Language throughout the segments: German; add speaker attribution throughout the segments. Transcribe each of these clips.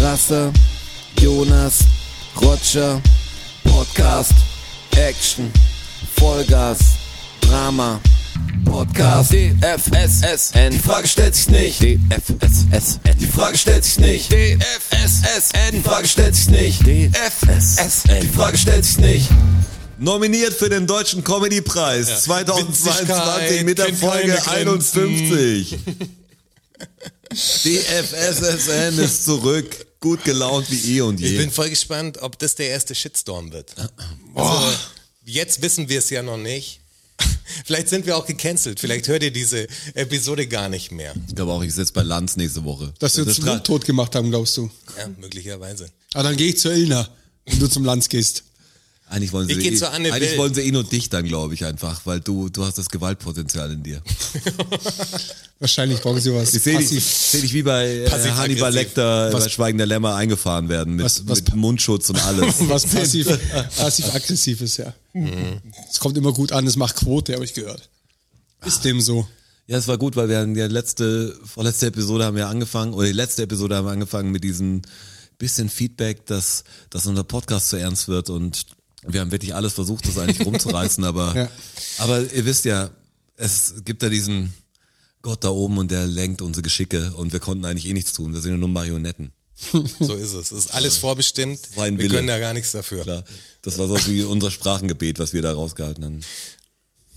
Speaker 1: Rasse, Jonas, Roger, Podcast, Action, Vollgas, Drama, Podcast, DFSSN, die Frage stellt sich nicht, DFSSN, die Frage stellt sich nicht, DFSSN, die Frage stellt sich nicht, DFSSN, die Frage stellt sich nicht.
Speaker 2: Nominiert für den Deutschen Comedy-Preis 2022 mit der
Speaker 3: kennt keine
Speaker 2: Folge
Speaker 3: Grenzen.
Speaker 2: 51. DFSSN ist zurück, gut gelaunt wie eh und
Speaker 3: Ich
Speaker 2: je.
Speaker 3: bin voll gespannt, ob das der erste Shitstorm wird.
Speaker 2: Äh,
Speaker 3: Also, jetzt wissen wir es ja noch nicht. Vielleicht sind wir auch gecancelt. Vielleicht hört ihr diese Episode gar nicht mehr.
Speaker 2: Ich glaube auch, ich sitze bei Lanz nächste Woche.
Speaker 4: Dass wir
Speaker 2: Das
Speaker 4: uns
Speaker 2: ist dran.
Speaker 4: tot gemacht haben, glaubst du?
Speaker 3: Ja, möglicherweise.
Speaker 4: Ah, dann gehe ich zur Ilna, wenn du zum Lanz gehst.
Speaker 2: Eigentlich wollen sie,
Speaker 3: Ich geh
Speaker 2: eh-
Speaker 3: zu Anne
Speaker 2: eigentlich
Speaker 3: Will.
Speaker 2: wollen sie eh nur dich dann, glaube ich, einfach, weil du, du hast das Gewaltpotenzial in dir.
Speaker 4: Wahrscheinlich brauchen sie was.
Speaker 2: Ich sehe dich,
Speaker 4: Passiv.
Speaker 2: seh dich wie bei äh,
Speaker 3: Passiv-aggressiv.
Speaker 2: Hannibal Lecter äh,
Speaker 4: Was-
Speaker 2: bei Schweigen der Lämmer eingefahren werden mit,
Speaker 4: Was- was-
Speaker 2: mit Mundschutz und alles.
Speaker 4: Was passiv, passiv-aggressiv ist, ja.
Speaker 2: Mhm.
Speaker 4: Es kommt immer gut an, es macht Quote, habe ich gehört.
Speaker 2: Ah.
Speaker 4: Ist dem so.
Speaker 2: Ja, es war gut, weil wir haben ja letzte, vorletzte Episode haben wir angefangen, oder die letzte Episode haben wir angefangen mit diesem bisschen Feedback, dass, dass unser Podcast zu ernst wird und wir haben wirklich alles versucht, das eigentlich rumzureißen, aber,
Speaker 4: Ja.
Speaker 2: aber ihr wisst ja, es gibt da diesen Gott da oben und der lenkt unsere Geschicke und wir konnten eigentlich eh nichts tun, wir sind ja nur Marionetten.
Speaker 3: So ist es. Es ist alles vorbestimmt.
Speaker 2: War ein
Speaker 3: wir
Speaker 2: Wille.
Speaker 3: können da gar nichts dafür.
Speaker 2: Klar, das war so wie unser Sprachengebet, was wir da rausgehalten haben.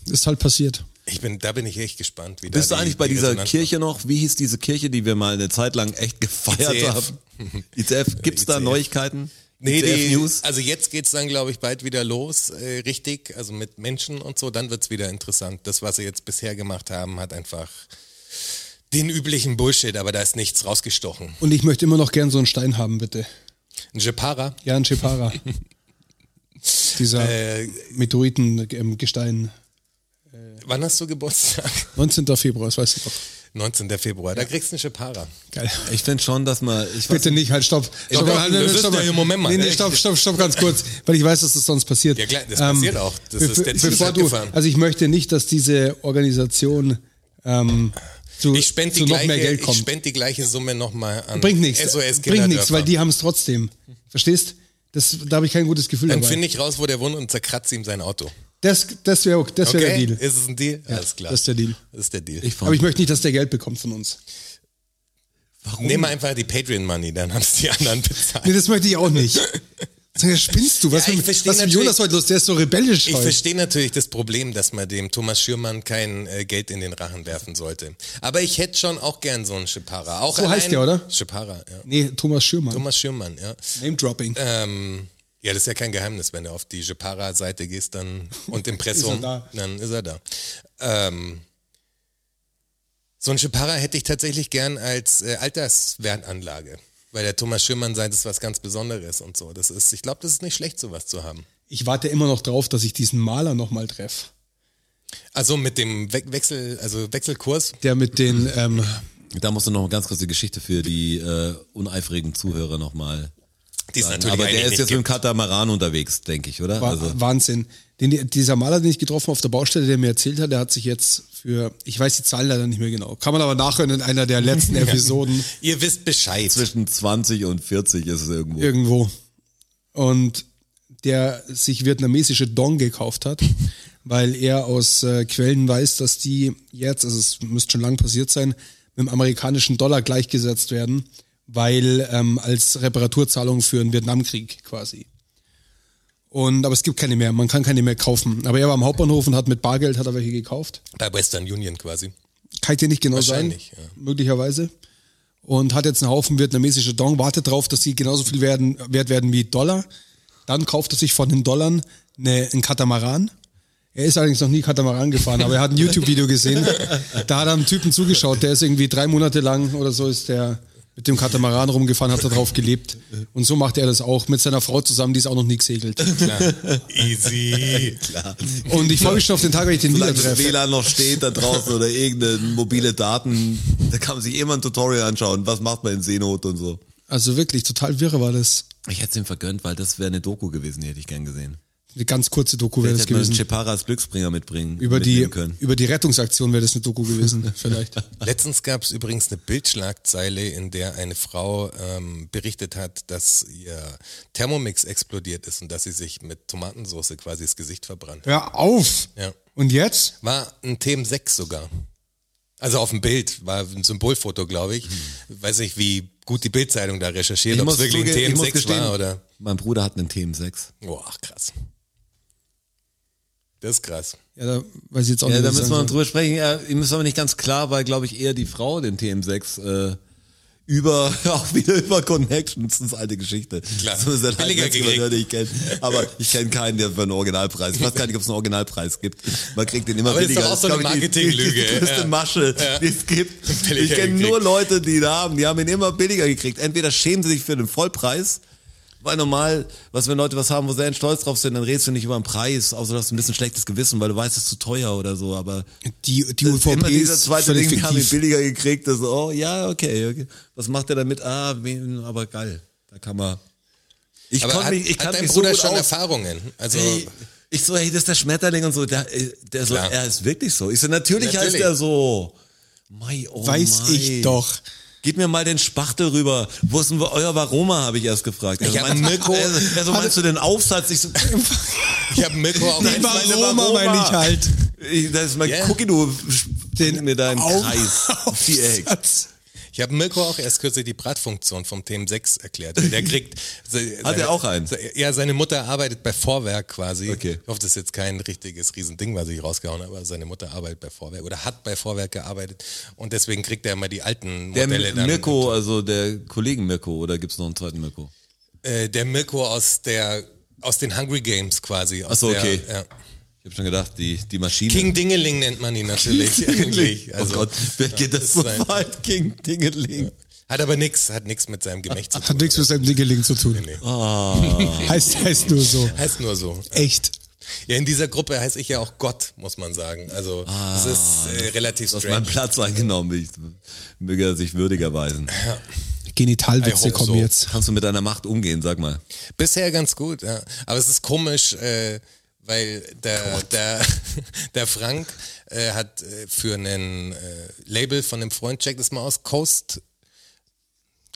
Speaker 4: Ist halt passiert.
Speaker 3: Ich bin, da bin ich echt gespannt. Wie da
Speaker 2: Bist du
Speaker 3: die-
Speaker 2: eigentlich bei
Speaker 3: die
Speaker 2: dieser
Speaker 3: Resonanz-
Speaker 2: Kirche noch? Wie hieß diese Kirche, die wir mal eine Zeit lang echt gefeiert
Speaker 3: ICF.
Speaker 2: haben? ICF, gibt's da
Speaker 3: ICF.
Speaker 2: Neuigkeiten?
Speaker 3: Nee,
Speaker 2: ICF
Speaker 3: die,
Speaker 2: News?
Speaker 3: also jetzt geht's dann, glaube ich, bald wieder los, äh, richtig, also mit Menschen und so, dann wird's wieder interessant. Das, was sie jetzt bisher gemacht haben, hat einfach den üblichen Bullshit, aber da ist nichts rausgestochen.
Speaker 4: Und ich möchte immer noch gern so einen Stein haben, bitte.
Speaker 3: Ein Jepara,
Speaker 4: Ja, ein Chepara. Dieser ähm,
Speaker 3: Äh,
Speaker 4: Meteoritengestein.
Speaker 3: wann hast du Geburtstag?
Speaker 4: 19. Februar, das weißt du doch.
Speaker 3: 19. Februar, da kriegst du einen Jepara.
Speaker 4: Geil.
Speaker 2: Ich finde schon, dass man, ich weiß,
Speaker 4: Bitte nicht, halt, stopp. Stopp,
Speaker 3: doch,
Speaker 4: halt,
Speaker 3: das
Speaker 4: halt,
Speaker 3: ist
Speaker 4: stopp.
Speaker 3: der Moment mal.
Speaker 4: Nee, nee,
Speaker 3: Echt?
Speaker 4: stopp, stopp, stopp, ganz kurz. Weil ich weiß, dass das sonst passiert.
Speaker 3: Ja,
Speaker 4: Ähm,
Speaker 3: klar, das passiert auch. Das
Speaker 4: be-
Speaker 3: ist der
Speaker 4: be-
Speaker 3: Zug
Speaker 4: bevor
Speaker 3: ist
Speaker 4: du,
Speaker 3: abgefahren.
Speaker 4: Also ich möchte nicht, dass diese Organisation ähm, zu,
Speaker 3: Ich spende
Speaker 4: zu
Speaker 3: die,
Speaker 4: noch
Speaker 3: gleiche-
Speaker 4: mehr Geld
Speaker 3: ich
Speaker 4: kommt.
Speaker 3: spend die gleiche Summe nochmal an
Speaker 4: Bringt nichts.
Speaker 3: SOS
Speaker 4: Bringt nichts, weil
Speaker 3: Kinderdörfer.
Speaker 4: die haben es trotzdem. Verstehst? Das, da habe ich kein gutes Gefühl
Speaker 3: Dann
Speaker 4: dabei.
Speaker 3: finde ich raus, wo der wohnt und zerkratze ihm sein Auto.
Speaker 4: Das, das wäre das wär
Speaker 3: Okay,
Speaker 4: der Deal.
Speaker 3: ist es ein Deal? Alles klar.
Speaker 4: das ist der Deal.
Speaker 3: Das ist der Deal.
Speaker 2: ich fand,
Speaker 4: Aber ich möchte nicht, dass der Geld bekommt von uns.
Speaker 2: warum?
Speaker 3: Nehmen wir einfach die Patreon-Money, dann haben es die anderen bezahlt.
Speaker 4: Nee, das möchte ich auch nicht. Sag, mal, spinnst du? Was
Speaker 3: Ja, ich
Speaker 4: ist mit,
Speaker 3: verstehe
Speaker 4: was ist mit Jonas
Speaker 3: natürlich-
Speaker 4: heute los? Der ist so rebellisch
Speaker 3: Ich
Speaker 4: heute.
Speaker 3: verstehe natürlich das Problem, dass man dem Thomas Schürmann kein äh, Geld in den Rachen werfen sollte. Aber ich hätte schon auch gern so einen Schipara. Auch
Speaker 4: So heißt
Speaker 3: allein-
Speaker 4: der, oder?
Speaker 3: Schipara, ja.
Speaker 4: Nee, Thomas Schürmann.
Speaker 3: Thomas Schürmann, ja.
Speaker 4: Name-Dropping.
Speaker 3: Ähm, ja, das ist ja kein Geheimnis, wenn du auf die Jepara-Seite gehst dann, und Impressum,
Speaker 4: Ist er da.
Speaker 3: dann ist er da. Ähm, so ein Jepara hätte ich tatsächlich gern als äh, Alterswertanlage, weil der Thomas Schürmann sagt, das ist was ganz Besonderes und so. Das ist, ich glaube, das ist nicht schlecht, sowas zu haben.
Speaker 4: Ich warte immer noch drauf, dass ich diesen Maler nochmal treffe.
Speaker 3: Also mit dem We Wechsel, also Wechselkurs,
Speaker 4: Der mit den, ähm,
Speaker 2: Da musst du noch ganz kurz die Geschichte für die äh, uneifrigen Zuhörer nochmal.
Speaker 3: die ist natürlich
Speaker 2: Aber
Speaker 3: eigentlich
Speaker 2: der ist
Speaker 3: nicht
Speaker 2: jetzt mit dem
Speaker 3: gibt.
Speaker 2: Katamaran unterwegs, denke ich, oder?
Speaker 4: Wa-
Speaker 2: Also,
Speaker 4: Wahnsinn. Den, dieser Maler, den ich getroffen habe auf der Baustelle, der mir erzählt hat, der hat sich jetzt für, ich weiß die Zahlen leider nicht mehr genau, kann man aber nachhören in einer der letzten Episoden
Speaker 3: Ihr wisst Bescheid.
Speaker 2: zwischen 20 und 40 ist es irgendwo.
Speaker 4: irgendwo. Und der sich vietnamesische Dong gekauft hat, weil er aus äh, Quellen weiß, dass die jetzt, also es müsste schon lang passiert sein, mit dem amerikanischen Dollar gleichgesetzt werden, weil ähm, als Reparaturzahlung für den Vietnamkrieg quasi. Und aber es gibt keine mehr, man kann keine mehr kaufen. Aber er war am Hauptbahnhof und hat mit Bargeld hat er welche gekauft.
Speaker 3: Bei Western Union quasi.
Speaker 4: Kann ich dir nicht genau sein.
Speaker 3: Wahrscheinlich, ja.
Speaker 4: Möglicherweise. Und hat jetzt einen Haufen vietnamesische Dong, wartet drauf, dass sie genauso viel werden, wert werden wie Dollar. Dann kauft er sich von den Dollar eine, einen Katamaran. Er ist allerdings noch nie Katamaran gefahren, aber er hat ein YouTube-Video gesehen. Da hat er einem Typen zugeschaut, der ist irgendwie drei Monate lang oder so ist der mit dem Katamaran rumgefahren, hat da drauf gelebt. Und so macht er das auch mit seiner Frau zusammen, die ist auch noch nie gesegelt.
Speaker 3: Easy.
Speaker 4: Und ich freue mich schon auf den Tag, wenn ich den wieder
Speaker 2: Solange das
Speaker 4: treffe.
Speaker 2: WLAN noch steht da draußen oder irgendeine mobile Daten, da kann man sich immer ein Tutorial anschauen, was macht man in Seenot und so.
Speaker 4: Also wirklich, total wirre war das.
Speaker 2: Ich hätte es ihm vergönnt, weil das wäre eine Doku gewesen, die hätte ich gern gesehen.
Speaker 4: Eine ganz kurze Doku wäre
Speaker 2: Vielleicht
Speaker 4: das
Speaker 2: hätte man
Speaker 4: gewesen.
Speaker 2: Chepara als Glücksbringer mitbringen
Speaker 4: Über die,
Speaker 2: mitnehmen können.
Speaker 4: über die Rettungsaktion wäre das eine Doku gewesen, ne, vielleicht.
Speaker 3: Letztens gab es übrigens eine Bildschlagzeile, in der eine Frau ähm, berichtet hat, dass ihr Thermomix explodiert ist und dass sie sich mit Tomatensauce quasi das Gesicht verbrannt. hat.
Speaker 4: Hör auf!
Speaker 3: Ja.
Speaker 4: Und jetzt?
Speaker 3: War ein Themen 6 sogar. Also auf dem Bild, war ein Symbolfoto, glaube ich. Weiß nicht, wie gut die Bildzeitung da recherchiert,
Speaker 2: Hm. Ich
Speaker 3: ob
Speaker 2: muss
Speaker 3: es wirklich
Speaker 2: zuge-
Speaker 3: ein
Speaker 2: ich
Speaker 3: Themen
Speaker 2: muss
Speaker 3: 6
Speaker 2: gestehen,
Speaker 3: war oder.
Speaker 2: Mein Bruder hat einen Themen 6.
Speaker 3: Boah, krass. Das ist krass.
Speaker 4: Ja, da weiß ich jetzt auch
Speaker 2: Ja,
Speaker 4: nicht.
Speaker 2: da
Speaker 4: was ich
Speaker 2: müssen wir
Speaker 4: sagen
Speaker 2: noch drüber sprechen. Ja, ihm ist aber nicht ganz klar, weil, glaube ich, eher die Frau den TM6 äh, über, auch wieder über Connections, das ist alte Geschichte.
Speaker 3: Klar.
Speaker 2: Das ist halt
Speaker 3: Billiger
Speaker 2: ein
Speaker 3: gekriegt.
Speaker 2: Expert, den ich kenn. Aber ich kenne keinen, der für einen Originalpreis, ich weiß gar nicht, ob es einen Originalpreis gibt. Man kriegt den immer
Speaker 3: Aber das ist
Speaker 2: billiger.
Speaker 3: doch auch so eine
Speaker 2: glaub ich, die-
Speaker 3: Marketinglüge,
Speaker 2: Die, die größte
Speaker 3: ja.
Speaker 2: Masche, die es gibt.
Speaker 3: Billiger
Speaker 2: ich kenne nur
Speaker 3: gekriegt.
Speaker 2: Leute, die da haben, die haben ihn immer billiger gekriegt. Entweder schämen sie sich für den Vollpreis, weil normal, was wenn Leute was haben, wo sie echt stolz drauf sind, dann redest du nicht über den Preis, außer du hast ein bisschen schlechtes Gewissen, weil du weißt, es ist zu teuer oder so, aber
Speaker 4: soll. Die, die
Speaker 2: das ist
Speaker 4: UVP
Speaker 2: Äh, immer dieser
Speaker 4: ist
Speaker 2: zweite
Speaker 4: völlig
Speaker 2: Ding, wir haben ihn
Speaker 4: fiktiv.
Speaker 2: billiger gekriegt, das so, oh ja, okay, okay. Was macht er damit? Ah, wen, aber geil. Da kann man. Ich
Speaker 3: Aber
Speaker 2: kann
Speaker 3: hat,
Speaker 2: mich, ich kann
Speaker 3: hat dein
Speaker 2: mich
Speaker 3: Bruder
Speaker 2: so gut
Speaker 3: schon
Speaker 2: aus.
Speaker 3: Erfahrungen? Also,
Speaker 2: Ey, ich so, hey, das ist der Schmetterling und so. Der, äh, der so,
Speaker 3: Klar.
Speaker 2: er ist wirklich so. Ich so, natürlich, heißt
Speaker 3: Natürlich.
Speaker 2: er so. Mai, oh
Speaker 4: Weiß
Speaker 2: mei.
Speaker 4: ich doch.
Speaker 2: Gib mir mal den Spachtel rüber. Wo ist denn euer Varoma, habe ich erst gefragt. Also,
Speaker 3: Ich hab-
Speaker 2: mein Mirko, also meinst du den Aufsatz? Ich so,
Speaker 3: ich habe Mirko auch
Speaker 4: Die
Speaker 3: eins meiner
Speaker 4: Varoma meine ich halt.
Speaker 2: Ich, das ist mein
Speaker 3: Ja.
Speaker 2: Cookie, du
Speaker 4: Den
Speaker 2: den mir deinen
Speaker 4: Auf-
Speaker 2: Kreis. Viereck.
Speaker 4: Aufsatz.
Speaker 3: Ich habe Mirko auch erst kürzlich die Bratfunktion vom Themen 6 erklärt. Der kriegt. se-
Speaker 2: Hat er auch einen?
Speaker 3: se- Ja, seine Mutter arbeitet bei Vorwerk quasi.
Speaker 2: Okay.
Speaker 3: Ich hoffe, das ist jetzt kein richtiges Riesending, was ich rausgehauen habe, aber seine Mutter arbeitet bei Vorwerk oder hat bei Vorwerk gearbeitet und deswegen kriegt er immer die alten
Speaker 2: Der
Speaker 3: Modelle
Speaker 2: Mi-
Speaker 3: dann.
Speaker 2: Mirko, also der Kollegen Mirko, oder gibt's noch einen zweiten Mirko?
Speaker 3: Äh, der Mirko aus der aus den Hungry Games quasi. aus
Speaker 2: Ach so,
Speaker 3: der,
Speaker 2: okay.
Speaker 3: Ja.
Speaker 2: Ich habe schon gedacht, die, die Maschine.
Speaker 3: King Dingeling nennt man ihn natürlich.
Speaker 2: Dingeling.
Speaker 3: eigentlich. Also,
Speaker 2: Oh Gott, wer geht das
Speaker 3: ist
Speaker 2: so
Speaker 3: sein-
Speaker 2: weit? King Dingeling.
Speaker 3: Hat aber nix, hat nix mit seinem Gemächt zu tun.
Speaker 4: Hat nichts mit seinem Dingeling zu tun. Ah.
Speaker 3: Nee.
Speaker 4: Heißt, heißt nur so.
Speaker 3: Heißt nur so.
Speaker 4: Echt.
Speaker 3: Ja, in dieser Gruppe heiße ich ja auch Gott, muss man sagen. Also es ist äh, relativ
Speaker 2: Du hast meinen
Speaker 3: strange.
Speaker 2: Platz eingenommen. Ich, möge er sich würdiger weisen.
Speaker 3: Ähm, I
Speaker 4: Genitalwitze
Speaker 3: hope
Speaker 4: kommen
Speaker 3: so.
Speaker 4: jetzt.
Speaker 2: Kannst du mit deiner Macht umgehen, sag mal.
Speaker 3: Bisher ganz gut, ja. Aber es ist komisch, äh, weil der, der, der Frank äh, hat äh, für einen äh, Label von einem Freund, check das mal aus, Coast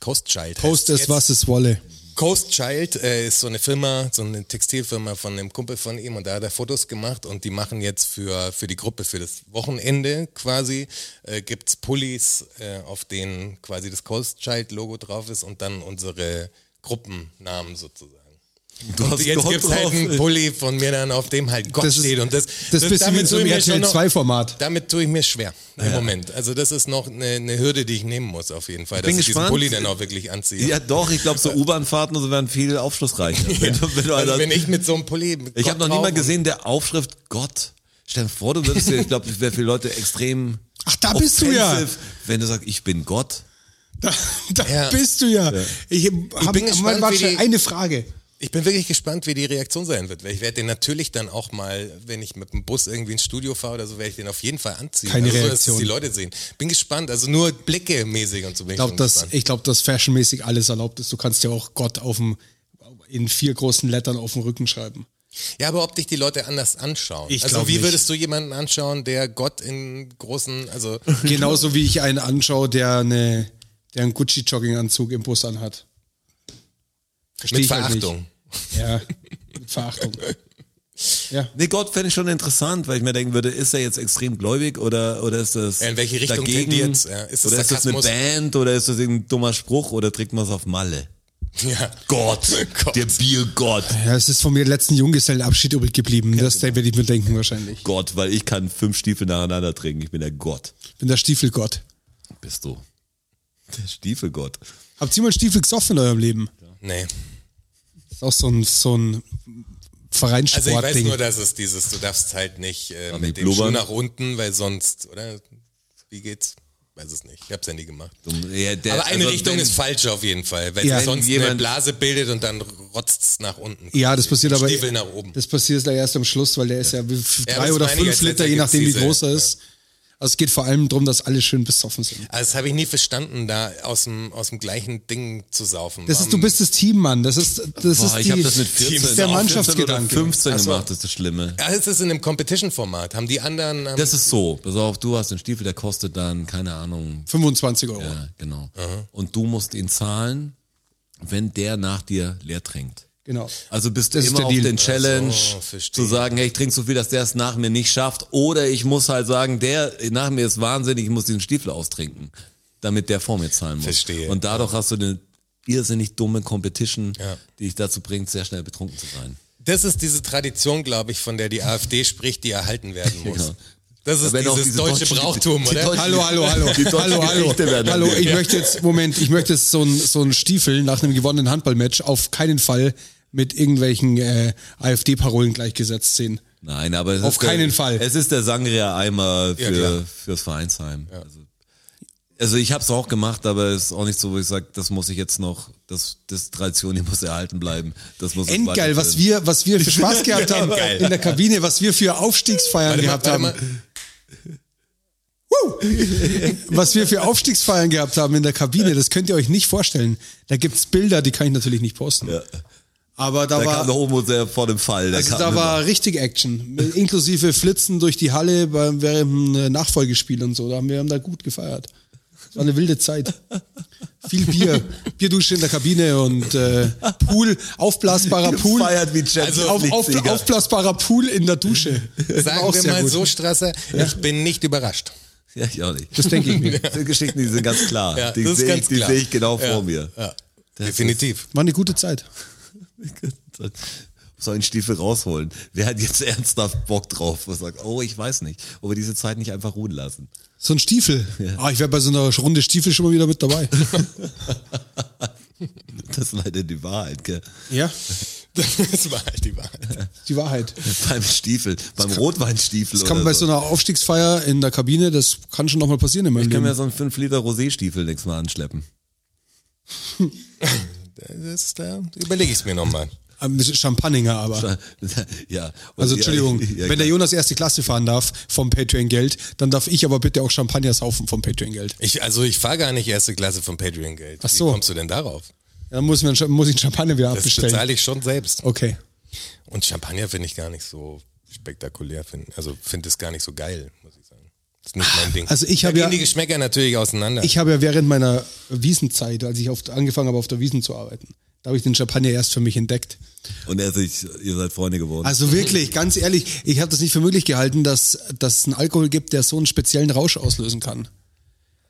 Speaker 3: Coast Child.
Speaker 4: Post
Speaker 3: heißt
Speaker 4: es, was es wolle.
Speaker 3: Coast Child äh, ist so eine Firma, so eine Textilfirma von einem Kumpel von ihm und da hat er Fotos gemacht und die machen jetzt für, für die Gruppe, für das Wochenende quasi, äh, gibt's Pullis, äh, auf denen quasi das Coast Child Logo drauf ist und dann unsere Gruppennamen sozusagen.
Speaker 2: Du hast
Speaker 3: Jetzt
Speaker 2: Gott
Speaker 3: gibt's halt einen
Speaker 2: drauf.
Speaker 3: Pulli von mir dann, auf dem halt Gott
Speaker 4: Das ist-
Speaker 3: steht und das,
Speaker 4: Das bist du
Speaker 3: damit
Speaker 4: mit so
Speaker 3: tue
Speaker 4: einem
Speaker 3: ich mir schon
Speaker 4: RTL
Speaker 3: noch-
Speaker 4: 2-Format.
Speaker 3: Damit tue ich mir schwer im Moment. Also das ist noch eine, eine Hürde, die ich nehmen muss auf jeden Fall, dass
Speaker 2: bin
Speaker 3: ich diesen
Speaker 2: gespannt.
Speaker 3: Pulli dann auch wirklich anziehe.
Speaker 2: Ja doch, ich glaube, so U-Bahn-Fahrten und so werden viel aufschlussreicher. Wenn du- wenn du
Speaker 3: Also
Speaker 2: einer-
Speaker 3: wenn ich mit so einem Pulli. mit
Speaker 2: Ich habe
Speaker 3: Kopf
Speaker 2: noch nie
Speaker 3: drauf
Speaker 2: mal
Speaker 3: und-
Speaker 2: gesehen, der Aufschrift Gott. Stell dir vor, du würdest dir, ich glaube, es wäre für Leute extrem.
Speaker 4: Ach, da bist du ja.
Speaker 2: offensive, Wenn du sagst, ich bin Gott.
Speaker 4: Da, da
Speaker 3: Ja.
Speaker 4: bist du ja. Ich, hab,
Speaker 3: bin gespannt,
Speaker 4: mal,
Speaker 3: wie
Speaker 4: warte,
Speaker 3: die-
Speaker 4: eine Frage.
Speaker 3: Ich bin wirklich gespannt, wie die Reaktion sein wird. Weil ich werde den natürlich dann auch mal, wenn ich mit dem Bus irgendwie ins Studio fahre oder so, werde ich den auf jeden Fall anziehen.
Speaker 4: Keine
Speaker 3: also, so,
Speaker 4: Reaktion.
Speaker 3: Dass die Leute sehen. Bin gespannt. Also nur Blicke mäßig und so bin
Speaker 4: Ich glaube,
Speaker 3: schon
Speaker 4: dass,
Speaker 3: gespannt.
Speaker 4: ich glaub, dass fashionmäßig alles erlaubt ist. Du kannst ja auch Gott auf dem, in vier großen Lettern auf dem Rücken schreiben.
Speaker 3: Ja, aber ob dich die Leute anders anschauen.
Speaker 4: Ich glaub
Speaker 3: also wie
Speaker 4: nicht.
Speaker 3: würdest du jemanden anschauen, der Gott in großen, also
Speaker 4: Genauso wie ich einen anschaue, der, eine, der einen Gucci-Jogginganzug im Bus anhat. Versteh
Speaker 3: mit
Speaker 4: ich halt nicht.
Speaker 3: Verachtung.
Speaker 4: Ja, mit Verachtung. Ja.
Speaker 2: Nee, Gott fände ich schon interessant, weil ich mir denken würde, ist er jetzt extrem gläubig oder, oder ist das.
Speaker 3: Ja, in welche Richtung
Speaker 2: dagegen?
Speaker 3: tendiert's? Ja, ist das
Speaker 2: oder ist das eine
Speaker 3: Sarkasmus?
Speaker 2: Band oder ist das irgendein dummer Spruch oder trägt man es auf Malle?
Speaker 3: ja.
Speaker 2: Gott,
Speaker 3: Gott.
Speaker 2: der Biergott.
Speaker 4: ja, es ist von mir letzten Junggesellenabschied übrig geblieben. Das
Speaker 3: genau.
Speaker 4: werde ich mir denken wahrscheinlich.
Speaker 2: Gott, weil ich kann fünf Stiefel nacheinander trinken. Ich bin der Gott.
Speaker 4: Ich bin der Stiefelgott.
Speaker 2: Bist du. Der Stiefelgott.
Speaker 4: Habt ihr mal Stiefel gesoffen in eurem Leben?
Speaker 3: Nee.
Speaker 4: ist auch so ein, so ein Vereinssportding.
Speaker 3: Also ich weiß nur, dass es dieses, du darfst halt nicht äh,
Speaker 2: nicht
Speaker 3: mit dem
Speaker 2: blubbern.
Speaker 3: Schuh nach unten, weil sonst, oder? Wie geht's? Weiß es nicht. Ich hab's ja nie gemacht.
Speaker 2: Dumm- ja, der-
Speaker 3: Aber eine
Speaker 2: also
Speaker 3: Richtung
Speaker 2: wenn-
Speaker 3: ist falsch auf jeden Fall, weil
Speaker 4: Äh, Ja.
Speaker 3: sich sonst
Speaker 2: Wenn jemand-
Speaker 3: eine Blase bildet und dann rotzt's nach unten.
Speaker 4: ja, das passiert aber.
Speaker 3: Stiefel nach oben.
Speaker 4: Das passiert leider erst am Schluss, weil der ist ja, wie-
Speaker 3: Ja,
Speaker 4: drei
Speaker 3: das
Speaker 4: oder
Speaker 3: meine ich
Speaker 4: fünf
Speaker 3: jetzt
Speaker 4: Liter, je nachdem wie
Speaker 3: letztendlich
Speaker 4: groß er
Speaker 3: diese-
Speaker 4: ist. Also es geht vor allem darum, dass alle schön besoffen sind.
Speaker 3: Also das habe ich nie verstanden, da aus dem, aus dem gleichen Ding zu saufen.
Speaker 4: Das ist, du bist das Team, Mann. Das ist, das
Speaker 2: Boah,
Speaker 4: ist
Speaker 2: ich habe
Speaker 4: die,
Speaker 2: das mit
Speaker 4: das
Speaker 2: 14,
Speaker 4: ist der
Speaker 2: auch 14 oder
Speaker 4: Mannschaftsgedanke.
Speaker 2: 15
Speaker 3: Ach so.
Speaker 2: gemacht, das ist das Schlimme.
Speaker 3: Ja, es ist in einem Competition-Format. Haben die anderen... Ähm,
Speaker 2: Das ist so, pass auf, du hast den Stiefel, der kostet dann, keine Ahnung,
Speaker 4: 25 Euro.
Speaker 2: ja, genau. Und du musst ihn zahlen, wenn der nach dir leer trinkt.
Speaker 4: Genau.
Speaker 2: Also bist du
Speaker 4: Das ist
Speaker 2: immer
Speaker 4: der
Speaker 2: auf
Speaker 4: Deal. Also, oh,
Speaker 2: den Challenge
Speaker 3: Ach so, verstehe.
Speaker 2: zu sagen, hey, ich trinke so viel, dass der es nach mir nicht schafft. Oder ich muss halt sagen, der nach mir ist wahnsinnig, ich muss diesen Stiefel austrinken, damit der vor mir zahlen muss.
Speaker 3: Verstehe.
Speaker 2: Und dadurch hast du eine irrsinnig dumme Competition,
Speaker 3: Ja.
Speaker 2: die dich dazu bringt, sehr schnell betrunken zu sein.
Speaker 3: Das ist diese Tradition, glaube ich, von der die AfD spricht, die erhalten werden muss.
Speaker 2: Genau.
Speaker 3: Das ist
Speaker 2: Wenn auch
Speaker 3: dieses
Speaker 2: diese
Speaker 3: deutsche
Speaker 2: deutsche-
Speaker 3: Brauchtum,
Speaker 2: die
Speaker 3: oder?
Speaker 2: deutsche-
Speaker 4: Hallo, hallo, hallo.
Speaker 2: Die deutschen
Speaker 4: hallo, hallo.
Speaker 2: Gerichte werden
Speaker 4: hallo, ich
Speaker 2: erwähnt.
Speaker 4: möchte jetzt, Moment, ich möchte jetzt so ein, so ein Stiefel nach einem gewonnenen Handballmatch auf keinen Fall mit irgendwelchen äh, AfD-Parolen gleichgesetzt sehen.
Speaker 2: Nein, aber es
Speaker 4: Auf
Speaker 2: ist
Speaker 4: keinen
Speaker 2: der,
Speaker 4: Fall.
Speaker 2: Es ist der Sangria-Eimer
Speaker 3: Ja,
Speaker 2: für,
Speaker 3: klar.
Speaker 2: fürs Vereinsheim. Also, also ich habe es auch gemacht, aber es ist auch nicht so, wo ich sage, das muss ich jetzt noch, das, das ist Tradition, die muss erhalten bleiben. Das muss ich
Speaker 4: Endgeil, was
Speaker 2: weiterführen.
Speaker 4: wir, was wir für Spaß gehabt haben
Speaker 3: Endgeil.
Speaker 4: in der Kabine, was wir für Aufstiegsfeiern
Speaker 3: Warte mal, warte
Speaker 4: gehabt haben.
Speaker 3: mal.
Speaker 4: Was wir für Aufstiegsfeiern gehabt haben in der Kabine, das könnt ihr euch nicht vorstellen. Da gibt's Bilder, die kann ich natürlich nicht posten. Aber da,
Speaker 2: Da
Speaker 4: war,
Speaker 2: kam der Homo sehr vor dem Fall.
Speaker 4: also
Speaker 2: kam
Speaker 4: da
Speaker 2: eine-
Speaker 4: war richtig Action. Inklusive Flitzen durch die Halle beim, während dem äh, Nachfolgespiel und so. Da haben wir haben da gut gefeiert. Es war eine wilde Zeit. Viel Bier. Bierdusche in der Kabine und äh, Pool, aufblasbarer Pool.
Speaker 2: Gefeiert wie Champions
Speaker 4: Also auf, auf,
Speaker 2: League-Sieger.
Speaker 4: aufblasbarer Pool in der Dusche. Das war
Speaker 3: Sagen
Speaker 4: auch
Speaker 3: wir
Speaker 4: sehr
Speaker 3: mal
Speaker 4: gut.
Speaker 3: so, Strasser, ich bin nicht überrascht.
Speaker 2: Ja, ich auch nicht.
Speaker 4: Das denke ich mir.
Speaker 2: Das sind Geschichten, die sind ganz klar.
Speaker 3: Ja,
Speaker 2: die
Speaker 3: das ist
Speaker 2: sehe ich,
Speaker 3: ganz
Speaker 2: die
Speaker 3: klar.
Speaker 2: seh ich genau
Speaker 3: Ja,
Speaker 2: vor mir.
Speaker 3: Ja. Definitiv.
Speaker 4: War eine gute Zeit.
Speaker 2: So einen Stiefel rausholen. Wer hat jetzt ernsthaft Bock drauf und sagt, oh, ich weiß nicht, ob wir diese Zeit nicht einfach ruhen lassen?
Speaker 4: So ein Stiefel. Ah, ich wäre bei so einer Runde Stiefel schon mal wieder mit dabei.
Speaker 2: Das ist leider die Wahrheit, gell?
Speaker 4: ja,
Speaker 3: Das war halt die Wahrheit.
Speaker 4: die Wahrheit.
Speaker 2: Beim Stiefel, beim Rotweinstiefel.
Speaker 4: Das kann
Speaker 2: oder
Speaker 4: man bei so einer Aufstiegsfeier in der Kabine, das kann schon nochmal passieren in meinem
Speaker 2: ich kann
Speaker 4: Leben.
Speaker 2: mir so einen 5 Liter Rosé-Stiefel nächstes Mal anschleppen.
Speaker 3: Das, da überlege ich es mir nochmal.
Speaker 4: Am Champagner aber.
Speaker 2: Ja. Und
Speaker 4: Also
Speaker 2: ja,
Speaker 4: Entschuldigung,
Speaker 2: ja,
Speaker 4: wenn der
Speaker 2: klar.
Speaker 4: Jonas erste Klasse fahren darf vom Patreon-Geld, dann darf ich aber bitte auch Champagner saufen vom Patreon-Geld.
Speaker 3: Ich, also ich fahre gar nicht erste Klasse vom Patreon-Geld.
Speaker 4: Ach so.
Speaker 3: Wie kommst du denn darauf?
Speaker 4: Dann muss, man, muss ich Champagner wieder
Speaker 3: Das
Speaker 4: abbestellen.
Speaker 3: bezahle ich schon selbst.
Speaker 4: Okay.
Speaker 3: Und Champagner finde ich gar nicht so spektakulär. Find, also finde es gar nicht so geil, muss ich sagen. Ist nicht
Speaker 2: Ah,
Speaker 3: mein Ding.
Speaker 4: Also ich
Speaker 3: Da
Speaker 4: habe
Speaker 3: gehen
Speaker 4: ja-
Speaker 3: die Geschmäcker natürlich auseinander.
Speaker 4: Ich habe ja während meiner Wiesenzeit, als ich auf, angefangen habe, auf der Wiesen zu arbeiten, da habe ich den Champagner erst für mich entdeckt.
Speaker 2: Und er sich, ihr seid Freunde geworden.
Speaker 4: Also wirklich, ganz ehrlich, ich habe das nicht für möglich gehalten, dass, dass es einen Alkohol gibt, der so einen speziellen Rausch auslösen kann.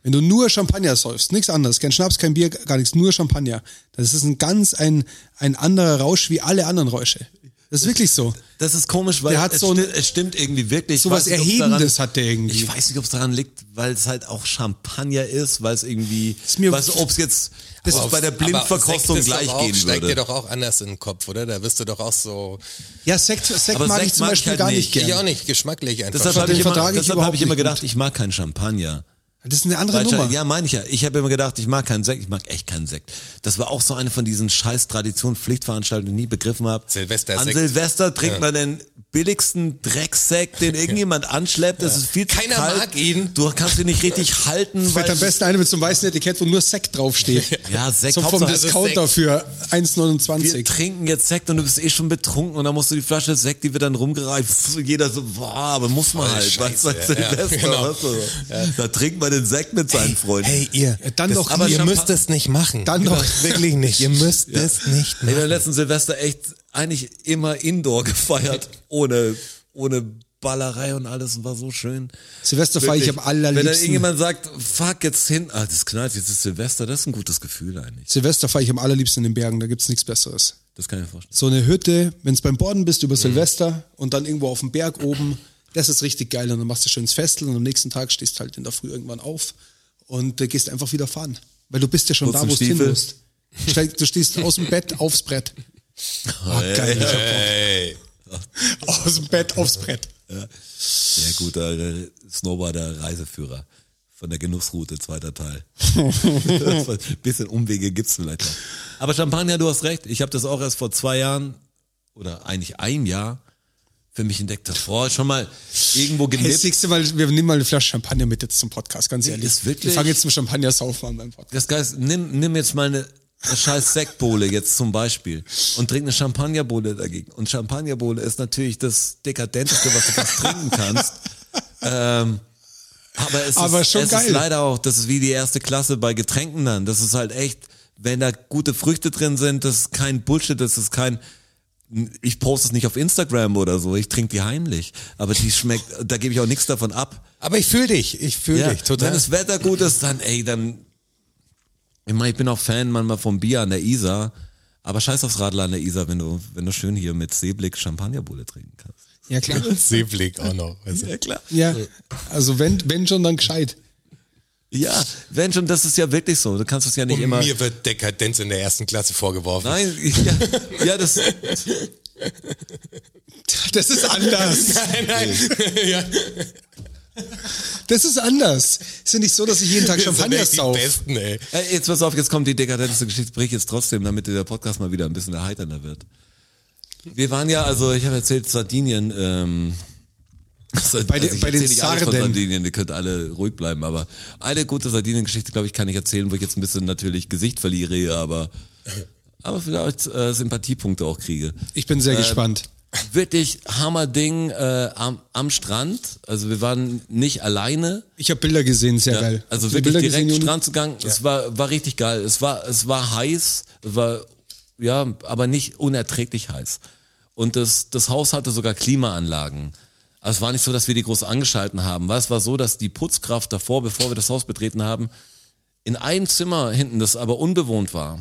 Speaker 4: Wenn du nur Champagner säufst, nichts anderes, kein Schnaps, kein Bier, gar nichts, nur Champagner, das ist ein ganz ein, ein anderer Rausch wie alle anderen Räusche. Das ist wirklich so.
Speaker 2: das ist komisch, weil
Speaker 4: Der hat
Speaker 2: es,
Speaker 4: so
Speaker 2: sti-
Speaker 4: ein-
Speaker 2: es stimmt irgendwie wirklich. Ich
Speaker 4: so was
Speaker 2: weiß nicht, ob's
Speaker 4: Erhebendes hat der irgendwie.
Speaker 2: Ich weiß nicht, ob es daran liegt, weil es halt auch Champagner ist, weil es irgendwie,
Speaker 4: Ist mir-
Speaker 2: was, ob es jetzt
Speaker 4: Das
Speaker 2: ob's
Speaker 4: ist-
Speaker 2: bei der Blindverkostung gleich gehen
Speaker 3: Steigt dir
Speaker 2: würde.
Speaker 3: doch auch anders in den Kopf, oder? Da wirst du doch auch so.
Speaker 4: Ja, Sekt, Sekt
Speaker 2: Aber
Speaker 4: mag
Speaker 2: Sekt
Speaker 4: ich zum
Speaker 2: mag ich
Speaker 4: Beispiel
Speaker 2: halt
Speaker 4: gar nicht
Speaker 2: nicht.
Speaker 3: Ich
Speaker 4: gern.
Speaker 3: auch nicht geschmacklich einfach.
Speaker 2: Deshalb habe
Speaker 4: den
Speaker 2: ich, immer-
Speaker 4: vertrage ich
Speaker 2: deshalb hab
Speaker 4: überhaupt
Speaker 2: ich immer
Speaker 4: nicht
Speaker 2: gedacht, ich mag keinen Champagner.
Speaker 4: Das ist eine andere
Speaker 2: Weil Cha-
Speaker 4: Also Nummer.
Speaker 2: Ja, meine ich ja. Ich habe immer gedacht, ich mag keinen Sekt, ich mag echt keinen Sekt. Das war auch so eine von diesen scheiß Traditionen, Pflichtveranstaltungen, die ich nie begriffen habe.
Speaker 3: Silvester
Speaker 2: An
Speaker 3: Sekt.
Speaker 2: Silvester trinkt man den billigsten Drecksekt, den irgendjemand anschleppt. Es ist viel zu
Speaker 3: Keiner
Speaker 2: kalt.
Speaker 3: mag ihn.
Speaker 2: Du kannst ihn nicht richtig halten, weil
Speaker 4: Fällt am besten eine mit so einem weißen Etikett, wo nur Sekt draufsteht.
Speaker 2: Ja, Sekt,
Speaker 4: So vom
Speaker 2: Hauptsache-
Speaker 4: Discounter für
Speaker 2: wir
Speaker 4: 1,29.
Speaker 2: trinken jetzt Sekt und du bist eh schon betrunken und dann musst du die Flasche Sekt, die wird dann rumgereicht. Pff, Jeder so, boah, aber muss man
Speaker 3: Voll
Speaker 2: halt.
Speaker 3: Scheiße.
Speaker 2: Weißt du,
Speaker 3: Ja,
Speaker 2: Silvester,
Speaker 3: genau.
Speaker 2: weißt du, Da trinkt man den Sekt mit seinen Freunden.
Speaker 3: Hey, ihr,
Speaker 4: dann
Speaker 3: das,
Speaker 4: doch
Speaker 3: aber
Speaker 4: die-
Speaker 3: ihr
Speaker 4: Champa-
Speaker 3: müsst es nicht machen.
Speaker 4: Dann
Speaker 3: Genau,
Speaker 4: doch.
Speaker 3: wirklich nicht. Ihr müsst es nicht
Speaker 2: Ich
Speaker 3: machen.
Speaker 2: habe letzten Silvester echt eigentlich immer Indoor gefeiert, ohne, ohne Ballerei und alles und war so schön.
Speaker 4: Silvester feier ich
Speaker 2: Wirklich. Wenn
Speaker 4: am
Speaker 2: dann
Speaker 4: allerliebsten.
Speaker 2: irgendjemand sagt, fuck jetzt hin, ah, das knallt, jetzt ist Silvester, das ist ein gutes Gefühl eigentlich.
Speaker 4: Silvester fahre ich am allerliebsten in den Bergen, da gibt's nichts Besseres.
Speaker 2: Das kann ich mir vorstellen.
Speaker 4: so eine Hütte, wenn es beim Borden bist, über Silvester und dann irgendwo auf dem Berg oben, das ist richtig geil. Und dann machst du schönes Festel und am nächsten Tag stehst halt in der Früh irgendwann auf und äh, gehst einfach wieder fahren. Weil du bist ja schon
Speaker 2: Kurzen
Speaker 4: da, wo du hin
Speaker 2: Stiefel.
Speaker 4: musst. Stell- Du stehst aus dem Bett aufs Brett. Oh, geil. ich hab
Speaker 3: Hey.
Speaker 4: Bock. Aus dem Bett aufs Brett.
Speaker 2: Sehr guter äh, Snowboarder Reiseführer von der Genussroute, zweiter Teil. bisschen Umwege gibt's vielleicht noch. Aber Champagner, du hast recht, ich habe das auch erst vor zwei Jahren oder eigentlich ein Jahr für mich entdeckt habe. Boah, schon mal irgendwo
Speaker 4: Das
Speaker 2: genippt.
Speaker 4: nächste Mal, wir nehmen mal eine Flasche Champagner mit jetzt zum Podcast, ganz ehrlich.
Speaker 2: ist wirklich-
Speaker 4: Wir fangen jetzt mit Champagner saufen an beim Podcast.
Speaker 2: Das Geist, nimm, nimm jetzt mal eine eine scheiß Sektbowle jetzt zum Beispiel und trink eine Champagnerbowle dagegen. Und Champagnerbowle ist natürlich das Dekadenteste, was du fast trinken kannst. Ähm, aber es,
Speaker 4: Aber
Speaker 2: ist,
Speaker 4: schon
Speaker 2: es ist
Speaker 4: geil.
Speaker 2: leider auch, das ist wie die erste Klasse bei Getränken dann. Das ist halt echt, wenn da gute Früchte drin sind, das ist kein Bullshit, das ist kein, ich poste es nicht auf Instagram oder so, ich trinke die heimlich. Aber die schmeckt, da gebe ich auch nichts davon ab.
Speaker 3: Aber ich fühle dich, ich fühle dich total.
Speaker 2: Wenn das Wetter gut ist, dann, ey, dann. Ich meine, ich bin auch Fan manchmal vom Bier an der Isar, aber scheiß aufs Radler an der Isar, wenn du, wenn du schön hier mit Seeblick Champagnerbulle trinken kannst.
Speaker 4: Ja, klar.
Speaker 3: Seeblick auch noch. Also.
Speaker 2: klar.
Speaker 4: Ja, also wenn, wenn schon, dann gescheit.
Speaker 2: Ja, wenn schon, das ist ja wirklich so. Du kannst es ja nicht
Speaker 3: Und
Speaker 2: immer.
Speaker 3: mir wird Dekadenz in der ersten Klasse vorgeworfen.
Speaker 2: Nein, ja, ja, das,
Speaker 4: Das ist anders.
Speaker 3: Nein, nein. ja.
Speaker 4: Das ist anders. Ist ja nicht so, dass ich jeden Tag
Speaker 3: Wir sind
Speaker 4: Champagner
Speaker 3: echt die
Speaker 4: saufe.
Speaker 3: Besten, ey.
Speaker 2: Ey, jetzt pass auf, jetzt kommt die dekadenteste Geschichte, brich jetzt trotzdem, damit der Podcast mal wieder ein bisschen erheiternder wird. Wir waren ja, also ich habe erzählt, Sardinien, ähm, also,
Speaker 4: Bei den-
Speaker 2: ich
Speaker 4: bei den
Speaker 2: erzähl nicht alles von
Speaker 4: Sarden.
Speaker 2: Sardinien, ihr könnt alle ruhig bleiben, aber eine gute Sardinien-Geschichte, glaube ich, kann ich erzählen, wo ich jetzt ein bisschen natürlich Gesicht verliere, aber, aber vielleicht äh, Sympathiepunkte auch kriege
Speaker 4: Ich bin sehr gespannt.
Speaker 2: wirklich Hammerding äh, am, am Strand. Also wir waren nicht alleine.
Speaker 4: Ich habe Bilder gesehen, sehr
Speaker 2: Ja,
Speaker 4: geil.
Speaker 2: Also
Speaker 4: Hast du die
Speaker 2: wirklich direkt
Speaker 4: Juni?
Speaker 2: Strandzugang. Es war, war richtig geil. Es war, es war heiß, war, ja, aber nicht unerträglich heiß. Und das, das Haus hatte sogar Klimaanlagen. Also es war nicht so, dass wir die groß angeschalten haben. weil Es war so, dass die Putzkraft davor, bevor wir das Haus betreten haben, in einem Zimmer hinten, das aber unbewohnt war,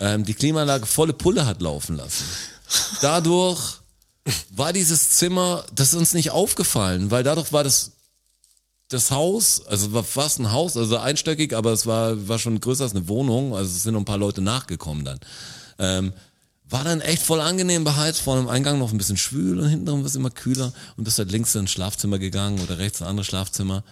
Speaker 2: ähm, die Klimaanlage volle Pulle hat laufen lassen. Dadurch war dieses Zimmer, das ist uns nicht aufgefallen, weil dadurch war das das Haus, also war fast ein Haus, also einstöckig, aber es war, war schon größer als eine Wohnung, also es sind noch ein paar Leute nachgekommen dann. Ähm, war dann echt voll angenehm beheizt, vorne im Eingang noch ein bisschen schwül und hinten drin war es immer kühler und bist halt links ins Schlafzimmer gegangen oder rechts in ein anderes Schlafzimmer.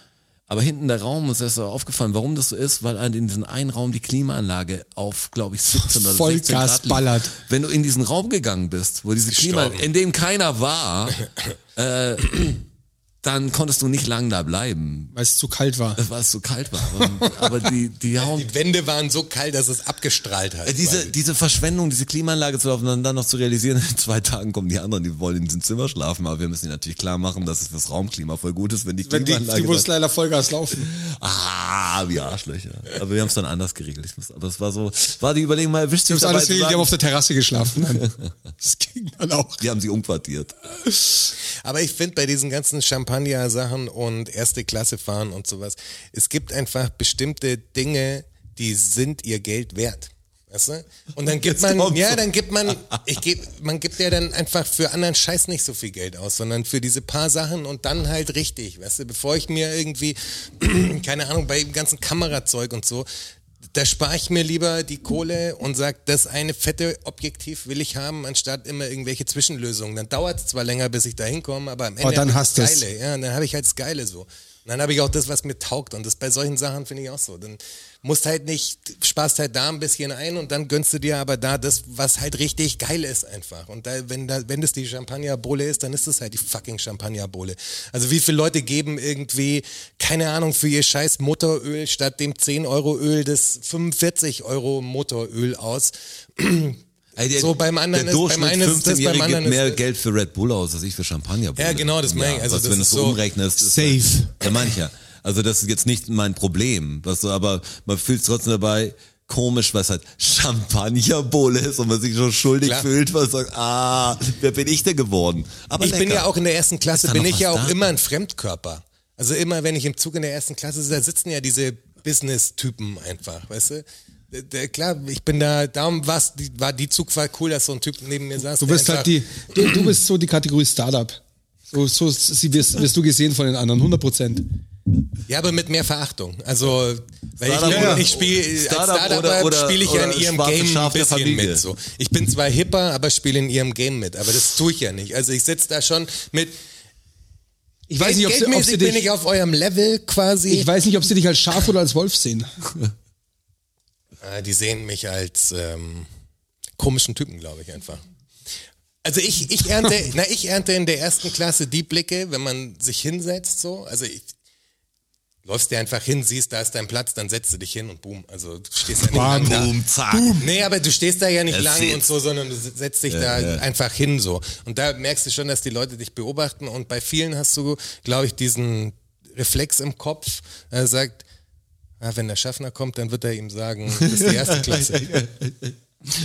Speaker 2: Aber hinten der Raum ist erst aufgefallen, warum das so ist, weil halt in diesem einen Raum die Klimaanlage auf, glaube ich, 17 oder 16
Speaker 4: Vollgas
Speaker 2: Grad lief.
Speaker 4: ballert.
Speaker 2: Wenn du in diesen Raum gegangen bist, wo diese Klima,
Speaker 3: Gestorben.
Speaker 2: in dem keiner war, äh, dann konntest du nicht lang da bleiben
Speaker 4: Weil es zu kalt war.
Speaker 2: weil es so kalt war. Aber, aber die, die hauen.
Speaker 3: Die Wände waren so kalt, dass es abgestrahlt hat.
Speaker 2: Äh, Diese,
Speaker 3: quasi.
Speaker 2: diese Verschwendung, diese Klimaanlage zu laufen und dann noch zu realisieren, in zwei Tagen kommen die anderen, die wollen in diesem Zimmer schlafen, aber wir müssen ihnen natürlich klar machen, dass es fürs Raumklima voll gut ist, wenn die
Speaker 4: Wenn die,
Speaker 2: Klimaanlage...
Speaker 4: die muss leider Vollgas laufen.
Speaker 2: ah, wie Arschlöcher. Aber wir haben es dann anders geregelt. Ich muss, aber es war so, war die Überlegung mal, erwischt
Speaker 4: Die
Speaker 2: sich
Speaker 4: haben
Speaker 2: dabei
Speaker 4: alles
Speaker 2: zu
Speaker 4: geregelt, die haben
Speaker 2: sagen,
Speaker 4: auf der Terrasse geschlafen. Dann. Das ging dann auch.
Speaker 2: die haben sie umquartiert.
Speaker 3: Aber ich finde bei diesen ganzen Champagner-Sachen und erste Klasse fahren und sowas, es gibt einfach bestimmte Dinge, die sind ihr Geld wert. Weißt du? Und dann gibt
Speaker 2: Jetzt
Speaker 3: man,
Speaker 2: kommt's.
Speaker 3: ja, dann gibt man, ich geb, man gibt ja dann einfach für anderen Scheiß nicht so viel Geld aus, sondern für diese paar Sachen und dann halt richtig, weißt du, bevor ich mir irgendwie, keine Ahnung, bei dem ganzen Kamerazeug und so, da spare ich mir lieber die Kohle und sag, das eine fette Objektiv will ich haben, anstatt immer irgendwelche Zwischenlösungen. Dann dauert es zwar länger, bis ich da hinkomme, aber am Ende
Speaker 4: Aber dann
Speaker 3: hab ich
Speaker 4: hast
Speaker 3: das
Speaker 4: du's.
Speaker 3: Geile. Ja, und dann habe ich halt das Geile so. Und dann habe ich auch das, was mir taugt. Und das bei solchen Sachen finde ich auch so. Dann musst halt nicht, sparst halt da ein bisschen ein und dann gönnst du dir aber da das, was halt richtig geil ist einfach. Und da, wenn, da, wenn das die Champagnerbowle ist, dann ist das halt die fucking Champagnerbowle. Also wie viele Leute geben irgendwie, keine Ahnung, für ihr scheiß Motoröl statt dem 10 Euro Öl das 45 Euro Motoröl aus.
Speaker 2: Ey, der,
Speaker 3: So, beim anderen
Speaker 2: der
Speaker 3: ist- beim einen ist das, beim
Speaker 2: 15-Jährige gibt
Speaker 3: anderen ist
Speaker 2: mehr
Speaker 3: das.
Speaker 2: Geld für Red Bull aus, als ich für Champagner
Speaker 3: Ja, genau, das meine ich. Also
Speaker 2: was,
Speaker 3: das
Speaker 2: wenn du
Speaker 3: ist
Speaker 2: so
Speaker 3: so
Speaker 2: umrechnest. ist-
Speaker 4: Safe.
Speaker 2: Ja, mancher. Also das ist jetzt nicht mein Problem, was so, aber man fühlt es trotzdem dabei komisch, was halt Champagnerbowle ist und man sich schon schuldig
Speaker 3: Klar.
Speaker 2: fühlt, weil man sagt, ah, wer bin ich denn geworden? Aber
Speaker 3: ich bin
Speaker 2: lecker.
Speaker 3: ja auch in der ersten Klasse,
Speaker 2: Ist da noch
Speaker 3: bin ich ja
Speaker 2: was
Speaker 3: auch
Speaker 2: da?
Speaker 3: immer ein Fremdkörper. Also immer, wenn ich im Zug in der ersten Klasse sitze, da sitzen ja diese Business-Typen einfach, weißt du? Der- Der, klar, ich bin da, darum war's, die, war die Zugfahrt cool, dass so ein Typ neben mir saß.
Speaker 4: Du
Speaker 3: der
Speaker 4: bist
Speaker 3: einfach-
Speaker 4: halt die, du, du bist so die Kategorie Startup. So, so sie wirst, wirst du gesehen von den anderen, 100 Prozent.
Speaker 3: Ja, aber mit mehr Verachtung. Also, weil ich,
Speaker 2: Startup oder-
Speaker 3: ich spiele,
Speaker 2: Startup
Speaker 3: als
Speaker 2: oder-
Speaker 3: Startup
Speaker 2: oder-
Speaker 3: spiele ich ja in
Speaker 2: oder
Speaker 3: ihrem
Speaker 2: schwarze
Speaker 3: Game ein
Speaker 2: Schaf der
Speaker 3: bisschen
Speaker 2: Familie.
Speaker 3: mit. So. Ich bin zwar hipper, aber spiele in ihrem Game mit. Aber das tue ich ja nicht. Also ich sitze da schon mit,
Speaker 4: Ich weiß nicht, ob sie, ob
Speaker 3: geldmäßig
Speaker 4: sie
Speaker 3: bin
Speaker 4: dich,
Speaker 3: ich auf eurem Level quasi.
Speaker 4: ich weiß nicht, ob sie dich als Schaf oder als Wolf sehen.
Speaker 3: Äh, Die sehen mich als ähm, komischen Typen, glaube ich einfach. Also ich, ich ernte, na, ich ernte in der ersten Klasse die Blicke, wenn man sich hinsetzt, so. Also ich, läufst dir einfach hin, siehst, da ist dein Platz, dann setzt du dich hin und boom. Also du stehst ja nicht lang da.
Speaker 2: Boom, zack.
Speaker 3: Nee, aber du stehst da ja nicht
Speaker 2: Es
Speaker 3: lang
Speaker 2: sieht-
Speaker 3: und so, sondern du setzt dich da
Speaker 2: ja.
Speaker 3: einfach hin so. Und da merkst du schon, dass die Leute dich beobachten und bei vielen hast du, glaube ich, diesen Reflex im Kopf, er sagt, ah, wenn der Schaffner kommt, dann wird er ihm sagen, das ist die erste Klasse.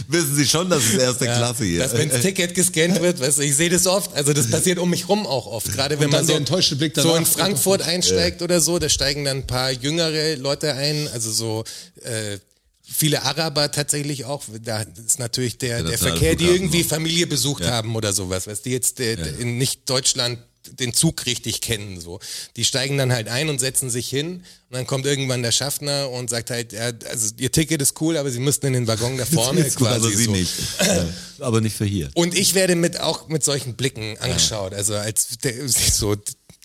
Speaker 2: Wissen Sie schon, das ist erste Klasse hier.
Speaker 3: Dass wenn das Ticket gescannt wird, weißt du, ich sehe das oft, also das passiert um mich rum auch oft, gerade wenn
Speaker 4: dann
Speaker 3: man so,
Speaker 4: der enttäuschte Blick
Speaker 3: so in
Speaker 4: danach.
Speaker 3: Frankfurt einsteigt oder so, da steigen dann ein paar jüngere Leute ein, also so äh, viele Araber tatsächlich auch, da ist natürlich der, der
Speaker 2: nationale
Speaker 3: Verkehr, die
Speaker 2: Flughafen
Speaker 3: irgendwie
Speaker 2: auch.
Speaker 3: Familie besucht haben oder sowas, weißt du, die jetzt äh, in nicht Deutschland den Zug richtig kennen, so. Die steigen dann halt ein und setzen sich hin und dann kommt irgendwann der Schaffner und sagt halt, ja, also ihr Ticket ist cool, aber sie müssten in den Waggon da vorne
Speaker 2: Ist gut,
Speaker 3: quasi
Speaker 2: aber sie
Speaker 3: so.
Speaker 2: nicht. Ja. Aber nicht für hier.
Speaker 3: Und ich werde mit auch mit solchen Blicken angeschaut. Also als der, so,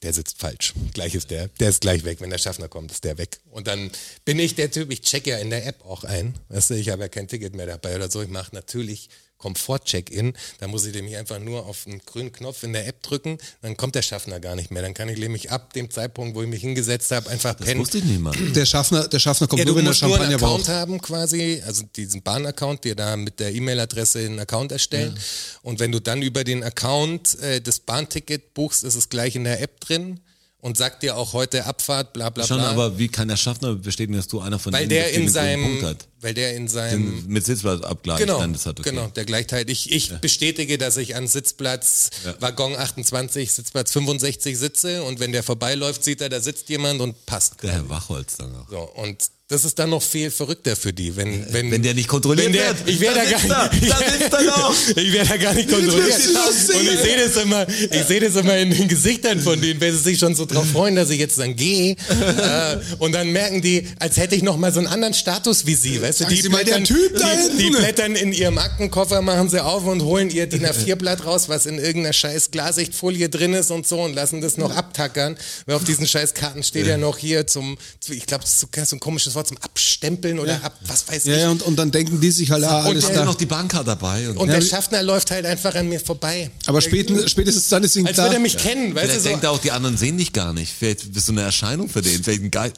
Speaker 3: der sitzt falsch. Gleich ist der, der ist gleich weg. Wenn der Schaffner kommt, ist der weg. Und dann bin ich der Typ, ich checke ja in der App auch ein. Weißt du, ich habe ja kein Ticket mehr dabei oder so. Ich mache natürlich Komfort-Check-In. Da muss ich nämlich einfach nur auf den grünen Knopf in der App drücken. Dann kommt der Schaffner gar nicht mehr. Dann kann ich nämlich ab dem Zeitpunkt, wo ich mich hingesetzt habe, einfach pennen.
Speaker 2: Wusste ich nicht mal.
Speaker 4: Der Schaffner, der Schaffner kommt
Speaker 3: Ja, du
Speaker 4: nur, wenn er
Speaker 3: musst nur einen
Speaker 4: Champagner
Speaker 3: Account
Speaker 4: braucht.
Speaker 3: haben quasi, also diesen Bahn-Account, dir da mit der E-Mail-Adresse einen Account erstellen. Und wenn du dann über den Account äh, das Bahnticket buchst, ist es gleich in der App drin und sagt dir auch heute Abfahrt, bla bla
Speaker 2: Schon,
Speaker 3: bla.
Speaker 2: aber wie kann der Schaffner bestätigen, dass du einer von
Speaker 3: weil
Speaker 2: denen
Speaker 3: der
Speaker 2: bist,
Speaker 3: in
Speaker 2: den grünen
Speaker 3: seinem,
Speaker 2: Punkt hat?
Speaker 3: weil der in seinem
Speaker 2: Den, mit Sitzplatzabgleich,
Speaker 3: Genau,
Speaker 2: dann ist das okay.
Speaker 3: genau, der Gleichheit. Ich, ich bestätige, dass ich an Sitzplatz Waggon 28, Sitzplatz 65 sitze und wenn der vorbeiläuft, sieht er, da sitzt jemand und passt.
Speaker 2: Der Herr Wachholz dann auch.
Speaker 3: So, und das ist dann noch viel verrückter für die, wenn, wenn,
Speaker 2: Wenn der nicht kontrolliert
Speaker 3: wenn der,
Speaker 2: wird,
Speaker 3: Ich wäre da,
Speaker 2: dann ist
Speaker 3: gar nicht.
Speaker 2: er, dann ist er noch.
Speaker 3: Ich wäre da gar nicht kontrolliert.
Speaker 2: Jetzt wird's lustig,
Speaker 3: Und ich sehe das immer, ich sehe das immer in den Gesichtern von denen, wenn sie sich schon so drauf freuen, dass ich jetzt dann gehe. äh, und dann merken die, als hätte ich noch mal so einen anderen Status wie sie, weißt du?
Speaker 4: Sagen Sie mal, der Typ da hinten.
Speaker 3: die, die blättern in ihrem Aktenkoffer, machen sie auf und holen ihr DIN A4-Blatt raus, was in irgendeiner scheiß Glasichtfolie drin ist und so und lassen das noch abtackern. Weil auf diesen scheiß Karten steht ja noch hier zum, ich glaube, das ist so so ein komisches Wort, zum Abstempeln oder ab, was weiß
Speaker 4: Ja,
Speaker 3: ich.
Speaker 4: ja, und, und dann denken die sich halt, ah,
Speaker 3: Und
Speaker 4: alles
Speaker 3: der
Speaker 2: Hat er
Speaker 4: da.
Speaker 2: noch die Bankkarte dabei? Und
Speaker 3: Und
Speaker 4: Ja,
Speaker 3: der
Speaker 4: wie-
Speaker 3: Schaffner läuft halt einfach an mir vorbei.
Speaker 4: Aber spätestens, spätestens dann ist ihm
Speaker 3: Als würde
Speaker 4: klar,
Speaker 3: er mich kennen, weißt
Speaker 2: vielleicht
Speaker 3: du so.
Speaker 2: denkt er auch, die anderen sehen dich gar nicht. Vielleicht bist du eine Erscheinung für den. Vielleicht ein Geil.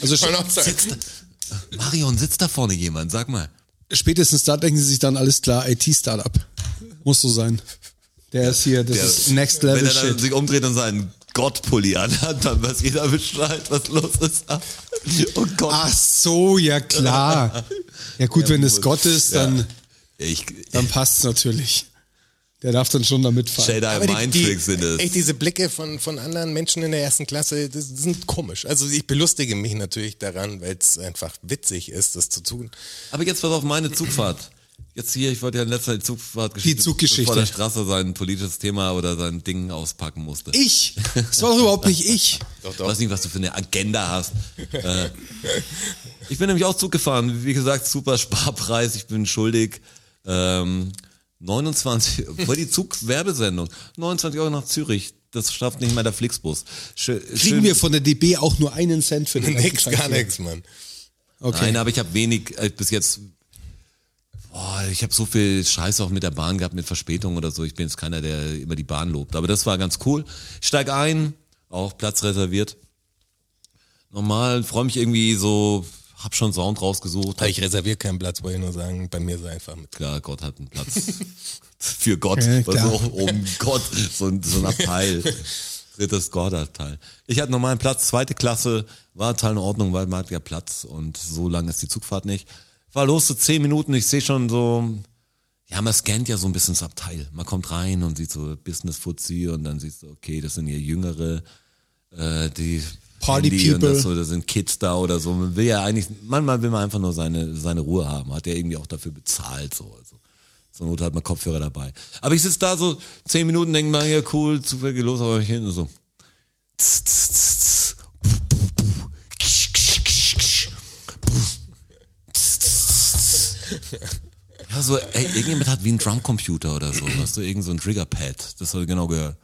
Speaker 4: also
Speaker 3: Kann auch sein.
Speaker 2: Sitzt da, Marion, sitzt da vorne jemand? Sag mal.
Speaker 4: spätestens da denken sie sich dann, alles klar, IT-Startup. Muss so sein. Der ist hier, das
Speaker 2: Der-
Speaker 4: ist Next
Speaker 2: Wenn
Speaker 4: Level
Speaker 2: er dann
Speaker 4: Shit.
Speaker 2: sich umdreht und seinen Gottpulli anhat, dann weiß jeder Bescheid, was los ist. Oh Gott.
Speaker 4: Ach so, ja klar. Ja gut, wenn es
Speaker 2: gut.
Speaker 4: Gott ist, dann,
Speaker 2: Ich,
Speaker 4: dann passt's natürlich. Der darf dann schon da mitfahren.
Speaker 2: Jedi Mindtricks sind es.
Speaker 3: echt diese Blicke von, von anderen Menschen in der ersten Klasse, das sind komisch. Also ich belustige mich natürlich daran, weil es einfach witzig ist, das zu tun.
Speaker 2: Aber jetzt pass auf meine Zugfahrt. Jetzt hier, ich wollte ja in letzter Zeit Zugfahrtgeschichte.
Speaker 4: Die Zuggeschichte.
Speaker 2: Vor der Straße sein politisches Thema oder sein Ding auspacken musste.
Speaker 4: Ich? Das war doch überhaupt nicht ich.
Speaker 3: Doch,
Speaker 2: Ich weiß nicht, was du für eine Agenda hast. äh, ich bin nämlich auch Zug gefahren. Wie gesagt, super Sparpreis. Ich bin schuldig. Ähm, 29, voll die Zugwerbesendung. 29 Euro nach Zürich. Das schafft nicht mal der Flixbus. Schö-
Speaker 4: Kriegen
Speaker 2: schön-
Speaker 4: wir von der DB auch nur einen Cent für den
Speaker 3: Nix, gar
Speaker 4: Verkehr?
Speaker 3: nix, Mann.
Speaker 4: Okay.
Speaker 2: Nein, aber ich habe wenig äh, bis jetzt. Boah, ich habe so viel Scheiß auch mit der Bahn gehabt, mit Verspätung oder so. Ich bin jetzt keiner, der immer die Bahn lobt. Aber das war ganz cool. Ich steig ein, auch Platz reserviert. Normal, freue mich irgendwie so, hab schon Sound rausgesucht.
Speaker 3: Ich reserviere keinen Platz, wollte ich nur sagen, bei mir sei einfach mit.
Speaker 2: Klar, Gott hat einen Platz. Für Gott.
Speaker 4: Ja, klar.
Speaker 2: also, um Gott. So ein, so ein Abteil. Drittes Gott-Abteil. Ich hatte normalen Platz, zweite Klasse, war total in Ordnung, weil man hat ja Platz und so lang ist die Zugfahrt nicht. War los, so zehn Minuten, ich sehe schon so, ja, man scannt ja so ein bisschen das Abteil. Man kommt rein und sieht so Business-Fuzzi und dann siehst du, okay, das sind hier Jüngere, äh, die
Speaker 4: Party
Speaker 2: Handy und das
Speaker 4: people.
Speaker 2: so, da sind Kids da oder so. Man will ja eigentlich, manchmal will man einfach nur seine, seine Ruhe haben. Hat ja irgendwie auch dafür bezahlt, so. Also, zur Not hat man Kopfhörer dabei. Aber ich sitze da so zehn Minuten, denke mal, ja cool, zufällig los, aber ich hinten so. Tss, tss, tss, tss. Ksch, ksch, ksch, ksch. Tss, tss, tss, tss. Ja, so, ey, irgendjemand hat wie ein Drumcomputer oder so, weißt du, irgend so ein Triggerpad. Das hat er genau gehört.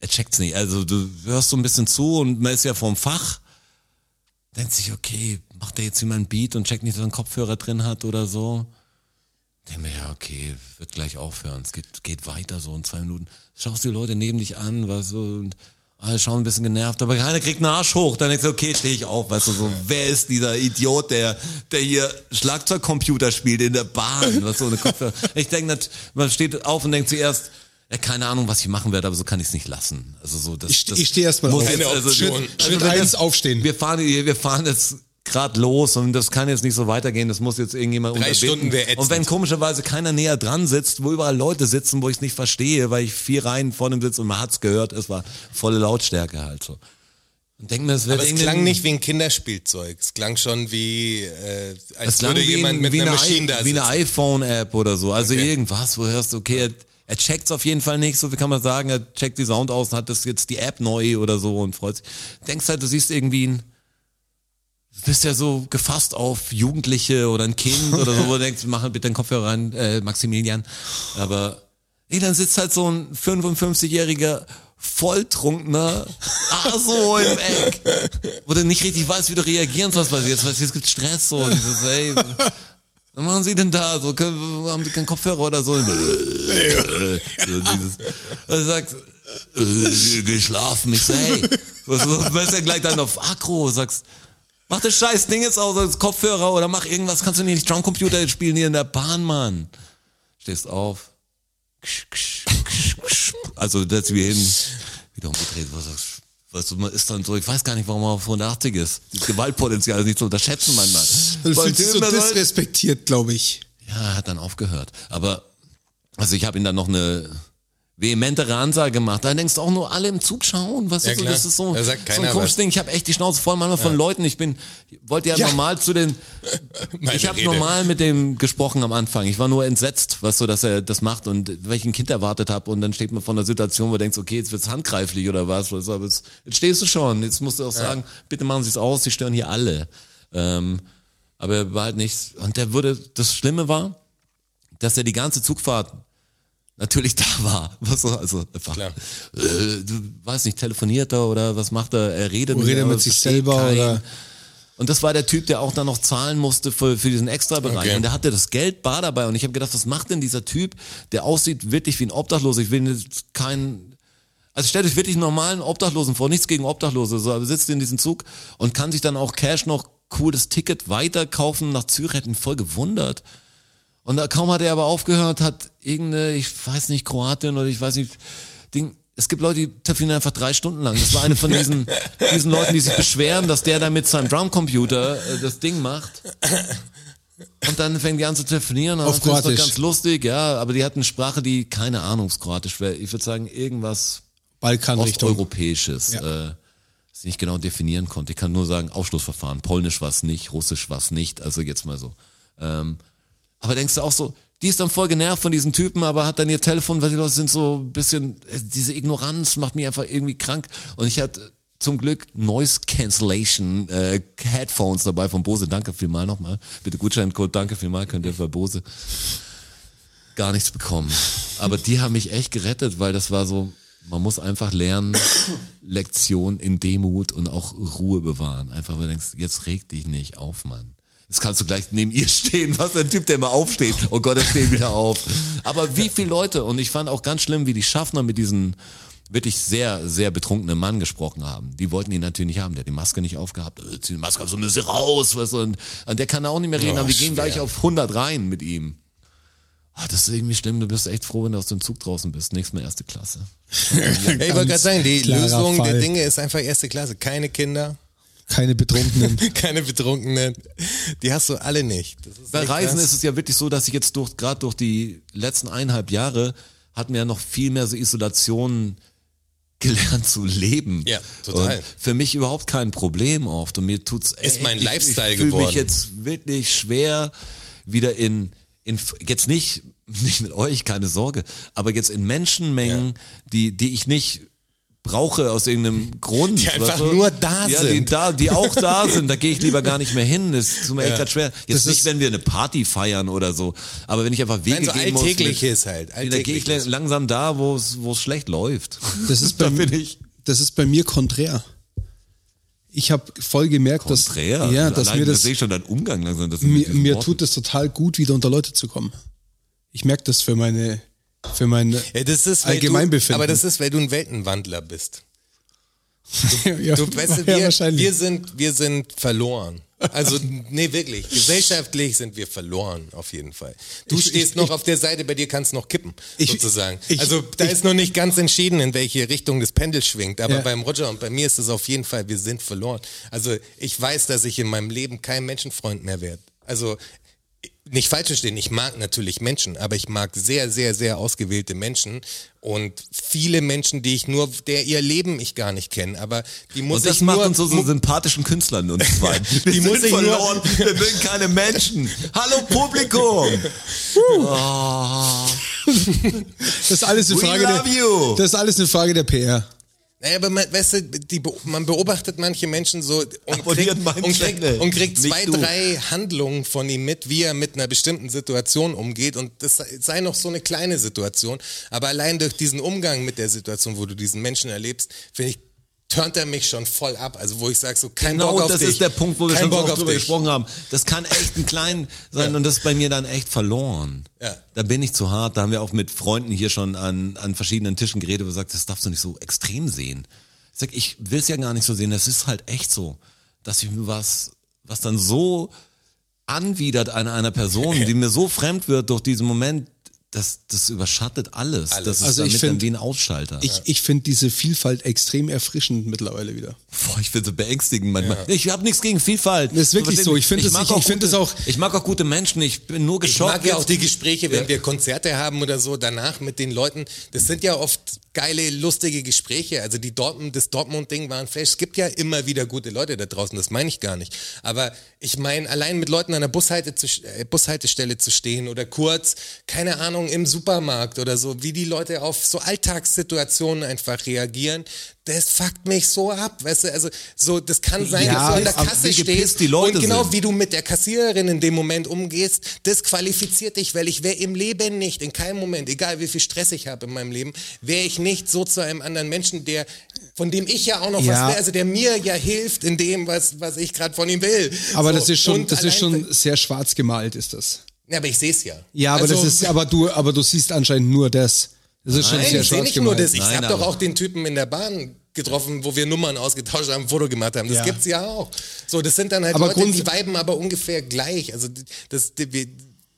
Speaker 2: Er checkt's nicht. Also du hörst so ein bisschen zu und man ist ja vom Fach. Denkt sich, okay, macht er jetzt jemand ein Beat und checkt nicht, dass er einen Kopfhörer drin hat oder so. Denke mir, ja, okay, wird gleich aufhören. Es geht, geht weiter so in zwei Minuten. Schaust die Leute neben dich an, weißt du, und alle schauen ein bisschen genervt, aber keiner kriegt einen Arsch hoch. Dann denkst du, okay, stehe ich auf, weißt du, so, wer ist dieser Idiot, der, der hier Schlagzeugcomputer spielt in der Bahn, weißt du, und dann guckst du- Ich denke, man steht auf und denkt zuerst, ja, keine Ahnung, was ich machen werde, aber so kann ich es nicht lassen. Also so, das,
Speaker 4: Ich-
Speaker 2: das
Speaker 4: ich steh erst mal
Speaker 2: muss
Speaker 4: auf.
Speaker 2: jetzt-
Speaker 3: Eine
Speaker 2: also,
Speaker 3: Option.
Speaker 2: also,
Speaker 4: Schritt
Speaker 2: wenn
Speaker 4: eins,
Speaker 2: das-
Speaker 4: aufstehen.
Speaker 2: Wir fahren, wir fahren jetzt gerade los und das kann jetzt nicht so weitergehen. Das muss jetzt irgendjemand
Speaker 3: Drei
Speaker 2: unterbinden.
Speaker 3: Stunden wär ätzend.
Speaker 2: Und wenn komischerweise keiner näher dran sitzt, wo überall Leute sitzen, wo ich es nicht verstehe, weil ich vier Reihen vor dem sitze und man hat's gehört, es war volle Lautstärke halt so. Und denk mir, es wird
Speaker 3: Aber es
Speaker 2: irgendein-
Speaker 3: klang nicht wie ein Kinderspielzeug. Es klang schon wie, äh, als
Speaker 2: es klang
Speaker 3: würde
Speaker 2: wie,
Speaker 3: jemand
Speaker 2: ein,
Speaker 3: mit
Speaker 2: wie
Speaker 3: einer
Speaker 2: eine,
Speaker 3: Maschine da
Speaker 2: I- wie
Speaker 3: sitzen.
Speaker 2: eine iPhone-App oder so. Also
Speaker 3: Okay.
Speaker 2: irgendwas, wo du hörst, okay, er, er checkt's auf jeden Fall nicht, so wie kann man sagen, er checkt die Sound aus und hat das jetzt die App neu oder so und freut sich. Denkst halt, du siehst irgendwie ein, du bist ja so gefasst auf Jugendliche oder ein Kind oder so, wo du denkst, mach bitte den Kopfhörer rein, äh, Maximilian. Aber nee, dann sitzt halt so ein 55-jähriger volltrunkener Aso im Eck, wo du nicht richtig weißt, wie du reagieren sollst, weil jetzt, weißt du, jetzt gibt Stress so. Und dieses, ey, was machen sie denn da? So, können, haben sie keinen Kopfhörer oder so? so dieses, und du sagst, äh, geschlafen. Ich so, hey, was, was bist ja gleich dann auf Akro? Sagst, mach das scheiß Ding jetzt aus als Kopfhörer oder mach irgendwas. Kannst du nicht Drumcomputer spielen hier in der Bahn, Mann? Stehst auf. Ksch, ksch, ksch, ksch. Also, setz wieder hin. Wieder umgedreht. Was sagst Weißt du, man ist dann so, ich weiß gar nicht, warum man auf 180 ist. Das Gewaltpotenzial ist nicht zu unterschätzen manchmal.
Speaker 4: Du
Speaker 2: Weil
Speaker 4: fühlst dich so
Speaker 2: Typen, der soll-
Speaker 4: disrespektiert, glaube ich.
Speaker 2: ja, er hat dann aufgehört. Aber, also ich habe ihm dann noch eine vehementere Ansage gemacht. Da denkst du auch nur, alle im Zug schauen. Was
Speaker 3: Ja,
Speaker 2: ist so,
Speaker 3: klar.
Speaker 2: das ist so,
Speaker 3: Da sagt
Speaker 2: so ein
Speaker 3: keiner
Speaker 2: komisches
Speaker 3: was.
Speaker 2: Ding. Ich habe echt die Schnauze voll manchmal von Leuten. Ich bin, wollte ja,
Speaker 4: Ja.
Speaker 2: normal zu den,
Speaker 3: Meine
Speaker 2: ich habe
Speaker 3: Rede.
Speaker 2: normal mit dem gesprochen am Anfang. Ich war nur entsetzt, was so, dass er das macht und welchen Kind erwartet habe. Und dann steht man vor einer Situation, wo du denkst, okay, jetzt wird's handgreiflich oder was. Also, aber jetzt, jetzt stehst du schon. Jetzt musst du auch sagen, bitte machen Sie es aus. Sie stören hier alle. Ähm, aber er war halt nichts. Und der wurde, das Schlimme war, dass er die ganze Zugfahrt natürlich da war. Was so, also einfach,
Speaker 3: Klar.
Speaker 2: äh, du weißt nicht, telefoniert er oder was macht er? Er redet,
Speaker 4: Oder redet
Speaker 2: aber
Speaker 4: mit sich
Speaker 2: versteht
Speaker 4: selber
Speaker 2: keinen.
Speaker 4: oder-
Speaker 2: Und das war der Typ, der auch dann noch zahlen musste für, für diesen Extrabereich.
Speaker 3: Okay.
Speaker 2: Und der hatte das Geld bar dabei. Und ich habe gedacht, was macht denn dieser Typ, der aussieht wirklich wie ein Obdachloser? Ich will jetzt keinen. Also stellt euch wirklich einen normalen Obdachlosen vor, nichts gegen Obdachlose, so, aber sitzt in diesem Zug und kann sich dann auch Cash noch cooles Ticket weiterkaufen nach Zürich, hat ihn voll gewundert. Und da kaum hat er aber aufgehört, hat irgendeine, ich weiß nicht, Kroatin oder ich weiß nicht, Ding. Es gibt Leute, die telefonieren einfach drei Stunden lang. Das war eine von diesen, diesen Leuten, die sich beschweren, dass der da mit seinem Drumcomputer äh, das Ding macht. Und dann fängt die an zu telefonieren. Und
Speaker 4: Auf
Speaker 2: dann ist das
Speaker 4: Kroatisch.
Speaker 2: Doch ganz lustig, ja. Aber die hatten eine Sprache, die keine Ahnung, ob's Kroatisch wäre. Ich würde sagen, irgendwas
Speaker 4: Balkanrichtung.
Speaker 2: osteuropäisches, äh, das ich nicht genau definieren konnte. Ich kann nur sagen, Ausschlussverfahren, Polnisch war es nicht, Russisch war es nicht, also jetzt mal so. Ähm, aber denkst du auch so, die ist dann voll genervt von diesen Typen, aber hat dann ihr Telefon, weil die Leute sind so ein bisschen, äh, diese Ignoranz macht mich einfach irgendwie krank. Und ich hatte zum Glück Noise Cancellation äh, Headphones dabei von Bose. Danke vielmal nochmal. Bitte Gutscheincode, danke vielmal, könnt ihr bei Bose gar nichts bekommen. Aber die haben mich echt gerettet, weil das war so, man muss einfach lernen, Lektion in Demut und auch Ruhe bewahren. Einfach, weil du denkst, jetzt reg dich nicht auf, Mann. Jetzt kannst du gleich neben ihr stehen. Was für ein Typ, der immer aufsteht. Oh Gott, er steht wieder auf. Aber wie viele Leute, und ich fand auch ganz schlimm, wie die Schaffner mit diesen wirklich sehr, sehr betrunkenen Mann gesprochen haben. Die wollten ihn natürlich nicht haben. Der hat die Maske nicht aufgehabt. Äh, Zieh die Maske auf, so müssen sie raus. Weißt du, und, und der kann auch nicht mehr reden.
Speaker 3: Oh,
Speaker 2: aber wir gehen
Speaker 3: schwer.
Speaker 2: gleich auf 100 rein mit ihm. Ah, das ist irgendwie schlimm. Du bist echt froh, wenn du aus dem Zug draußen bist. Nächstes Mal erste Klasse.
Speaker 3: Ey, ich wollte gerade sagen, die
Speaker 4: klarer
Speaker 3: Lösung
Speaker 4: Fall.
Speaker 3: der Dinge ist einfach erste Klasse. Keine Kinder,
Speaker 4: Keine Betrunkenen.
Speaker 3: keine Betrunkenen. Die hast du alle nicht. Das ist
Speaker 2: Bei
Speaker 3: echt
Speaker 2: Reisen
Speaker 3: krass.
Speaker 2: ist es ja wirklich so, dass ich jetzt durch, gerade durch die letzten eineinhalb Jahre hatten wir ja noch viel mehr so Isolationen gelernt zu leben.
Speaker 3: Ja, total.
Speaker 2: Und für mich überhaupt kein Problem oft. Und mir tut's
Speaker 3: Ist mein
Speaker 2: ich,
Speaker 3: Lifestyle
Speaker 2: ich fühl
Speaker 3: geworden.
Speaker 2: mich jetzt wirklich schwer wieder in, in jetzt nicht, nicht mit euch, keine Sorge, aber jetzt in Menschenmengen, die, die ich nicht brauche aus irgendeinem Grund.
Speaker 3: Die einfach
Speaker 2: weißt du?
Speaker 3: nur da
Speaker 2: ja, Die,
Speaker 3: sind.
Speaker 2: da, die auch da sind, da gehe ich lieber gar nicht mehr hin. Das tut mir echt grad schwer. Jetzt
Speaker 4: Das
Speaker 2: nicht,
Speaker 4: ist-
Speaker 2: wenn wir eine Party feiern oder so, aber wenn ich einfach Wege
Speaker 3: Nein, so
Speaker 2: gehen muss.
Speaker 3: alltägliches halt.
Speaker 2: mit- Da gehe ich
Speaker 3: Alltägliches.
Speaker 2: langsam da, wo es wo es schlecht läuft.
Speaker 4: Das ist bei,
Speaker 2: da bin ich.
Speaker 4: das ist bei mir konträr. Ich habe voll gemerkt,
Speaker 2: Konträr.
Speaker 4: dass, ja, dass
Speaker 2: Allein,
Speaker 4: mir
Speaker 2: sehe
Speaker 4: das,
Speaker 2: ich schon deinen Umgang langsam. dass du mit
Speaker 4: mir,
Speaker 2: diesen
Speaker 4: mir
Speaker 2: Worten-
Speaker 4: tut es total gut, wieder unter Leute zu kommen. Ich merke das für meine, für meine,
Speaker 3: Ja, das ist, weil
Speaker 4: Allgemeinbefinden.
Speaker 3: Du, aber das ist, weil du ein Weltenwandler bist.
Speaker 4: ja,
Speaker 3: Du, weißt du,
Speaker 4: ja,
Speaker 3: wir,
Speaker 4: wahrscheinlich.
Speaker 3: wir, sind, wir sind verloren. Also, nee, wirklich. Gesellschaftlich sind wir verloren, auf jeden Fall. Du
Speaker 4: Ich-
Speaker 3: stehst
Speaker 4: ich-
Speaker 3: noch auf der Seite, bei dir kannst noch kippen,
Speaker 4: Ich-
Speaker 3: sozusagen.
Speaker 4: ich-
Speaker 3: also, da
Speaker 4: ich-
Speaker 3: ist noch nicht ganz entschieden, in welche Richtung das Pendel schwingt. Aber
Speaker 4: Ja.
Speaker 3: beim Roger und bei mir ist es auf jeden Fall, wir sind verloren. Also, ich weiß, dass ich in meinem Leben kein Menschenfreund mehr werde. Also, nicht falsch verstehen, ich mag natürlich Menschen, aber ich mag sehr, sehr, sehr ausgewählte Menschen und viele Menschen, die ich nur, der ihr Leben ich gar nicht kenne, aber die muss
Speaker 2: Und das
Speaker 3: ich
Speaker 2: macht
Speaker 3: nur,
Speaker 2: uns so, so
Speaker 3: mu-
Speaker 2: sympathischen Künstlern uns zwei. Wir
Speaker 3: Die
Speaker 2: sind
Speaker 3: muss ich nur-
Speaker 2: verloren, wir sind keine Menschen. Hallo Publikum.
Speaker 4: Das ist alles eine
Speaker 2: We
Speaker 4: Frage
Speaker 2: love
Speaker 4: der,
Speaker 2: you.
Speaker 4: das ist alles eine Frage der PR.
Speaker 3: Naja, aber man, weißt du, die, be- man beobachtet manche Menschen so und
Speaker 2: Abonniert
Speaker 3: kriegt,
Speaker 2: meinen
Speaker 3: und kriegt,
Speaker 2: Channel.
Speaker 3: und kriegt
Speaker 2: Nicht
Speaker 3: zwei,
Speaker 2: du.
Speaker 3: drei Handlungen von ihm mit, wie er mit einer bestimmten Situation umgeht und das sei noch so eine kleine Situation, aber allein durch diesen Umgang mit der Situation, wo du diesen Menschen erlebst, finde ich, turnt er mich schon voll ab, also wo ich sage so, kein
Speaker 2: Genau
Speaker 3: Bock auf
Speaker 2: das
Speaker 3: dich.
Speaker 2: ist der Punkt, wo wir
Speaker 3: kein
Speaker 2: schon so
Speaker 3: Bock
Speaker 2: oft
Speaker 3: auf
Speaker 2: drüber
Speaker 3: dich.
Speaker 2: gesprochen haben. Das kann echt ein klein sein
Speaker 3: Ja.
Speaker 2: und das ist bei mir dann echt verloren.
Speaker 3: Ja.
Speaker 2: Da bin ich zu hart. Da haben wir auch mit Freunden hier schon an, an verschiedenen Tischen geredet, wo gesagt, das darfst du nicht so extrem sehen. Ich sag, ich will es ja gar nicht so sehen. Das ist halt echt so, dass ich mir was, was dann so anwidert an einer Person, die mir so fremd wird durch diesen Moment, das, das überschattet alles.
Speaker 3: Alles.
Speaker 2: Das ist
Speaker 4: Also ich
Speaker 2: damit dann
Speaker 4: find-
Speaker 2: wie ein Ausschalter.
Speaker 4: Ich, ich finde diese Vielfalt extrem erfrischend mittlerweile wieder.
Speaker 2: Boah, ich finde so beängstigend manchmal. Ich habe nichts gegen Vielfalt.
Speaker 4: Das ist wirklich
Speaker 2: Verstehst
Speaker 4: so.
Speaker 2: du?
Speaker 4: Ich find das-
Speaker 2: mag
Speaker 4: ich- ich find
Speaker 2: gute-
Speaker 4: das auch-
Speaker 2: Ich mag auch gute Menschen. Ich bin nur
Speaker 3: Ich
Speaker 2: geschockt.
Speaker 3: mag ja auch die Gespräche, wenn wir Konzerte haben oder so, danach mit den Leuten. Das sind ja oft geile, lustige Gespräche. Also die Dortmund, das Dortmund-Ding war ein Flash. Es gibt ja immer wieder gute Leute da draußen, das meine ich gar nicht. Aber ich meine, allein mit Leuten an der Bushalte zu, äh, Bushaltestelle zu stehen oder kurz, keine Ahnung, im Supermarkt oder so, wie die Leute auf so Alltagssituationen einfach reagieren, das fuckt mich so ab. Weißt du, also so, das kann sein,
Speaker 2: Ja,
Speaker 3: dass du an der
Speaker 2: aber
Speaker 3: Kasse
Speaker 2: wie gepisst
Speaker 3: stehst
Speaker 2: die Leute
Speaker 3: und genau
Speaker 2: sind.
Speaker 3: wie du mit der Kassiererin in dem Moment umgehst, das qualifiziert dich, weil ich wäre im Leben nicht, in keinem Moment, egal wie viel Stress ich habe in meinem Leben, wäre ich nicht so zu einem anderen Menschen, der von dem ich ja auch noch
Speaker 4: Ja.
Speaker 3: was wäre, also der mir ja hilft in dem, was, was ich gerade von ihm will.
Speaker 4: Aber
Speaker 3: So,
Speaker 4: das ist schon,
Speaker 3: und
Speaker 4: das ist
Speaker 3: allein-
Speaker 4: schon sehr schwarz gemalt, ist das.
Speaker 3: Ja, aber ich sehe es ja.
Speaker 4: Ja, aber
Speaker 3: Also,
Speaker 4: das ist, aber du, aber du siehst anscheinend nur das. Das ist schon
Speaker 2: Nein,
Speaker 4: sehr
Speaker 3: Nein, ich sehe
Speaker 4: schwarz
Speaker 3: nicht nur
Speaker 4: gemalt.
Speaker 3: das. Ich
Speaker 2: Nein,
Speaker 3: habe doch
Speaker 2: aber-
Speaker 3: auch den Typen in der Bahn getroffen, wo wir Nummern ausgetauscht haben, ein Foto gemacht haben. Das
Speaker 4: Ja.
Speaker 3: gibt's ja auch. So, das sind dann halt
Speaker 4: Aber
Speaker 3: Leute, die
Speaker 4: grunds-
Speaker 3: weiben aber ungefähr gleich. Also die- das, die, wir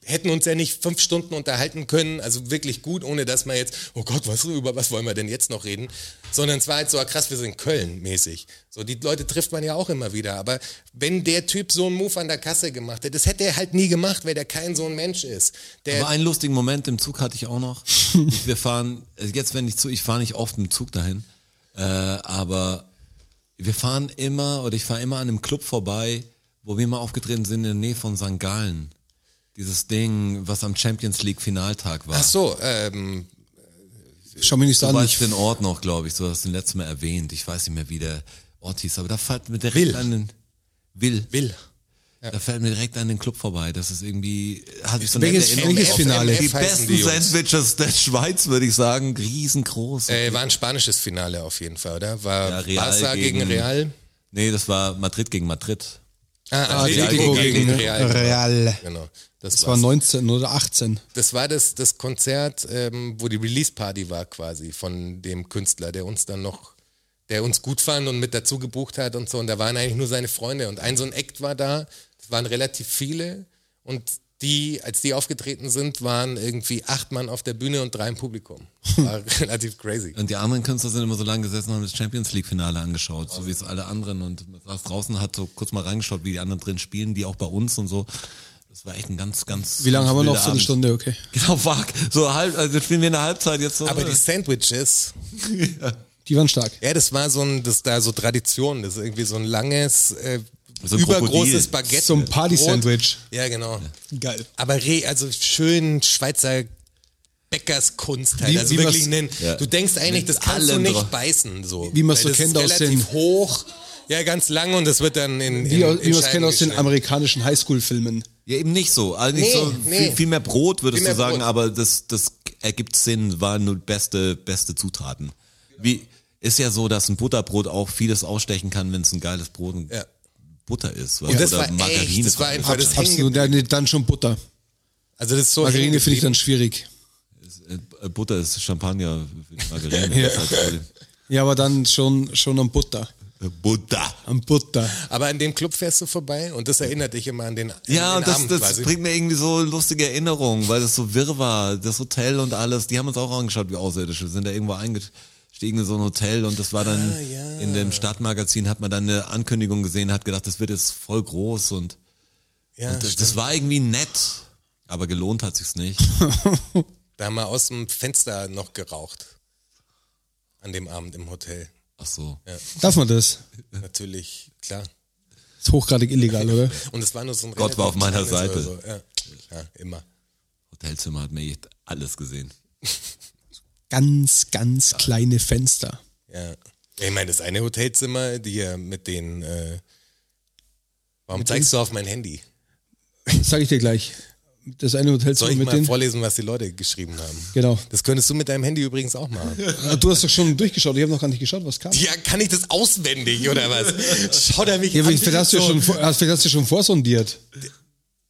Speaker 3: hätten uns ja nicht fünf Stunden unterhalten können, also wirklich gut, ohne dass man jetzt, oh Gott, was, über was wollen wir denn jetzt noch reden? Sondern es war halt so, ah, krass, wir sind Köln-mäßig. So, die Leute trifft man ja auch immer wieder. Aber wenn der Typ so einen Move an der Kasse gemacht hätte, das hätte er halt nie gemacht, weil der kein so ein Mensch ist. Der,
Speaker 2: Aber einen lustigen Moment im Zug hatte ich auch noch. Ich- wir fahren, also jetzt wenn ich zu, ich fahre nicht oft mit dem Zug dahin, äh, aber wir fahren immer oder ich fahre immer an einem Club vorbei, wo wir mal aufgetreten sind in der Nähe von St. Gallen. Dieses Ding, was am Champions League Finaltag war.
Speaker 3: ach so, ähm,
Speaker 4: Schau mich nicht so
Speaker 2: Du
Speaker 4: an. Ich,
Speaker 2: weißt den Ort noch, glaube ich. Du hast den letzten Mal erwähnt. Ich weiß nicht mehr, wie der Ort hieß. Aber da fällt mir direkt
Speaker 3: Will.
Speaker 2: an den... Will.
Speaker 3: Will.
Speaker 2: Da fällt mir direkt an den Club vorbei. Das ist irgendwie... Hat ich so
Speaker 4: Welches-
Speaker 2: nette
Speaker 4: welches
Speaker 2: Erinnerung.
Speaker 4: Finale?
Speaker 2: Die
Speaker 3: FMF heißen
Speaker 2: besten
Speaker 3: die Jungs.
Speaker 2: Sandwiches der Schweiz, würde ich sagen. Riesengroß.
Speaker 3: Äh, war ein spanisches Finale auf jeden Fall, oder? War
Speaker 2: Ja, Real
Speaker 3: Barca gegen,
Speaker 2: gegen-
Speaker 3: Real?
Speaker 2: Nee, das war Madrid gegen Madrid.
Speaker 3: Ah,
Speaker 4: Also Atletico gegen Real.
Speaker 3: Genau. Das,
Speaker 4: das war
Speaker 3: war
Speaker 4: 19 oder 18.
Speaker 3: das war das, das Konzert, ähm, wo die Release-Party war quasi von dem Künstler, der uns dann noch, der uns gut fand und mit dazu gebucht hat und so. Und da waren eigentlich nur seine Freunde. Und ein so ein Act war da, das waren relativ viele. Und die, als die aufgetreten sind, waren irgendwie acht Mann auf der Bühne und drei im Publikum. War relativ crazy.
Speaker 2: Und die anderen Künstler sind immer so lange gesessen und haben das Champions League Finale angeschaut, so wie es alle anderen. Und man saß draußen, hat so kurz mal reingeschaut, wie die anderen drin spielen, die auch bei uns und so. Das war echt ein ganz, ganz.
Speaker 4: Wie lange haben wir noch?
Speaker 2: wilder Abend.
Speaker 4: Viertelstunde, okay.
Speaker 2: Genau, fuck. So halb, also jetzt spielen wir in der Halbzeit jetzt so.
Speaker 3: Aber die Sandwiches,
Speaker 4: Die waren stark.
Speaker 3: Ja, das war so ein, das da so Tradition, das ist irgendwie so ein langes, äh,
Speaker 2: So ein Krokodil.
Speaker 3: übergroßes Baguette.
Speaker 4: So ein Party-Sandwich.
Speaker 3: Brot. Ja, genau.
Speaker 4: Geil.
Speaker 3: Aber re, also schön Schweizer Bäckerskunst halt.
Speaker 4: Wie-
Speaker 3: also
Speaker 4: wie
Speaker 3: wirklich,
Speaker 4: was-
Speaker 3: nen,
Speaker 2: Ja.
Speaker 3: du denkst eigentlich, das kannst du
Speaker 2: allem
Speaker 3: nicht
Speaker 2: drauf.
Speaker 3: beißen, so.
Speaker 4: Wie man's
Speaker 3: Weil
Speaker 4: so
Speaker 3: das
Speaker 4: kennt
Speaker 3: ist
Speaker 4: aus den-
Speaker 3: relativ hoch, ja, ganz lang und das wird dann in, in
Speaker 4: Wie, aus- wie man es
Speaker 3: Scheiben
Speaker 4: kennt aus den
Speaker 3: geschnitten.
Speaker 4: amerikanischen Highschool-Filmen.
Speaker 2: ja, eben nicht so. Also nicht
Speaker 3: Nee,
Speaker 2: so viel,
Speaker 3: nee.
Speaker 2: viel mehr Brot, würdest
Speaker 3: Viel mehr
Speaker 2: du sagen,
Speaker 3: Brot.
Speaker 2: aber das, das ergibt Sinn, waren nur beste, beste Zutaten. Wie, ist ja so, dass ein Butterbrot auch vieles ausstechen kann, wenn es ein geiles Brot und
Speaker 3: Ja.
Speaker 2: Butter ist.
Speaker 3: Und das war echt, das war einfach das
Speaker 4: Absolut. Dann, dann schon Butter.
Speaker 3: Also das ist so
Speaker 4: Margarine
Speaker 3: hängen
Speaker 4: finde ich
Speaker 3: geblieben.
Speaker 4: dann schwierig.
Speaker 2: Äh, Butter ist Champagner, Margarine. das ist halt
Speaker 4: Ja, aber dann schon, schon am Butter.
Speaker 2: äh, Butter.
Speaker 4: Am Butter.
Speaker 3: Aber an dem Club fährst du vorbei und das erinnert dich immer an den,
Speaker 2: Ja,
Speaker 3: an
Speaker 2: und
Speaker 3: den
Speaker 2: das,
Speaker 3: Abend
Speaker 2: das
Speaker 3: quasi.
Speaker 2: bringt mir irgendwie so lustige Erinnerungen, weil das so wirr war. Das Hotel und alles, die haben uns auch angeschaut, wie Außerirdische. Wir sind da irgendwo eingestiegen in so ein Hotel und das war
Speaker 3: Ah,
Speaker 2: dann in dem Stadtmagazin, hat man dann eine Ankündigung gesehen, hat gedacht, das wird jetzt voll groß und,
Speaker 3: ja,
Speaker 2: und das,
Speaker 3: stimmt.
Speaker 2: das war irgendwie nett. Aber gelohnt hat sich's nicht.
Speaker 3: Da haben wir aus dem Fenster noch geraucht. An dem Abend im Hotel.
Speaker 2: Ach so.
Speaker 4: Darf man das?
Speaker 3: Natürlich, klar.
Speaker 4: Ist hochgradig illegal, oder?
Speaker 3: Und es war nur so ein
Speaker 2: Gott war auf meiner
Speaker 3: relativ kleines
Speaker 2: Seite.
Speaker 3: oder So. Ja, ja, immer.
Speaker 2: Hotelzimmer hat mir echt alles gesehen.
Speaker 4: Ganz, ganz kleine Fenster.
Speaker 3: Ja. Ich meine, das eine Hotelzimmer, die ja mit den. Äh, warum zeigst du auf mein Handy?
Speaker 4: Das sag ich dir gleich. Das eine
Speaker 3: Soll
Speaker 4: Hotelzimmer
Speaker 3: ich
Speaker 4: mit
Speaker 3: mal
Speaker 4: den.
Speaker 3: vorlesen, was die Leute geschrieben haben?
Speaker 4: Genau.
Speaker 3: Das könntest du mit deinem Handy übrigens auch machen.
Speaker 4: Ah, Du hast doch schon durchgeschaut. Ich habe noch gar nicht geschaut, was kam.
Speaker 3: Ja, kann ich das auswendig oder was? Schaut er mich
Speaker 4: Ja,
Speaker 3: an.
Speaker 4: vielleicht hast du ja
Speaker 3: So,
Speaker 4: schon, vor- hast- vielleicht hast du schon vorsondiert.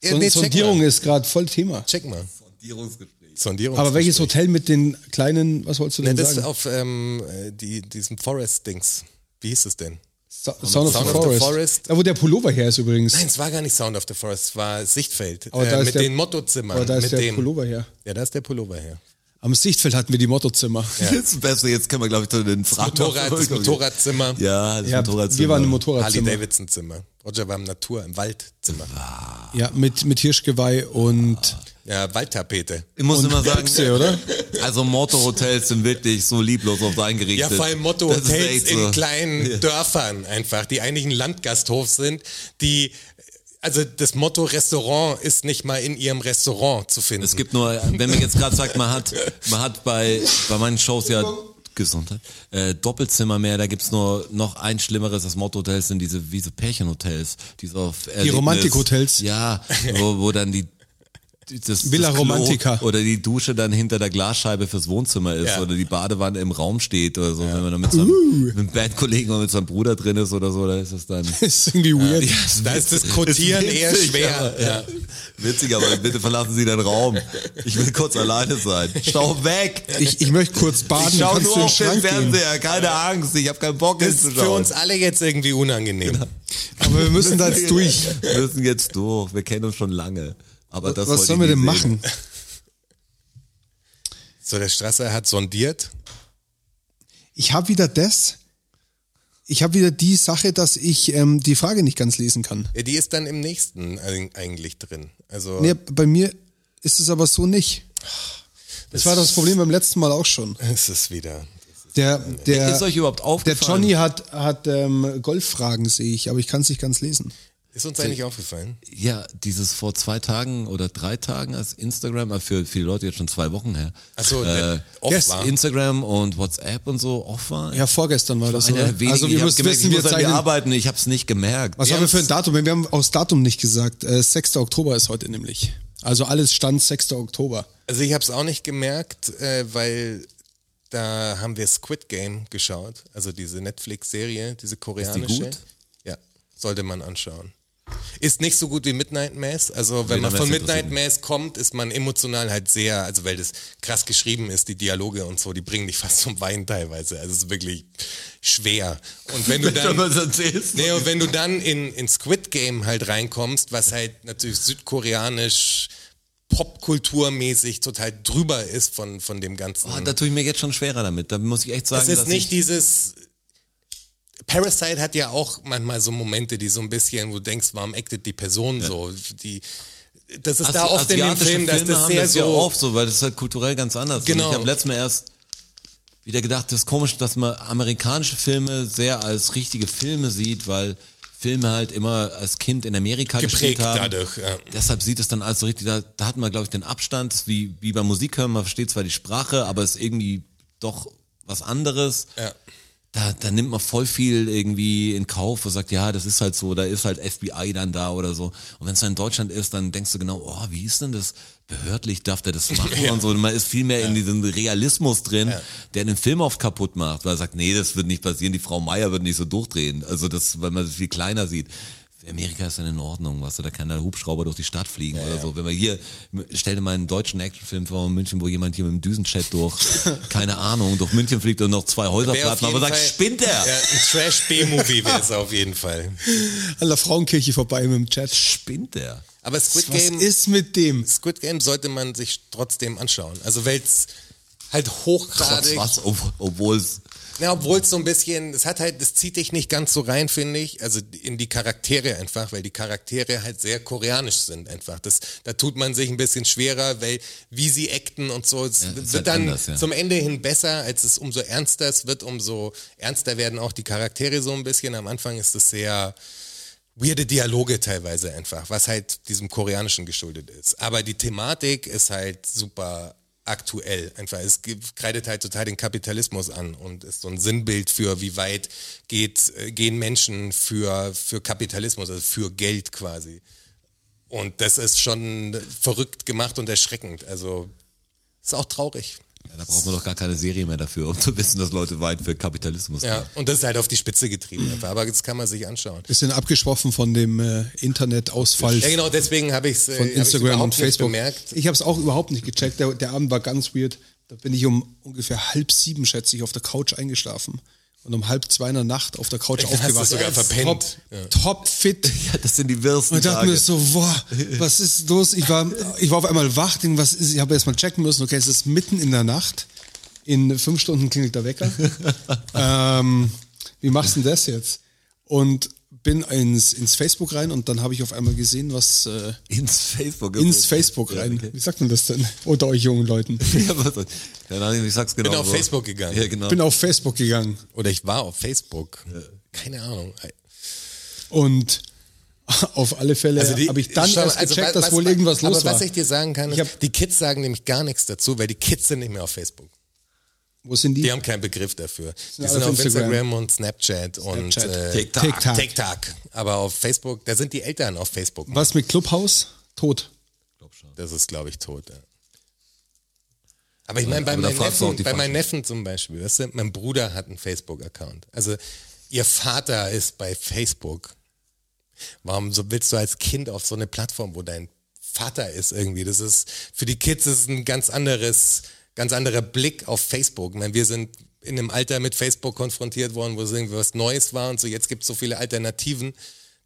Speaker 3: ja,
Speaker 4: So,
Speaker 3: nee, check
Speaker 4: Sondierung
Speaker 3: mal.
Speaker 4: ist gerade voll Thema.
Speaker 3: Check mal.
Speaker 2: Sondierungsgespräch.
Speaker 3: Sondierung.
Speaker 4: Aber welches Hotel mit den kleinen, was wolltest du
Speaker 3: Ja,
Speaker 4: denn
Speaker 3: das
Speaker 4: sagen?
Speaker 3: auf ähm, äh, die, diesem Forest-Dings. Wie hieß es denn?
Speaker 4: So, Sound of,
Speaker 3: Sound
Speaker 4: the, Forest. Da, wo der Pullover her ist übrigens.
Speaker 3: Nein, es war gar nicht Sound of the Forest, es war Sichtfeld. äh,
Speaker 4: Aber Oh, da ist
Speaker 3: mit
Speaker 4: der-
Speaker 3: den Mottozimmern.
Speaker 4: Aber da ist
Speaker 3: mit
Speaker 4: der
Speaker 3: dem,
Speaker 4: Pullover her.
Speaker 3: Ja, da ist der Pullover her.
Speaker 4: Am Sichtfeld hatten wir die Mottozimmer.
Speaker 2: Das ist besser, jetzt können wir, glaube ich, zu den Fragen.
Speaker 3: Motorrad, das Motorradzimmer.
Speaker 2: Ja, das
Speaker 4: Ja,
Speaker 2: Motorradzimmer.
Speaker 4: wir waren im
Speaker 3: Harley
Speaker 4: Motorradzimmer.
Speaker 3: Davidson Zimmer. Roger war im Natur, im Waldzimmer.
Speaker 4: Ja, mit, mit Hirschgeweih und
Speaker 3: Ja, Waldtapete.
Speaker 2: Ich muss immer sagen,
Speaker 4: Büchse, oder?
Speaker 2: also Motto-Hotels sind wirklich so lieblos oft
Speaker 3: Ja,
Speaker 2: eingerichtet.
Speaker 3: vor allem
Speaker 2: Das ist
Speaker 3: Motto-Hotels
Speaker 2: echt so.
Speaker 3: in kleinen Dörfern einfach, die eigentlich ein Landgasthof sind, die, also das Motto-Restaurant ist nicht mal in ihrem Restaurant zu finden.
Speaker 2: Es gibt nur, wenn man jetzt gerade sagt, man hat, man hat bei, bei meinen Shows ja Gesundheit, äh, Doppelzimmer mehr, da gibt's nur noch ein schlimmeres, das Motto-Hotels sind diese, diese Pärchenhotels, diese auf Erlebnis-
Speaker 4: Romantik-Hotels.
Speaker 2: Ja, wo, wo dann die das,
Speaker 4: Villa
Speaker 2: das Klo
Speaker 4: Romantica.
Speaker 2: Oder die Dusche dann hinter der Glasscheibe fürs Wohnzimmer ist
Speaker 3: Ja.
Speaker 2: oder die Badewanne im Raum steht oder so, wenn man dann mit seinem
Speaker 4: Uh.
Speaker 2: mit einem Bandkollegen oder mit seinem Bruder drin ist oder so, da ist es dann.
Speaker 4: ist irgendwie weird.
Speaker 3: Da ist das Kotieren
Speaker 2: Ist
Speaker 3: eher schwer.
Speaker 2: Aber,
Speaker 3: ja.
Speaker 2: ja. Witzig, aber bitte verlassen Sie den Raum. Ich will kurz alleine sein. Stau weg!
Speaker 4: Ich, ich möchte kurz baden.
Speaker 2: Ich schau nur
Speaker 4: Kannst du in den
Speaker 2: auf den
Speaker 4: Schrank gehen?
Speaker 2: Fernseher, keine Angst, ich habe keinen Bock
Speaker 3: Das ist für
Speaker 2: hinzuschauen.
Speaker 3: uns alle jetzt irgendwie unangenehm.
Speaker 4: Genau. Aber wir müssen da jetzt durch.
Speaker 2: Wir müssen jetzt durch, wir kennen uns schon lange. Aber das wollte
Speaker 4: was
Speaker 2: ich
Speaker 4: sollen wir
Speaker 2: nie
Speaker 4: denn
Speaker 2: sehen.
Speaker 4: machen?
Speaker 3: So, der Strasser hat sondiert.
Speaker 4: Ich habe wieder das. Ich habe wieder die Sache, dass ich ähm, die Frage nicht ganz lesen kann.
Speaker 3: Ja, die ist dann im nächsten eig- eigentlich drin. Also
Speaker 4: Nee, bei mir ist es aber so nicht. Das war das Problem beim letzten Mal auch schon.
Speaker 3: es ist wieder.
Speaker 4: Der,
Speaker 2: Ist
Speaker 4: der,
Speaker 2: euch überhaupt
Speaker 4: der
Speaker 2: aufgefallen?
Speaker 4: Johnny hat, hat ähm, Golffragen, sehe ich, aber ich kann es nicht ganz lesen.
Speaker 3: Ist uns eigentlich aufgefallen?
Speaker 2: Ja, dieses vor zwei Tagen oder drei Tagen als Instagram, äh, für viele Leute jetzt schon zwei Wochen her.
Speaker 3: Achso,
Speaker 2: äh,
Speaker 3: off
Speaker 4: yes,
Speaker 3: war.
Speaker 2: Instagram und WhatsApp und so off war.
Speaker 4: Ja, vorgestern war das,
Speaker 2: Einer
Speaker 4: oder?
Speaker 2: der wenigen.
Speaker 4: Also
Speaker 2: ich
Speaker 4: ihr
Speaker 2: hab
Speaker 4: müsst
Speaker 2: gemerkt,
Speaker 4: wissen,
Speaker 2: ich
Speaker 4: wir
Speaker 2: muss an mir
Speaker 4: zeigen...
Speaker 2: arbeiten, ich habe es nicht gemerkt.
Speaker 4: Was
Speaker 3: Wir
Speaker 4: haben wir für ein
Speaker 3: haben's-
Speaker 4: Datum? Wir haben auch das Datum nicht gesagt. Äh, 6. Oktober ist heute nämlich. Also alles stand 6. Oktober.
Speaker 3: Also ich habe es auch nicht gemerkt, äh, weil da haben wir Squid Game geschaut, also diese Netflix-Serie, diese koreanische.
Speaker 2: gut?
Speaker 3: Ja, sollte man anschauen. Ist nicht so gut wie Midnight Mass. Also wenn
Speaker 2: Nee,
Speaker 3: man
Speaker 2: dann
Speaker 3: von
Speaker 2: wär's
Speaker 3: Midnight
Speaker 2: interessiert.
Speaker 3: Mass kommt, ist man emotional halt sehr, also weil das krass geschrieben ist, die Dialoge und so, die bringen dich fast zum Weinen teilweise. Also es ist wirklich schwer. Und wenn du dann
Speaker 2: was erzählst.
Speaker 3: Nee, und wenn du dann in, in Squid Game halt reinkommst, was halt natürlich südkoreanisch popkulturmäßig total drüber ist von, von dem Ganzen.
Speaker 2: da tue ich mir jetzt schon schwerer damit. Da muss ich echt Oh, sagen,
Speaker 3: das ist
Speaker 2: dass
Speaker 3: nicht
Speaker 2: ich,
Speaker 3: dieses. Parasite hat ja auch manchmal so Momente, die so ein bisschen, wo du denkst, warum actet die Person so? Die, das ist
Speaker 2: Asi-
Speaker 3: da oft in dem
Speaker 2: asiatische
Speaker 3: Film, dass
Speaker 2: Filme
Speaker 3: das
Speaker 2: haben
Speaker 3: sehr
Speaker 2: das ja
Speaker 3: so.
Speaker 2: oft so, weil das ist halt kulturell ganz anders.
Speaker 3: Genau.
Speaker 2: Und ich habe letztes Mal erst wieder gedacht, das ist komisch, dass man amerikanische Filme sehr als richtige Filme sieht, weil Filme halt immer als Kind in Amerika gespielt
Speaker 3: Geprägt
Speaker 2: haben.
Speaker 3: dadurch, ja.
Speaker 2: Deshalb sieht es dann also richtig, da, da hat man, glaube ich, den Abstand, wie, wie bei Musik hören, man versteht zwar die Sprache, aber es ist irgendwie doch was anderes.
Speaker 3: Ja.
Speaker 2: Da, da nimmt man voll viel irgendwie in Kauf und sagt, ja, das ist halt so, da ist halt FBI dann da oder so. Und wenn es dann in Deutschland ist, dann denkst du genau, oh, wie ist denn das? Behördlich darf der das machen und so. Und man ist viel mehr in diesem Realismus drin, der den Film oft kaputt macht, weil er sagt, nee, das wird nicht passieren, die Frau Meier wird nicht so durchdrehen. Also das, weil man das viel kleiner sieht. für Amerika ist dann in Ordnung, weißt du, da kann der Hubschrauber durch die Stadt fliegen oder so. Wenn man hier, stell dir mal einen deutschen Actionfilm vor in München, wo jemand hier mit dem Düsenjet durch, keine Ahnung, durch München fliegt und noch zwei Häuser
Speaker 3: Wär auf
Speaker 2: platzen,
Speaker 3: jeden
Speaker 2: aber sagt,
Speaker 3: Fall-
Speaker 2: spinnt der?
Speaker 3: Ja, ein Trash-B-Movie wäre es auf jeden Fall.
Speaker 4: An der Frauenkirche vorbei mit dem Chat.
Speaker 2: Spinnt der?
Speaker 3: Aber Squid
Speaker 4: Was
Speaker 3: Game,
Speaker 4: ist mit dem?
Speaker 3: Squid Game sollte man sich trotzdem anschauen. Also weil es halt
Speaker 2: Trotz
Speaker 3: hochgradig,
Speaker 2: was, ob, obwohl es,
Speaker 3: ja, obwohl es so ein bisschen, es hat halt, es zieht dich nicht ganz so rein, finde ich. Also in die Charaktere einfach, weil die Charaktere halt sehr koreanisch sind einfach. Das, da tut man sich ein bisschen schwerer, weil wie sie acten und so, es
Speaker 2: Ja, ist
Speaker 3: wird
Speaker 2: halt
Speaker 3: dann
Speaker 2: anders, ja.
Speaker 3: zum Ende hin besser, als es umso ernster es wird, umso ernster werden auch die Charaktere so ein bisschen. Am Anfang ist es sehr, weirde Dialoge teilweise einfach, was halt diesem Koreanischen geschuldet ist. Aber die Thematik ist halt super aktuell einfach. Es gibt- kreidet halt total den Kapitalismus an und ist so ein Sinnbild für, wie weit geht, äh, gehen Menschen für, für Kapitalismus, also für Geld quasi. Und das ist schon verrückt gemacht und erschreckend. Also ist auch traurig.
Speaker 2: ja, da braucht man doch gar keine Serie mehr dafür, um zu wissen, dass Leute weit für Kapitalismus
Speaker 3: Ja, und das ist halt auf die Spitze getrieben einfach. Aber das kann man sich anschauen.
Speaker 4: Bisschen abgeschwoffen von dem äh, Internetausfall
Speaker 3: Ja, genau, deswegen habe ich es
Speaker 4: von Instagram und Facebook.
Speaker 3: bemerkt.
Speaker 4: Ich habe es auch überhaupt nicht gecheckt. Der, der Abend war ganz weird. Da bin ich um ungefähr halb sieben, schätze ich, auf der Couch eingeschlafen. Und um halb zwei in der Nacht auf der Couch
Speaker 3: Hast du
Speaker 4: aufgewacht.
Speaker 3: sogar verpennt.
Speaker 4: Top, top fit.
Speaker 2: Ja, das sind die wirsten
Speaker 4: Und dachte
Speaker 2: Tage.
Speaker 4: mir so, boah, was ist los? Ich war, ich war auf einmal wach, denk, was ist, ich habe erstmal checken müssen, okay, es ist mitten in der Nacht. In fünf Stunden klingelt der Wecker. ähm, wie machst du denn das jetzt? Und bin ins, ins Facebook rein und dann habe ich auf einmal gesehen, was äh,
Speaker 2: ins Facebook.
Speaker 4: ins Facebook rein. Wie sagt man das denn? Unter euch jungen Leuten.
Speaker 2: Ja, was- Keine Ahnung, ich sag's genau
Speaker 3: auf
Speaker 2: so.
Speaker 3: Facebook gegangen.
Speaker 2: Ja, genau.
Speaker 4: Bin auf Facebook gegangen.
Speaker 3: Oder ich war auf Facebook. Keine Ahnung.
Speaker 4: Und auf alle Fälle
Speaker 3: Also die-
Speaker 4: habe ich dann
Speaker 3: schau,
Speaker 4: erst
Speaker 3: also
Speaker 4: gecheckt,
Speaker 3: wa-
Speaker 4: dass wohl irgendwas
Speaker 3: aber
Speaker 4: los war.
Speaker 3: was ich dir sagen kann,
Speaker 4: Ich
Speaker 3: ist,
Speaker 4: hab-
Speaker 3: die Kids sagen nämlich gar nichts dazu, weil die Kids sind nicht mehr auf Facebook.
Speaker 4: Wo sind die?
Speaker 3: Die haben keinen Begriff dafür. Die
Speaker 4: alle
Speaker 3: sind
Speaker 4: auf
Speaker 3: auf Instagram,
Speaker 4: Instagram
Speaker 3: und Snapchat, und
Speaker 4: Snapchat.
Speaker 3: äh,
Speaker 2: TikTok.
Speaker 4: TikTok.
Speaker 3: TikTok. Aber auf Facebook, da sind die Eltern auf Facebook.
Speaker 4: Was mit Clubhouse? Tot.
Speaker 3: Das ist, glaube ich, tot. Ja. Aber ich meine, bei,
Speaker 2: Aber da
Speaker 3: meinen
Speaker 2: fragst du auch
Speaker 3: Neffen,
Speaker 2: die
Speaker 3: bei meinen
Speaker 2: Falschen.
Speaker 3: Neffen zum Beispiel, weißt du, mein Bruder hat einen Facebook-Account. Also ihr Vater ist bei Facebook. Warum so willst du als Kind auf so eine Plattform, wo dein Vater ist irgendwie? Das ist für die Kids ist es ein ganz anderes, ganz anderer Blick auf Facebook. Ich meine, wir sind in einem Alter mit Facebook konfrontiert worden, wo es irgendwie was Neues war und so. Jetzt gibt es so viele Alternativen,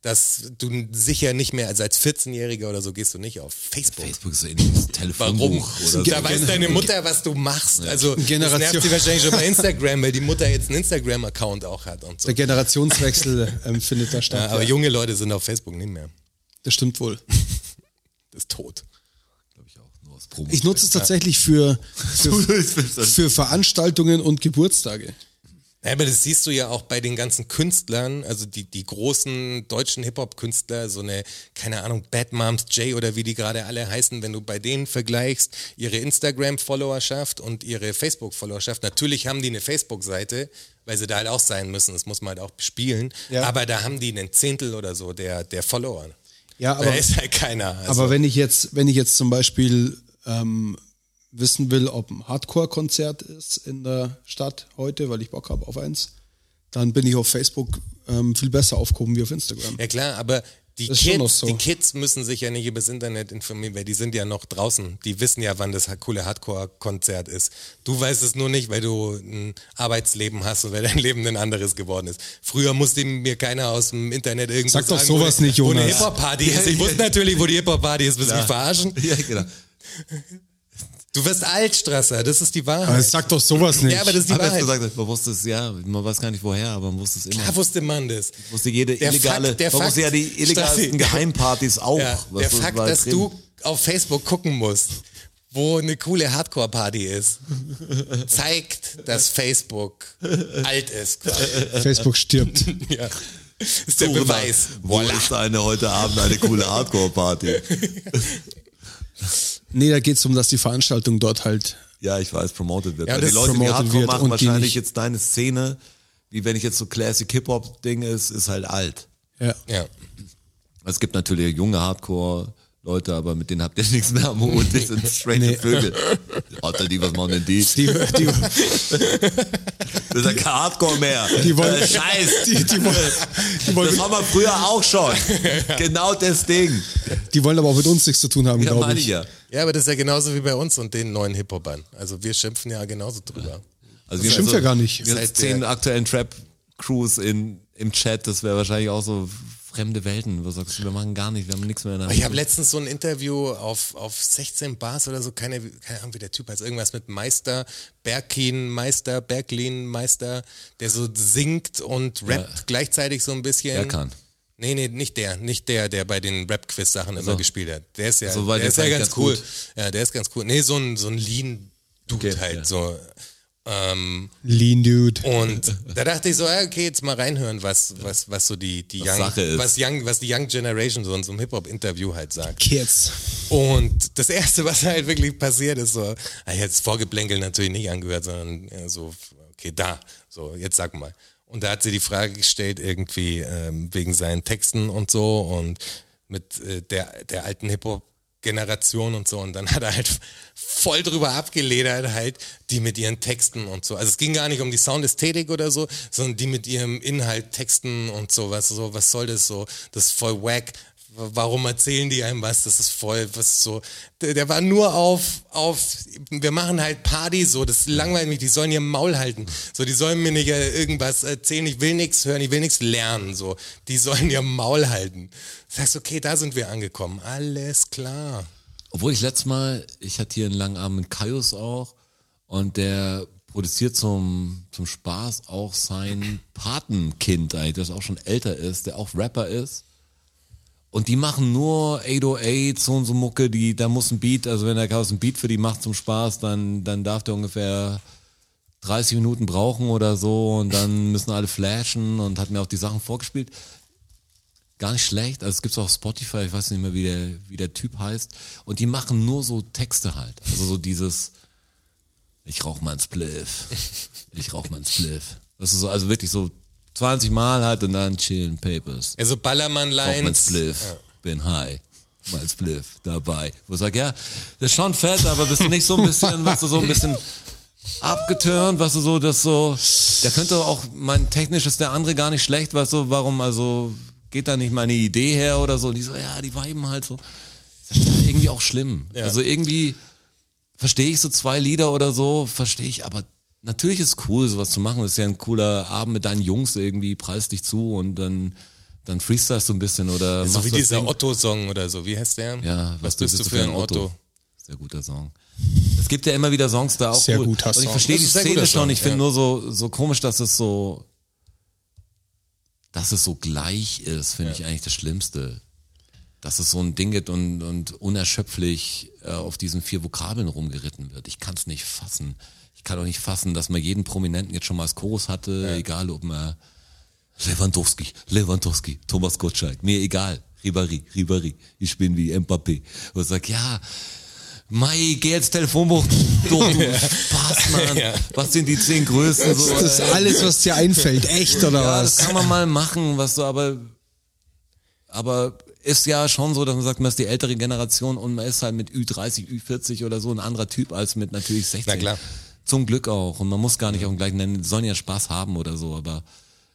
Speaker 3: dass du sicher nicht mehr, also als 14-Jähriger oder so, gehst du nicht auf Facebook.
Speaker 2: Facebook ist so ähnlich wie ein
Speaker 3: Warum?
Speaker 2: Telefonbuch oder so. Genau.
Speaker 3: da weiß deine Mutter, was du machst. Also das
Speaker 4: Generation.
Speaker 3: nervt sie wahrscheinlich schon bei Instagram, weil die Mutter jetzt einen Instagram-Account auch hat und so.
Speaker 4: Der Generationswechsel ähm, findet da
Speaker 3: Ja,
Speaker 4: statt.
Speaker 3: aber
Speaker 4: Ja,
Speaker 3: junge Leute sind auf Facebook nicht mehr.
Speaker 4: das stimmt wohl.
Speaker 3: Das ist tot.
Speaker 2: Glaub ich auch, nur aus Promo.
Speaker 4: Ich nutze es tatsächlich für, für, für Veranstaltungen und Geburtstage.
Speaker 3: Ja, aber das siehst du ja auch bei den ganzen Künstlern, also die, die großen deutschen Hip-Hop-Künstler, so eine, keine Ahnung, Bad Moms J oder wie die gerade alle heißen, wenn du bei denen vergleichst, ihre Instagram-Followerschaft und ihre Facebook-Followerschaft. Natürlich haben die eine Facebook-Seite, weil sie da halt auch sein müssen, das muss man halt auch spielen,
Speaker 4: Ja.
Speaker 3: aber da haben die einen Zehntel oder so der, der Follower.
Speaker 4: Ja, aber,
Speaker 3: da ist halt keiner. Also,
Speaker 4: aber wenn ich jetzt, wenn ich jetzt zum Beispiel ähm, wissen will, ob ein Hardcore-Konzert ist in der Stadt heute, weil ich Bock habe auf eins, dann bin ich auf Facebook ähm, viel besser aufgehoben wie auf Instagram.
Speaker 3: ja klar, aber die
Speaker 4: Das ist schon noch
Speaker 3: Kids,
Speaker 4: so.
Speaker 3: die Kids müssen sich ja nicht übers Internet informieren, weil die sind ja noch draußen. Die wissen ja, wann das coole Hardcore-Konzert ist. Du weißt es nur nicht, weil du ein Arbeitsleben hast und weil dein Leben ein anderes geworden ist. Früher musste mir keiner aus dem Internet irgendwas
Speaker 4: Sag doch
Speaker 3: sagen,
Speaker 4: sowas
Speaker 3: wo,
Speaker 4: nicht,
Speaker 3: Wo eine
Speaker 4: Jonas.
Speaker 3: Hip-Hop-Party ist. Ich wusste natürlich, wo die Hip-Hop-Party ist. Willst du mich verarschen?
Speaker 2: Ja, genau.
Speaker 3: Du wirst alt, Strasser. Das ist die
Speaker 4: Aber
Speaker 3: Wahrheit.
Speaker 4: sag doch sowas nicht.
Speaker 3: Ja, aber das ist die
Speaker 2: Aber er hat
Speaker 3: Wahrheit.
Speaker 2: gesagt, man wusste es, ja, man weiß gar nicht woher, aber man wusste es immer.
Speaker 3: Klar wusste man das.
Speaker 2: Man wusste jede
Speaker 3: Der
Speaker 2: illegale,
Speaker 3: Fakt- der
Speaker 2: man wusste
Speaker 3: Fakt-
Speaker 2: ja die illegalsten
Speaker 3: Stasi.
Speaker 2: Geheimpartys auch.
Speaker 3: Ja,
Speaker 2: was
Speaker 3: der
Speaker 2: so
Speaker 3: Fakt,
Speaker 2: war
Speaker 3: dass
Speaker 2: drin.
Speaker 3: du auf Facebook gucken musst, wo eine coole Hardcore-Party ist, zeigt, dass Facebook alt ist. Quasi.
Speaker 4: Facebook stirbt.
Speaker 3: Ja. Ist der
Speaker 2: Suche nach-
Speaker 3: Beweis.
Speaker 2: Wo ist eine heute Abend eine coole Hardcore-Party?
Speaker 4: Nee, da geht es um, dass die Veranstaltung dort halt
Speaker 2: Ja, ich weiß, promoted wird.
Speaker 3: Ja,
Speaker 2: Weil
Speaker 3: das
Speaker 2: die Leute, die
Speaker 4: promoted
Speaker 2: Hardcore
Speaker 4: wird
Speaker 2: machen,
Speaker 4: und die
Speaker 2: wahrscheinlich
Speaker 4: nicht-
Speaker 2: jetzt deine Szene, wie wenn ich jetzt so Classic Hip-Hop-Ding ist, ist halt alt.
Speaker 4: ja,
Speaker 3: Ja.
Speaker 2: Es gibt natürlich junge Hardcore, Leute, aber mit denen habt ihr nichts mehr am Hut. Die sind straight Vögel. Alter, die, was machen denn die?
Speaker 4: Die, die,
Speaker 2: Das ist ja kein Hardcore mehr.
Speaker 4: Die wollen-
Speaker 2: äh, Scheiß.
Speaker 4: die, die, wollen, die,
Speaker 2: das
Speaker 4: wollen,
Speaker 2: haben wir früher auch schon. Genau das Ding.
Speaker 4: die wollen aber auch mit uns nichts zu tun haben,
Speaker 2: Ja,
Speaker 4: glaube
Speaker 2: meine ich
Speaker 4: ich.
Speaker 2: ja.
Speaker 3: Ja, aber das ist ja genauso wie bei uns und den neuen Hip-Hopern. Also wir schimpfen ja genauso drüber.
Speaker 2: Also
Speaker 4: Das stimmt ja gar nicht.
Speaker 2: Wir haben
Speaker 3: Seit
Speaker 2: jetzt zehn aktuellen Trap-Crews in, im Chat, das wäre wahrscheinlich auch so fremde Welten. Was sagst du, wir machen gar nicht, wir haben nichts mehr in der
Speaker 3: Ich habe letztens so ein Interview auf, auf 16 Bars oder so, keine, keine Ahnung, wie der Typ heißt, irgendwas mit Meister, Berkin, Meister, Berklin, Meister, der so singt und rappt gleichzeitig so ein bisschen.
Speaker 2: Berkan.
Speaker 3: Nee, nee, nicht der, nicht der, der bei den Rap-Quiz-Sachen immer gespielt hat. Der ist ja,
Speaker 2: So, Also, weil
Speaker 3: der
Speaker 2: den
Speaker 3: ist ja
Speaker 2: fand ich
Speaker 3: ganz
Speaker 2: ganz
Speaker 3: cool.
Speaker 2: gut.
Speaker 3: Ja, der ist ganz cool. Nee, so ein, so ein Lean-Dude
Speaker 2: Okay,
Speaker 3: halt,
Speaker 2: ja.
Speaker 3: so. Ähm,
Speaker 4: Lean Dude.
Speaker 3: und da dachte ich so, ja, okay, jetzt mal reinhören, was, was, was so die, die
Speaker 2: Was
Speaker 3: Young,
Speaker 2: Sache ist.
Speaker 3: was Young, was die Young Generation so in so einem Hip-Hop-Interview halt sagt.
Speaker 4: Kids.
Speaker 3: Und das Erste, was halt wirklich passiert ist, so, ah, jetzt Vorgeplänkel natürlich nicht angehört, sondern ja, so, okay, da, so, jetzt sag mal. Und da hat sie die Frage gestellt, irgendwie ähm, wegen seinen Texten und so und mit äh, der, der alten Hip-Hop-Generation und so. Und dann hat er halt voll drüber abgeledert, halt, die mit ihren Texten und so. Also es ging gar nicht um die Soundästhetik oder so, sondern die mit ihrem Inhalt, Texten und so, was, so, was soll das so? Das ist voll wack. W- warum erzählen die einem was? Das ist voll, was so. Der, der war nur auf, auf, wir machen halt Party so, das langweilt mich, die sollen ihr Maul halten. So, die sollen mir nicht äh, irgendwas erzählen, ich will nichts hören, ich will nichts lernen, so. Die sollen ihr Maul halten. Sagst, okay, da sind wir angekommen. Alles klar.
Speaker 2: Obwohl ich letztes Mal, ich hatte hier einen langen Arm mit Kaius auch und der produziert zum, zum Spaß auch sein Patenkind eigentlich, das auch schon älter ist, der auch Rapper ist. Und die machen nur 808, so und so Mucke, die, da muss ein Beat, also wenn der Kaius ein Beat für die macht zum Spaß, dann, dann darf der ungefähr 30 Minuten brauchen oder so und dann müssen alle flashen und hat mir auch die Sachen vorgespielt gar nicht schlecht. Also es gibt's auch auf Spotify, ich weiß nicht mehr, wie der, wie der Typ heißt. Und die machen nur so Texte halt. Also so dieses, ich rauch mal ein Spliff, ich rauch mal ein Spliff. Das ist so, also wirklich so 20 Mal halt und dann chillen Papers.
Speaker 3: Also
Speaker 2: Rauch mal ein
Speaker 3: Ballermann-Lines.
Speaker 2: Spliff, bin high. Mal ein Spliff dabei. Wo ich sag, ja, das ist schon fett, aber bist du nicht so ein bisschen, was du so ein bisschen abgeturnt, was du so, das so, der könnte auch, mein technisch ist der andere gar nicht schlecht, weißt du, warum, also geht da nicht mal eine Idee her oder so. Und die so, ja, die weiben halt so. Das ist ja irgendwie auch schlimm. Also irgendwie verstehe ich so zwei Lieder oder so, verstehe ich, aber natürlich ist cool, sowas zu machen. Das ist ja ein cooler Abend mit deinen Jungs irgendwie, preis dich zu und dann, dann freestylst du ein bisschen oder
Speaker 3: So
Speaker 2: machst
Speaker 3: wie
Speaker 2: das
Speaker 3: dieser
Speaker 2: Ding.
Speaker 3: Otto-Song oder so. Wie heißt der?
Speaker 2: Ja, was, bist, du für ein Otto? Sehr guter Song. Es gibt ja immer wieder Songs da auch.
Speaker 4: Sehr
Speaker 2: cool.
Speaker 4: guter
Speaker 2: Und ich
Speaker 4: Song.
Speaker 2: verstehe
Speaker 3: Das
Speaker 2: die
Speaker 3: ist ein sehr
Speaker 2: Szene
Speaker 3: guter
Speaker 2: schon. Ich
Speaker 3: Song,
Speaker 2: finde
Speaker 3: ja.
Speaker 2: nur so, so komisch, dass es so, dass es so gleich ist, finde ich eigentlich das Schlimmste. Dass es so ein Ding gibt und, und unerschöpflich äh, auf diesen vier Vokabeln rumgeritten wird. Ich kann es nicht fassen. Ich kann auch nicht fassen, dass man jeden Prominenten jetzt schon mal als Chorus hatte, egal ob man Lewandowski, Lewandowski, Thomas Gottschalk, mir egal, Ribéry, Ribéry, ich bin wie Mbappé. Und sag, ja, Mai, geh jetzt Telefonbuch durch, du Spaß, Mann. Was sind die zehn Größen? So,
Speaker 4: Das ist
Speaker 2: äh,
Speaker 4: alles, was dir einfällt. Echt oder
Speaker 2: ja,
Speaker 4: was?
Speaker 2: das kann man mal machen, was so, aber, aber ist ja schon so, dass man sagt, man ist die ältere Generation und man ist halt mit Ü30, Ü40 oder so ein anderer Typ als mit natürlich 16.
Speaker 3: Na klar.
Speaker 2: Zum Glück auch. Und man muss gar nicht auf dem gleichen nennen, die sollen ja Spaß haben oder so, aber,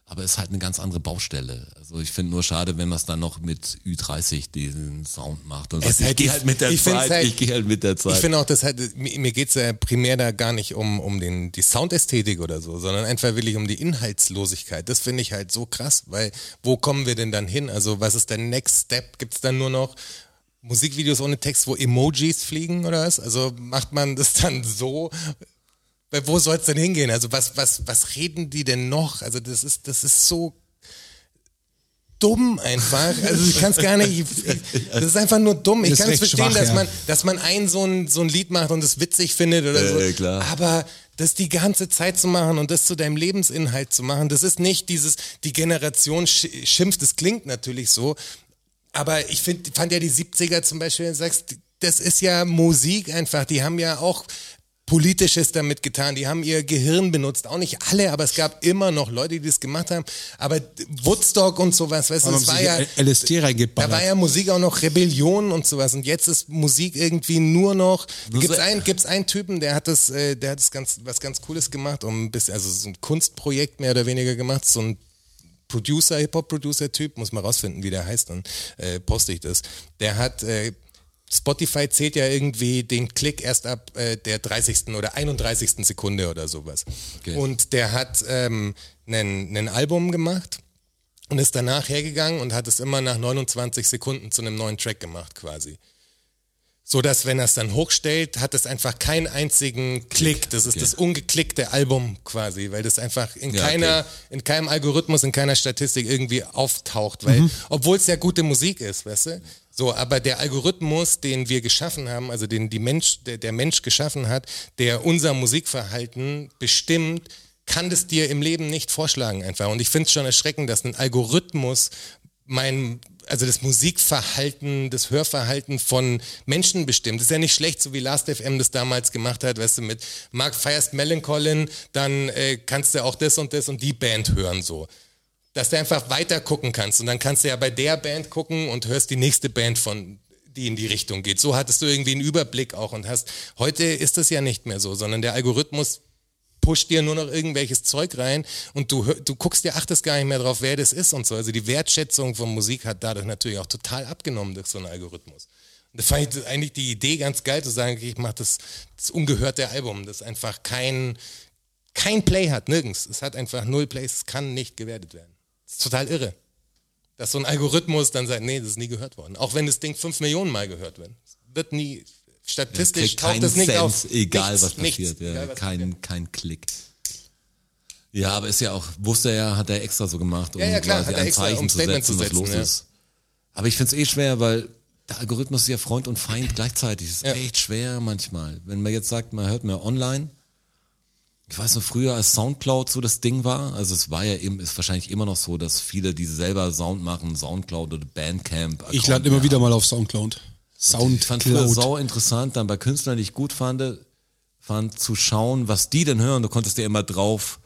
Speaker 2: aber ist halt eine ganz andere Baustelle. Also ich finde nur schade, wenn man es dann noch mit Ü30 diesen Sound macht und sagt,
Speaker 3: Es
Speaker 2: ich
Speaker 3: halt
Speaker 2: gehe
Speaker 3: die-
Speaker 2: halt mit der
Speaker 3: ich find's
Speaker 2: Zeit,
Speaker 3: halt-
Speaker 2: ich gehe halt mit der Zeit.
Speaker 3: Ich finde auch, das hat, mir mir geht's ja primär da gar nicht um, um den, die Soundästhetik oder so, sondern einfach wirklich um die Inhaltslosigkeit. Das finde ich halt so krass, weil wo kommen wir denn dann hin? Also was ist der Next Step? Gibt's dann nur noch Musikvideos ohne Text, wo Emojis fliegen oder was? Also macht man das dann so? Weil Wo soll's denn hingehen? Also was, was, was reden die denn noch? Also das ist, das ist so dumm einfach. Also ich kann es gar nicht. Ich, ich, das ist einfach nur dumm. Ich
Speaker 4: Ist
Speaker 3: kann es
Speaker 4: recht
Speaker 3: verstehen,
Speaker 4: schwach,
Speaker 3: dass
Speaker 4: ja.
Speaker 3: man, dass man ein so ein so ein Lied macht und es witzig findet oder
Speaker 2: Äh,
Speaker 3: so.
Speaker 2: äh, klar.
Speaker 3: Aber das die ganze Zeit zu machen und das zu deinem Lebensinhalt zu machen, das ist nicht dieses die Generation sch- schimpft. Das klingt natürlich so, aber ich find, fand ja die 70er zum Beispiel, wenn du sagst, das ist ja Musik einfach. Die haben ja auch Politisches damit getan. Die haben ihr Gehirn benutzt. Auch nicht alle, aber es gab immer noch Leute, die das gemacht haben. Aber Woodstock und sowas, weißt du,
Speaker 4: Haben
Speaker 3: das
Speaker 4: sie e-
Speaker 3: war ja,
Speaker 4: LSD
Speaker 3: da
Speaker 4: reingeballert.
Speaker 3: war ja Musik auch noch Rebellion und sowas. Und jetzt ist Musik irgendwie nur noch. Gibt's
Speaker 2: so-
Speaker 3: einen, gibt's einen Typen, der hat das, äh, der hat das ganz, was ganz Cooles gemacht, um ein bisschen, also so ein Kunstprojekt mehr oder weniger gemacht, so ein Producer, Hip-Hop-Producer-Typ, muss mal rausfinden, wie der heißt, dann äh, poste ich das. Der hat, äh, Spotify zählt ja irgendwie den Klick erst ab äh, der 30. oder 31. Sekunde oder sowas. Und der hat ähm, ein Album gemacht und ist danach hergegangen und hat es immer nach 29 Sekunden zu einem neuen Track gemacht quasi. So dass, wenn er es dann hochstellt, hat es einfach keinen einzigen Klick. Das ist
Speaker 2: Okay.
Speaker 3: das ungeklickte Album quasi, weil das einfach in
Speaker 2: Ja,
Speaker 3: keiner, in keinem Algorithmus, in keiner Statistik irgendwie auftaucht, weil,
Speaker 2: Mhm.
Speaker 3: obwohl es ja gute Musik ist, weißt du? So, aber der Algorithmus, den wir geschaffen haben, also den die Mensch, der, der Mensch geschaffen hat, der unser Musikverhalten bestimmt, kann das dir im Leben nicht vorschlagen einfach. Und ich finde es schon erschreckend, dass ein Algorithmus mein, also das Musikverhalten, das Hörverhalten von Menschen bestimmt. Das ist ja nicht schlecht, so wie Last FM das damals gemacht hat, weißt du, mit Mark feierst Melancolin, dann äh, kannst du auch das und das und die Band hören so. Dass du einfach weiter gucken kannst und dann kannst du ja bei der Band gucken und hörst die nächste Band von die in die Richtung geht. So hattest du irgendwie einen Überblick auch und hast, heute ist das ja nicht mehr so, sondern der Algorithmus pusht dir nur noch irgendwelches Zeug rein und du, hör- du guckst dir, achtest gar nicht mehr drauf, wer das ist und so. Also die Wertschätzung von Musik hat dadurch natürlich auch total abgenommen durch so einen Algorithmus. Und da fand ich eigentlich die Idee ganz geil zu sagen, okay, ich mache das, das ungehörte Album, das einfach kein, kein Play hat, nirgends. Es hat einfach null Plays, es kann nicht gewertet werden. Das ist total irre. Dass so ein Algorithmus dann sagt, nee, das ist nie gehört worden. Auch wenn das Ding fünf Millionen Mal gehört wird. Es Wird nie, statistisch
Speaker 2: kriegt
Speaker 3: taucht
Speaker 2: keinen
Speaker 3: das nicht
Speaker 2: Cent,
Speaker 3: auf.
Speaker 2: egal
Speaker 3: Nichts,
Speaker 2: was
Speaker 3: nichts,
Speaker 2: passiert. Ja,
Speaker 3: egal, was
Speaker 2: kein, kein Klick. Ja, aber ist ja auch, wusste er ja, hat er extra so gemacht, um
Speaker 3: Ja, ja, klar,
Speaker 2: quasi
Speaker 3: hat er
Speaker 2: ein
Speaker 3: extra,
Speaker 2: Zeichen
Speaker 3: um
Speaker 2: zu
Speaker 3: Statement
Speaker 2: setzen,
Speaker 3: zu
Speaker 2: was
Speaker 3: setzen,
Speaker 2: los
Speaker 3: ja.
Speaker 2: ist. Aber ich find's eh schwer, weil der Algorithmus ist ja Freund und Feind gleichzeitig. Das ist
Speaker 3: Ja.
Speaker 2: echt schwer manchmal. Wenn man jetzt sagt, man hört mehr online, ich weiß noch früher, als Soundcloud so das Ding war, also es war ja eben, ist wahrscheinlich immer noch so, dass viele, die selber Sound machen, Soundcloud oder Bandcamp.
Speaker 4: Ich lade immer wieder mal auf Soundcloud.
Speaker 2: Ich fand früher
Speaker 4: Soundcloud.
Speaker 2: sau interessant, dann bei Künstlern, die ich gut fand, fand zu schauen, was die denn hören. Du konntest ja immer drauf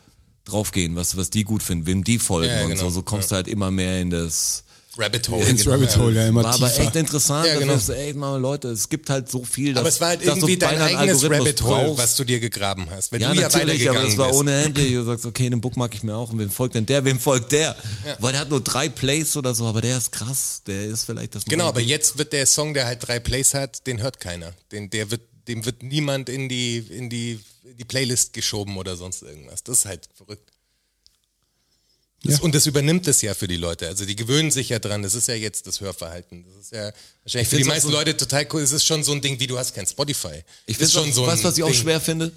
Speaker 2: draufgehen, was was die gut finden, wem die folgen
Speaker 3: Ja, ja,
Speaker 2: und so.
Speaker 3: genau.
Speaker 2: So kommst du halt immer mehr in das.
Speaker 3: Rabbit Hole.
Speaker 4: Ins
Speaker 3: genau,
Speaker 4: Rabbit
Speaker 3: ja.
Speaker 4: Hole, ja, immer
Speaker 2: War aber
Speaker 4: tiefer.
Speaker 2: echt interessant,
Speaker 3: Ja,
Speaker 2: dass
Speaker 3: genau.
Speaker 2: du, ey, mal Leute, es gibt halt so viel, dass,
Speaker 3: Aber es war halt
Speaker 2: dass
Speaker 3: irgendwie
Speaker 2: du
Speaker 3: dein
Speaker 2: beinahe einen
Speaker 3: eigenes
Speaker 2: Algorithmus
Speaker 3: Rabbit Hole,
Speaker 2: brauchst.
Speaker 3: was du dir gegraben hast. Wenn
Speaker 2: ja,
Speaker 3: du ja
Speaker 2: natürlich, aber
Speaker 3: weitergegangen
Speaker 2: das war
Speaker 3: bist.
Speaker 2: ohne Ende. Du sagst, okay, den Book mag ich mir auch. Und wem folgt denn der? Wem folgt der? Weil der hat nur drei Plays oder so, aber der ist krass. Der ist vielleicht das
Speaker 3: Genau,
Speaker 2: neue
Speaker 3: aber jetzt wird der Song, der halt drei Plays hat, den hört keiner. Den, der wird, dem wird niemand in die, in die, in die Playlist geschoben oder sonst irgendwas. Das ist halt verrückt. Das,
Speaker 4: Ja.
Speaker 3: Und das übernimmt es ja für die Leute. Also die gewöhnen sich ja dran. Das ist ja jetzt das Hörverhalten. Das ist ja wahrscheinlich für die
Speaker 2: find's auch
Speaker 3: meisten
Speaker 2: so-
Speaker 3: Leute total cool. Es ist schon so ein Ding, wie du hast kein Spotify.
Speaker 2: Ich
Speaker 3: Ist
Speaker 2: finde
Speaker 3: schon
Speaker 2: schon
Speaker 3: so
Speaker 2: was,
Speaker 3: ein
Speaker 2: was ich auch
Speaker 3: Ding.
Speaker 2: schwer finde,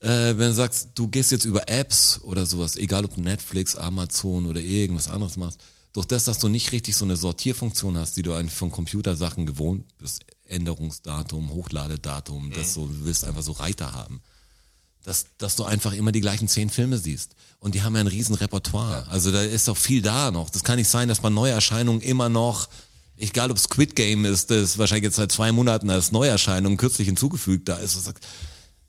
Speaker 2: äh, wenn du sagst, du gehst jetzt über Apps oder sowas, egal ob Netflix, Amazon oder irgendwas anderes machst, durch das, dass du nicht richtig so eine Sortierfunktion hast, die du eigentlich von Computersachen gewohnt bist, Änderungsdatum, Hochladedatum, dass
Speaker 3: Mhm.
Speaker 2: so, du willst einfach so Reiter haben dass, dass du einfach immer die gleichen zehn Filme siehst. Und die haben ja ein riesen Repertoire. Also da ist doch viel da noch. Das kann nicht sein, dass man Neuerscheinungen immer noch, egal ob Squid Game ist, das ist wahrscheinlich jetzt seit zwei Monaten als Neuerscheinung kürzlich hinzugefügt da ist. Und sagt,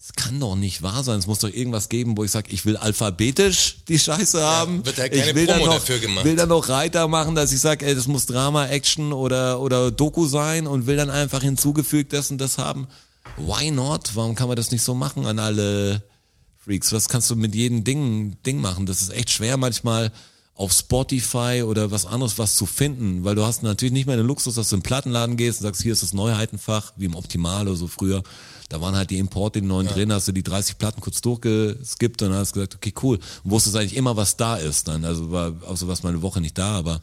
Speaker 2: Das kann doch nicht wahr sein. Es muss doch irgendwas geben, wo ich sage, ich will alphabetisch die Scheiße haben.
Speaker 3: wird halt
Speaker 2: ich
Speaker 3: keine
Speaker 2: will
Speaker 3: Promo
Speaker 2: dann noch,
Speaker 3: dafür gemacht.
Speaker 2: Will dann noch Reiter machen, dass ich sage, ey, das muss Drama, Action oder, oder Doku sein und will dann einfach hinzugefügt das und das haben. Why not? Warum kann man das nicht so machen an alle Freaks? Was kannst du mit jedem Ding, Ding machen? Das ist echt schwer manchmal auf Spotify oder was anderes was zu finden, weil du hast natürlich nicht mehr den Luxus, dass du in den Plattenladen gehst und sagst, hier ist das Neuheitenfach, wie im Optimal oder so früher. Da waren halt die Importe, die neuen drin, hast du die 30 Platten kurz durchgeskippt und dann hast du gesagt, okay, cool. Und wusstest eigentlich immer, was da ist dann. Also war, außer was mal eine Woche nicht da, aber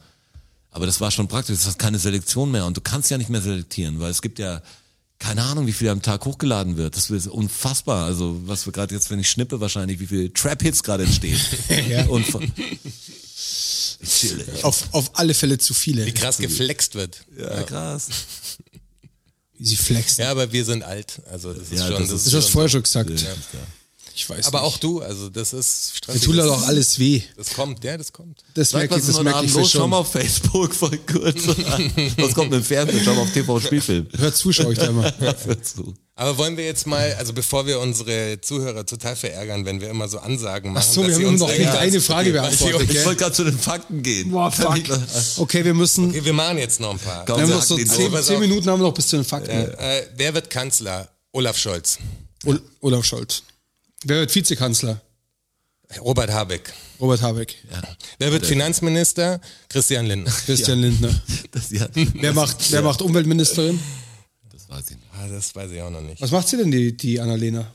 Speaker 2: aber das war schon praktisch. Es hat keine Selektion mehr und du kannst ja nicht mehr selektieren, weil es gibt ja keine Ahnung, wie viel am Tag hochgeladen wird. Das ist unfassbar. Also was wir gerade jetzt, wenn ich schnippe, wahrscheinlich, wie viel Trap-Hits gerade entstehen. ja. Unfa Natürlich.
Speaker 4: Auf, auf alle Fälle zu viele,
Speaker 3: Wie krass geflext wird.
Speaker 2: Ja, krass.
Speaker 4: wie sie flexen.
Speaker 3: Ja, aber wir sind alt. Also das ist
Speaker 2: Ja,
Speaker 3: schon.
Speaker 2: das
Speaker 3: Das
Speaker 2: ist
Speaker 4: Das
Speaker 3: ist
Speaker 4: hast du
Speaker 3: schon
Speaker 4: vorher schon gesagt. Ich weiß
Speaker 3: aber
Speaker 4: nicht.
Speaker 3: auch du, also das ist
Speaker 4: Mir
Speaker 3: stressig.
Speaker 4: tut halt auch alles weh.
Speaker 3: Das kommt, ja, das kommt.
Speaker 4: Das
Speaker 2: Sag,
Speaker 4: merke
Speaker 2: was ist
Speaker 4: ich, das
Speaker 2: heute
Speaker 4: merke ich
Speaker 2: Abend los? Schau
Speaker 4: schon.
Speaker 2: mal auf Facebook voll kurz. was kommt mit dem Fernsehen? Schau mal auf TV-Spielfilm.
Speaker 4: Hört zu, schau ich da mal.
Speaker 2: Hör zu.
Speaker 3: Aber wollen wir jetzt mal, also bevor wir unsere Zuhörer total verärgern, wenn wir immer so Ansagen machen.
Speaker 4: Ach so,
Speaker 3: dass
Speaker 4: wir
Speaker 3: sie
Speaker 4: haben immer
Speaker 3: uns
Speaker 4: noch nicht
Speaker 3: länger als-
Speaker 4: eine Frage
Speaker 3: dass sie
Speaker 4: beantwortet,
Speaker 3: uns-
Speaker 2: Ich
Speaker 4: gell?
Speaker 2: wollte gerade zu den Fakten gehen.
Speaker 4: Boah, fuck. Okay, wir müssen.
Speaker 3: Okay, wir machen jetzt noch ein paar.
Speaker 2: Komm,
Speaker 4: Wir haben
Speaker 2: sie
Speaker 4: noch so
Speaker 2: hacken ihn
Speaker 4: zehn,
Speaker 3: los.
Speaker 4: zehn Minuten haben wir noch bis zu den Fakten.
Speaker 3: Äh, wer wird Kanzler? Olaf Scholz.
Speaker 4: Ol Olaf Scholz. Wer wird Vizekanzler?
Speaker 3: Robert Habeck.
Speaker 4: Robert Habeck.
Speaker 3: Wer wird Finanzminister? Christian Lindner.
Speaker 4: Christian Lindner.
Speaker 2: Das, ja,
Speaker 4: Wer macht, wer macht Umweltministerin?
Speaker 2: das weiß ich nicht.
Speaker 3: Ah, das weiß ich auch noch nicht.
Speaker 4: Was macht sie denn, die, die Annalena?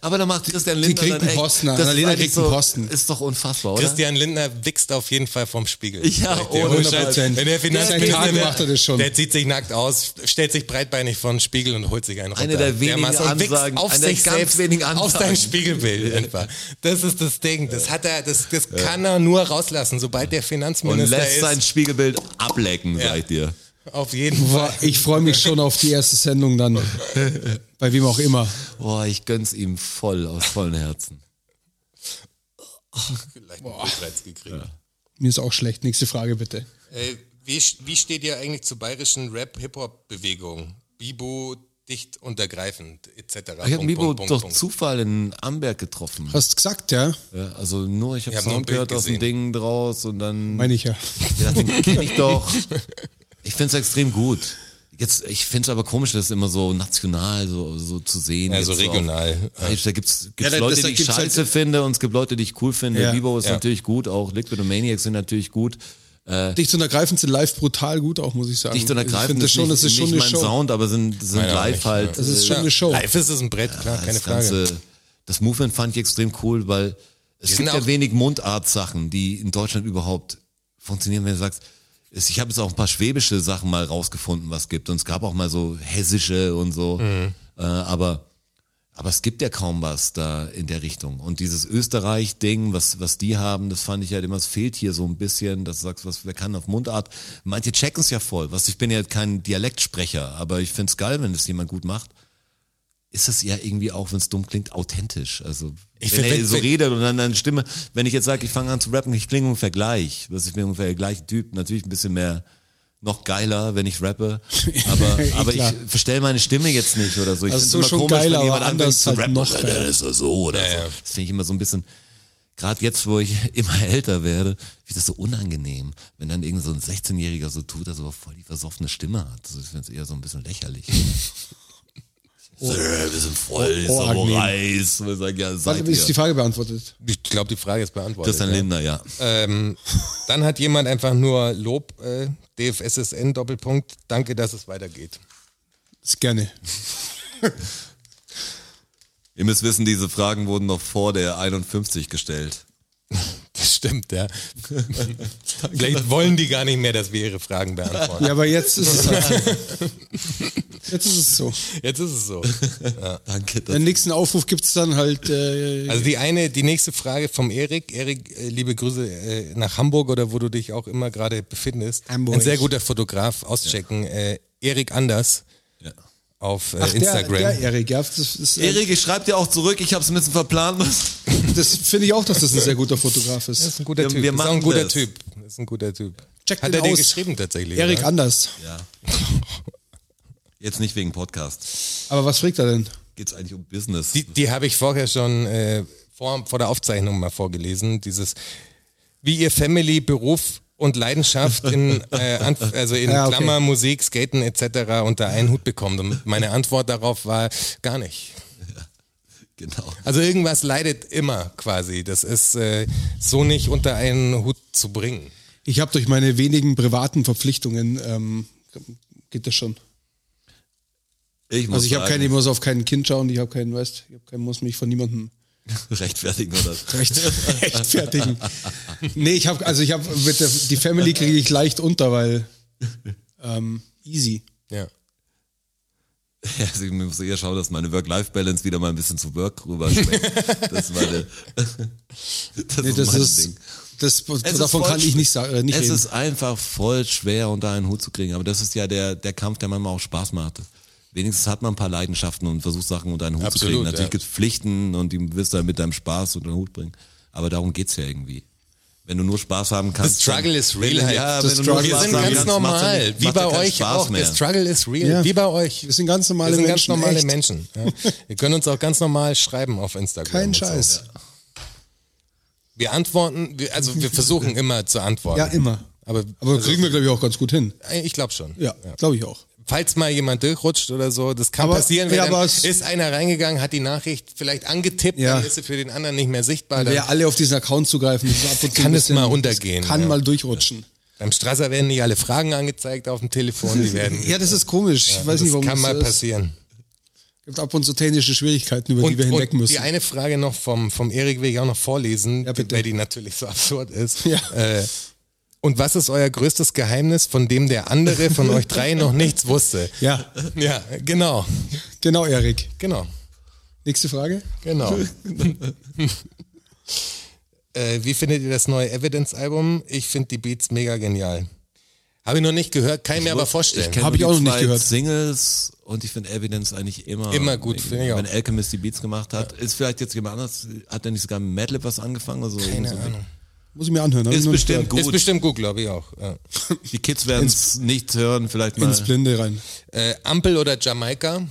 Speaker 2: Aber da macht Christian Lindner
Speaker 4: kriegt
Speaker 2: dann
Speaker 4: einen
Speaker 2: echt-
Speaker 4: Posten,
Speaker 2: das ist
Speaker 4: Annalena
Speaker 2: eigentlich
Speaker 4: kriegt einen
Speaker 2: so-
Speaker 4: Posten.
Speaker 2: Ist doch unfassbar, oder?
Speaker 3: Christian Lindner wächst auf jeden Fall vom Spiegel.
Speaker 2: Ja,
Speaker 3: Sag ich dir.
Speaker 2: ohne
Speaker 3: Ohne Scheiß.
Speaker 4: 100%.
Speaker 3: Wenn der
Speaker 4: Seit
Speaker 3: Finanzminister
Speaker 4: Tagen macht er das schon.
Speaker 3: der zieht sich nackt aus, stellt sich breitbeinig vor den Spiegel und holt sich einen runter.
Speaker 2: Eine der wenigen
Speaker 3: macht so einen Wichs
Speaker 2: Ansagen,
Speaker 3: auf
Speaker 2: eine
Speaker 3: sich
Speaker 2: ganz
Speaker 3: selbst,
Speaker 2: wenigen
Speaker 3: auf
Speaker 2: Ansagen.
Speaker 3: sein Spiegelbild einfach. Das ist das Ding. Das hat er, das, das kann er nur rauslassen, sobald der
Speaker 2: und
Speaker 3: Finanzminister
Speaker 2: lässt sein
Speaker 3: ist.
Speaker 2: Spiegelbild ablecken,
Speaker 3: Ja.
Speaker 2: sag ich dir.
Speaker 3: Auf jeden Fall.
Speaker 4: Boah, Ich freue mich schon auf die erste Sendung dann. Bei wem auch immer.
Speaker 2: Boah, ich gönn's ihm voll aus vollem Herzen.
Speaker 3: Vielleicht einen Anreiz gekriegt.
Speaker 4: Mir ist auch schlecht. Nächste Frage bitte.
Speaker 3: Äh, wie, wie steht ihr eigentlich zur bayerischen Rap-Hip-Hop-Bewegung? Bibo, dicht und ergreifend, etc.
Speaker 2: Ich habe Mibo durch Zufall in Amberg getroffen.
Speaker 4: Hast gesagt, ja?
Speaker 2: Ja, also nur, ich habe
Speaker 3: Ich hab nur ein
Speaker 2: Sound
Speaker 3: Bild
Speaker 2: gehört aus dem Ding draus und dann
Speaker 4: Meine ich ja.
Speaker 2: Ja, den kenn ich doch. Ich find's extrem gut. Jetzt, ich find's aber komisch, das immer so national so, so zu sehen.
Speaker 3: Also
Speaker 2: Jetzt so
Speaker 3: regional.
Speaker 2: Auf, Mensch, da gibt's, gibt's
Speaker 4: da-
Speaker 2: Leute,
Speaker 4: das- da
Speaker 2: die ich
Speaker 4: gibt's halt-
Speaker 2: scheiße finde und es gibt Leute, die ich cool finde.
Speaker 4: Ja.
Speaker 2: Vivo ist
Speaker 3: Ja.
Speaker 2: natürlich gut, auch Liquid und Maniacs sind natürlich gut.
Speaker 4: Dicht und ergreifend sind live brutal gut auch, muss ich sagen. Also
Speaker 2: Dicht und
Speaker 4: ich
Speaker 2: ergreifend
Speaker 4: finde das
Speaker 2: ist
Speaker 4: schon,
Speaker 2: nicht,
Speaker 4: das ist schon
Speaker 2: nicht mein
Speaker 4: eine Show.
Speaker 2: Sound, aber sind, sind
Speaker 3: Meiner auch
Speaker 2: live
Speaker 3: nicht,
Speaker 2: halt.
Speaker 4: Das ist
Speaker 2: äh,
Speaker 4: schon eine Show.
Speaker 3: Live ist es ein Brett, klar, keine
Speaker 2: das
Speaker 3: Frage.
Speaker 2: Ganze, das Movement fand ich extrem cool, weil es
Speaker 3: sind
Speaker 2: gibt ja
Speaker 3: auch-
Speaker 2: wenig Mundart-Sachen, die in Deutschland überhaupt funktionieren, wenn du sagst, es- ich habe jetzt auch ein paar schwäbische Sachen mal rausgefunden, was gibt. Und es gab auch mal so hessische und so.
Speaker 3: Mhm.
Speaker 2: Äh, aber, aber es gibt ja kaum was da in der Richtung. Und dieses Österreich-Ding, was, was die haben, das fand ich halt immer, es fehlt hier so ein bisschen, dass du sagst, was, wer kann auf Mundart. Manche checken es ja voll. Was, ich bin ja kein Dialektsprecher, aber ich find's geil, wenn es jemand gut macht ist das ja irgendwie auch, wenn es dumm klingt, authentisch. Also
Speaker 3: Ich
Speaker 2: wenn
Speaker 3: find,
Speaker 2: er
Speaker 3: wenn-
Speaker 2: so
Speaker 3: wenn-
Speaker 2: redet und dann eine Stimme, wenn ich jetzt sage, ich fange an zu rappen, ich klinge ungefähr gleich. Das ich bin ungefähr der gleiche Typ, natürlich ein bisschen mehr noch geiler, wenn ich rappe, aber, aber ich
Speaker 4: Klar.
Speaker 2: verstelle meine Stimme jetzt nicht oder so. Ich
Speaker 4: Also
Speaker 2: find's
Speaker 4: so schon geil, aber anders halt noch
Speaker 2: oder,
Speaker 4: geiler.
Speaker 2: ist er so oder
Speaker 3: Ja, ja.
Speaker 2: so. Das finde ich immer so ein bisschen, gerade jetzt, wo ich immer älter werde, finde ich das so unangenehm, wenn dann irgend so ein 16-Jähriger so tut, dass er aber voll die versoffene Stimme hat. Also ich finde es eher so ein bisschen lächerlich. Sir, wir sind voll
Speaker 4: Oh, angenehm.
Speaker 2: Samurais. Und ich sag, ja,
Speaker 4: Warte,
Speaker 2: seid
Speaker 4: ist die
Speaker 2: ihr.
Speaker 4: Frage beantwortet?
Speaker 3: Ich glaube, die Frage ist beantwortet.
Speaker 2: Christian Lindner, ja.
Speaker 4: Äh.
Speaker 3: Ähm, dann hat jemand einfach nur Lob, äh, DFSSN, Doppelpunkt, danke, dass es weitergeht.
Speaker 4: Ist gerne.
Speaker 2: Ihr müsst wissen, diese Fragen wurden noch vor der 51 gestellt.
Speaker 3: Das stimmt, ja. Vielleicht wollen die gar nicht mehr, dass wir ihre Fragen beantworten.
Speaker 4: Ja, aber jetzt ist es halt so. Jetzt ist es so.
Speaker 3: Jetzt ist es so.
Speaker 2: Danke.
Speaker 4: Den
Speaker 2: Das
Speaker 4: nächsten Aufruf gibt es dann halt. Äh,
Speaker 3: Also die eine, die nächste Frage vom Erik. Erik, äh, liebe Grüße äh, nach Hamburg oder wo du dich auch immer gerade befindest.
Speaker 4: Hamburg.
Speaker 3: Ein sehr guter Fotograf, auschecken. Äh, Erik Anders
Speaker 2: ja.
Speaker 3: auf äh,
Speaker 4: Ach,
Speaker 3: Instagram.
Speaker 4: Der, der Erik, ja. Das, ist, äh,
Speaker 2: Erik, ich schreib dir auch zurück, ich hab's ein bisschen verplant.
Speaker 4: das finde ich auch, dass das ein sehr guter Fotograf
Speaker 3: das ist
Speaker 4: ist.
Speaker 3: ein guter
Speaker 2: Wir-
Speaker 3: Typ.
Speaker 2: wir
Speaker 3: das ist auch
Speaker 2: machen
Speaker 3: ein guter
Speaker 2: das.
Speaker 3: Typ. Das ist ein guter Typ.
Speaker 4: Checkt
Speaker 3: Hat
Speaker 4: ihn
Speaker 3: er dir
Speaker 4: aus.
Speaker 3: geschrieben tatsächlich?
Speaker 4: Erik
Speaker 3: oder?
Speaker 4: anders.
Speaker 2: Ja. Jetzt nicht wegen Podcast.
Speaker 4: Aber was fragt er denn?
Speaker 2: Geht's eigentlich um Business.
Speaker 3: Die, die habe ich vorher schon äh, vor, vor der Aufzeichnung mal vorgelesen. Dieses, wie ihr Family, Beruf und Leidenschaft in, äh, Anf- also in
Speaker 4: Ja, okay.
Speaker 3: Klammer, Musik, Skaten etc. unter einen Hut bekommt. Und meine Antwort darauf war gar nicht.
Speaker 2: genau.
Speaker 3: Also irgendwas leidet immer quasi. Das ist äh, so nicht unter einen Hut zu bringen.
Speaker 4: Ich habe durch meine wenigen privaten Verpflichtungen, ähm, geht das schon.
Speaker 2: Ich muss
Speaker 4: Also ich habe
Speaker 2: sagen,
Speaker 4: keine, ich muss auf kein Kind schauen, ich habe keinen, weißt, ich hab keinen, muss mich von niemandem
Speaker 2: rechtfertigen oder
Speaker 4: recht, rechtfertigen. Nee, ich habe, also ich habe, die Family kriege ich leicht unter, weil ähm, easy.
Speaker 3: Ja.
Speaker 2: Ja, also ich muss eher schauen, dass meine Work-Life-Balance wieder mal ein bisschen zu Work rüber schmeckt. Das ist meine. Das
Speaker 4: Nee,
Speaker 2: ist
Speaker 4: das
Speaker 2: mein
Speaker 4: ist,
Speaker 2: Ding.
Speaker 3: also
Speaker 2: Es
Speaker 4: das, davon
Speaker 2: ist voll
Speaker 4: kann ich
Speaker 2: schw-
Speaker 4: nicht, sagen, äh, nicht
Speaker 2: Es
Speaker 4: reden.
Speaker 2: ist einfach voll schwer, unter einen Hut zu kriegen. Aber das ist ja der, der Kampf, der manchmal auch Spaß macht. Wenigstens hat man ein paar Leidenschaften und versucht Sachen unter einen Hut zu
Speaker 3: Absolut,
Speaker 2: kriegen. Natürlich
Speaker 3: ja.
Speaker 2: halt gibt's Pflichten und die wirst du dann mit deinem Spaß unter den Hut bringen. Aber darum geht's ja irgendwie. Wenn du nur Spaß haben kannst.
Speaker 3: The struggle
Speaker 2: dann-
Speaker 3: is real
Speaker 2: Wenn du-
Speaker 3: halt.
Speaker 2: Ja,
Speaker 4: The
Speaker 2: wenn du nur Spaß
Speaker 4: struggle is
Speaker 3: Wir sind
Speaker 4: real.
Speaker 2: haben kannst,
Speaker 4: Ganz
Speaker 3: ganz
Speaker 2: macht's
Speaker 3: normal,
Speaker 2: dir-
Speaker 3: wie
Speaker 2: macht dir
Speaker 3: bei
Speaker 2: keinen
Speaker 3: euch
Speaker 2: Spaß
Speaker 3: auch.
Speaker 2: mehr.
Speaker 3: Der Struggle is real,
Speaker 4: Ja.
Speaker 3: wie bei euch.
Speaker 4: Wir sind ganz normale
Speaker 3: Wir sind ganz
Speaker 4: Menschen.
Speaker 3: normale
Speaker 4: echt.
Speaker 3: Menschen. Ja. Wir können uns auch ganz normal schreiben auf Instagram.
Speaker 4: Kein
Speaker 3: und so.
Speaker 4: Scheiß.
Speaker 3: Wir antworten, wir, also wir versuchen immer zu antworten.
Speaker 4: Ja, immer.
Speaker 3: Aber,
Speaker 4: Aber
Speaker 3: also,
Speaker 4: kriegen wir, glaube ich, auch ganz gut hin.
Speaker 3: ich glaube schon.
Speaker 4: Ja, glaube ich auch.
Speaker 3: Falls mal jemand durchrutscht oder so, das kann
Speaker 4: Aber-
Speaker 3: passieren. Wenn
Speaker 4: ja,
Speaker 3: dann
Speaker 4: aber es-
Speaker 3: ist einer reingegangen, hat die Nachricht vielleicht angetippt,
Speaker 4: Ja.
Speaker 3: dann ist sie für den anderen nicht mehr sichtbar. Dann,
Speaker 4: Wer alle auf diesen Account zugreifen, das ist ab und zu
Speaker 3: Kann
Speaker 4: ein
Speaker 3: es
Speaker 4: bisschen-
Speaker 3: mal untergehen,
Speaker 4: das Kann
Speaker 3: ja.
Speaker 4: mal durchrutschen.
Speaker 3: Beim Strasser werden nicht alle Fragen angezeigt auf dem Telefon. Die werden,
Speaker 4: Ja, das ist komisch. Ich weiß
Speaker 3: das
Speaker 4: nicht, warum
Speaker 3: kann
Speaker 4: es
Speaker 3: mal
Speaker 4: so ist.
Speaker 3: passieren.
Speaker 4: Es gibt ab und zu technische Schwierigkeiten, über die wir hinweg müssen.
Speaker 3: Die eine Frage noch vom, vom Erik will ich auch noch vorlesen,
Speaker 4: Ja, bitte.
Speaker 3: weil die natürlich so absurd ist.
Speaker 4: Ja.
Speaker 3: Äh, und was ist euer größtes Geheimnis, von dem der andere von euch drei noch nichts wusste?
Speaker 4: ja,
Speaker 3: Ja, genau,
Speaker 4: genau, Erik.
Speaker 3: genau,
Speaker 4: Nächste Frage.
Speaker 3: genau. äh, wie findet ihr das neue Evidence-Album? Ich finde die Beats mega genial. Habe ich noch nicht gehört, kann ich mir aber vorstellen.
Speaker 2: Ich kenne
Speaker 4: Hab ich
Speaker 2: nur
Speaker 4: auch
Speaker 2: die
Speaker 4: noch nicht
Speaker 2: zwei
Speaker 4: gehört.
Speaker 2: Singles und ich finde Evidence eigentlich immer
Speaker 3: Immer gut, finde ich auch.
Speaker 2: Wenn Alchemist die Beats gemacht hat, ist vielleicht jetzt jemand anders, hat er nicht sogar mit Madlib was angefangen oder so?
Speaker 3: Keine
Speaker 2: Irgendwie so.
Speaker 3: Ahnung.
Speaker 4: Muss ich mir anhören. hab ich
Speaker 2: Ist
Speaker 4: noch nicht
Speaker 2: bestimmt
Speaker 4: gehört.
Speaker 2: gut.
Speaker 3: Ist bestimmt gut, glaube ich auch. Ja.
Speaker 2: die Kids werden es nicht hören, vielleicht mal.
Speaker 3: ne?
Speaker 4: Ins Blinde rein.
Speaker 3: Äh, Ampel oder Jamaika?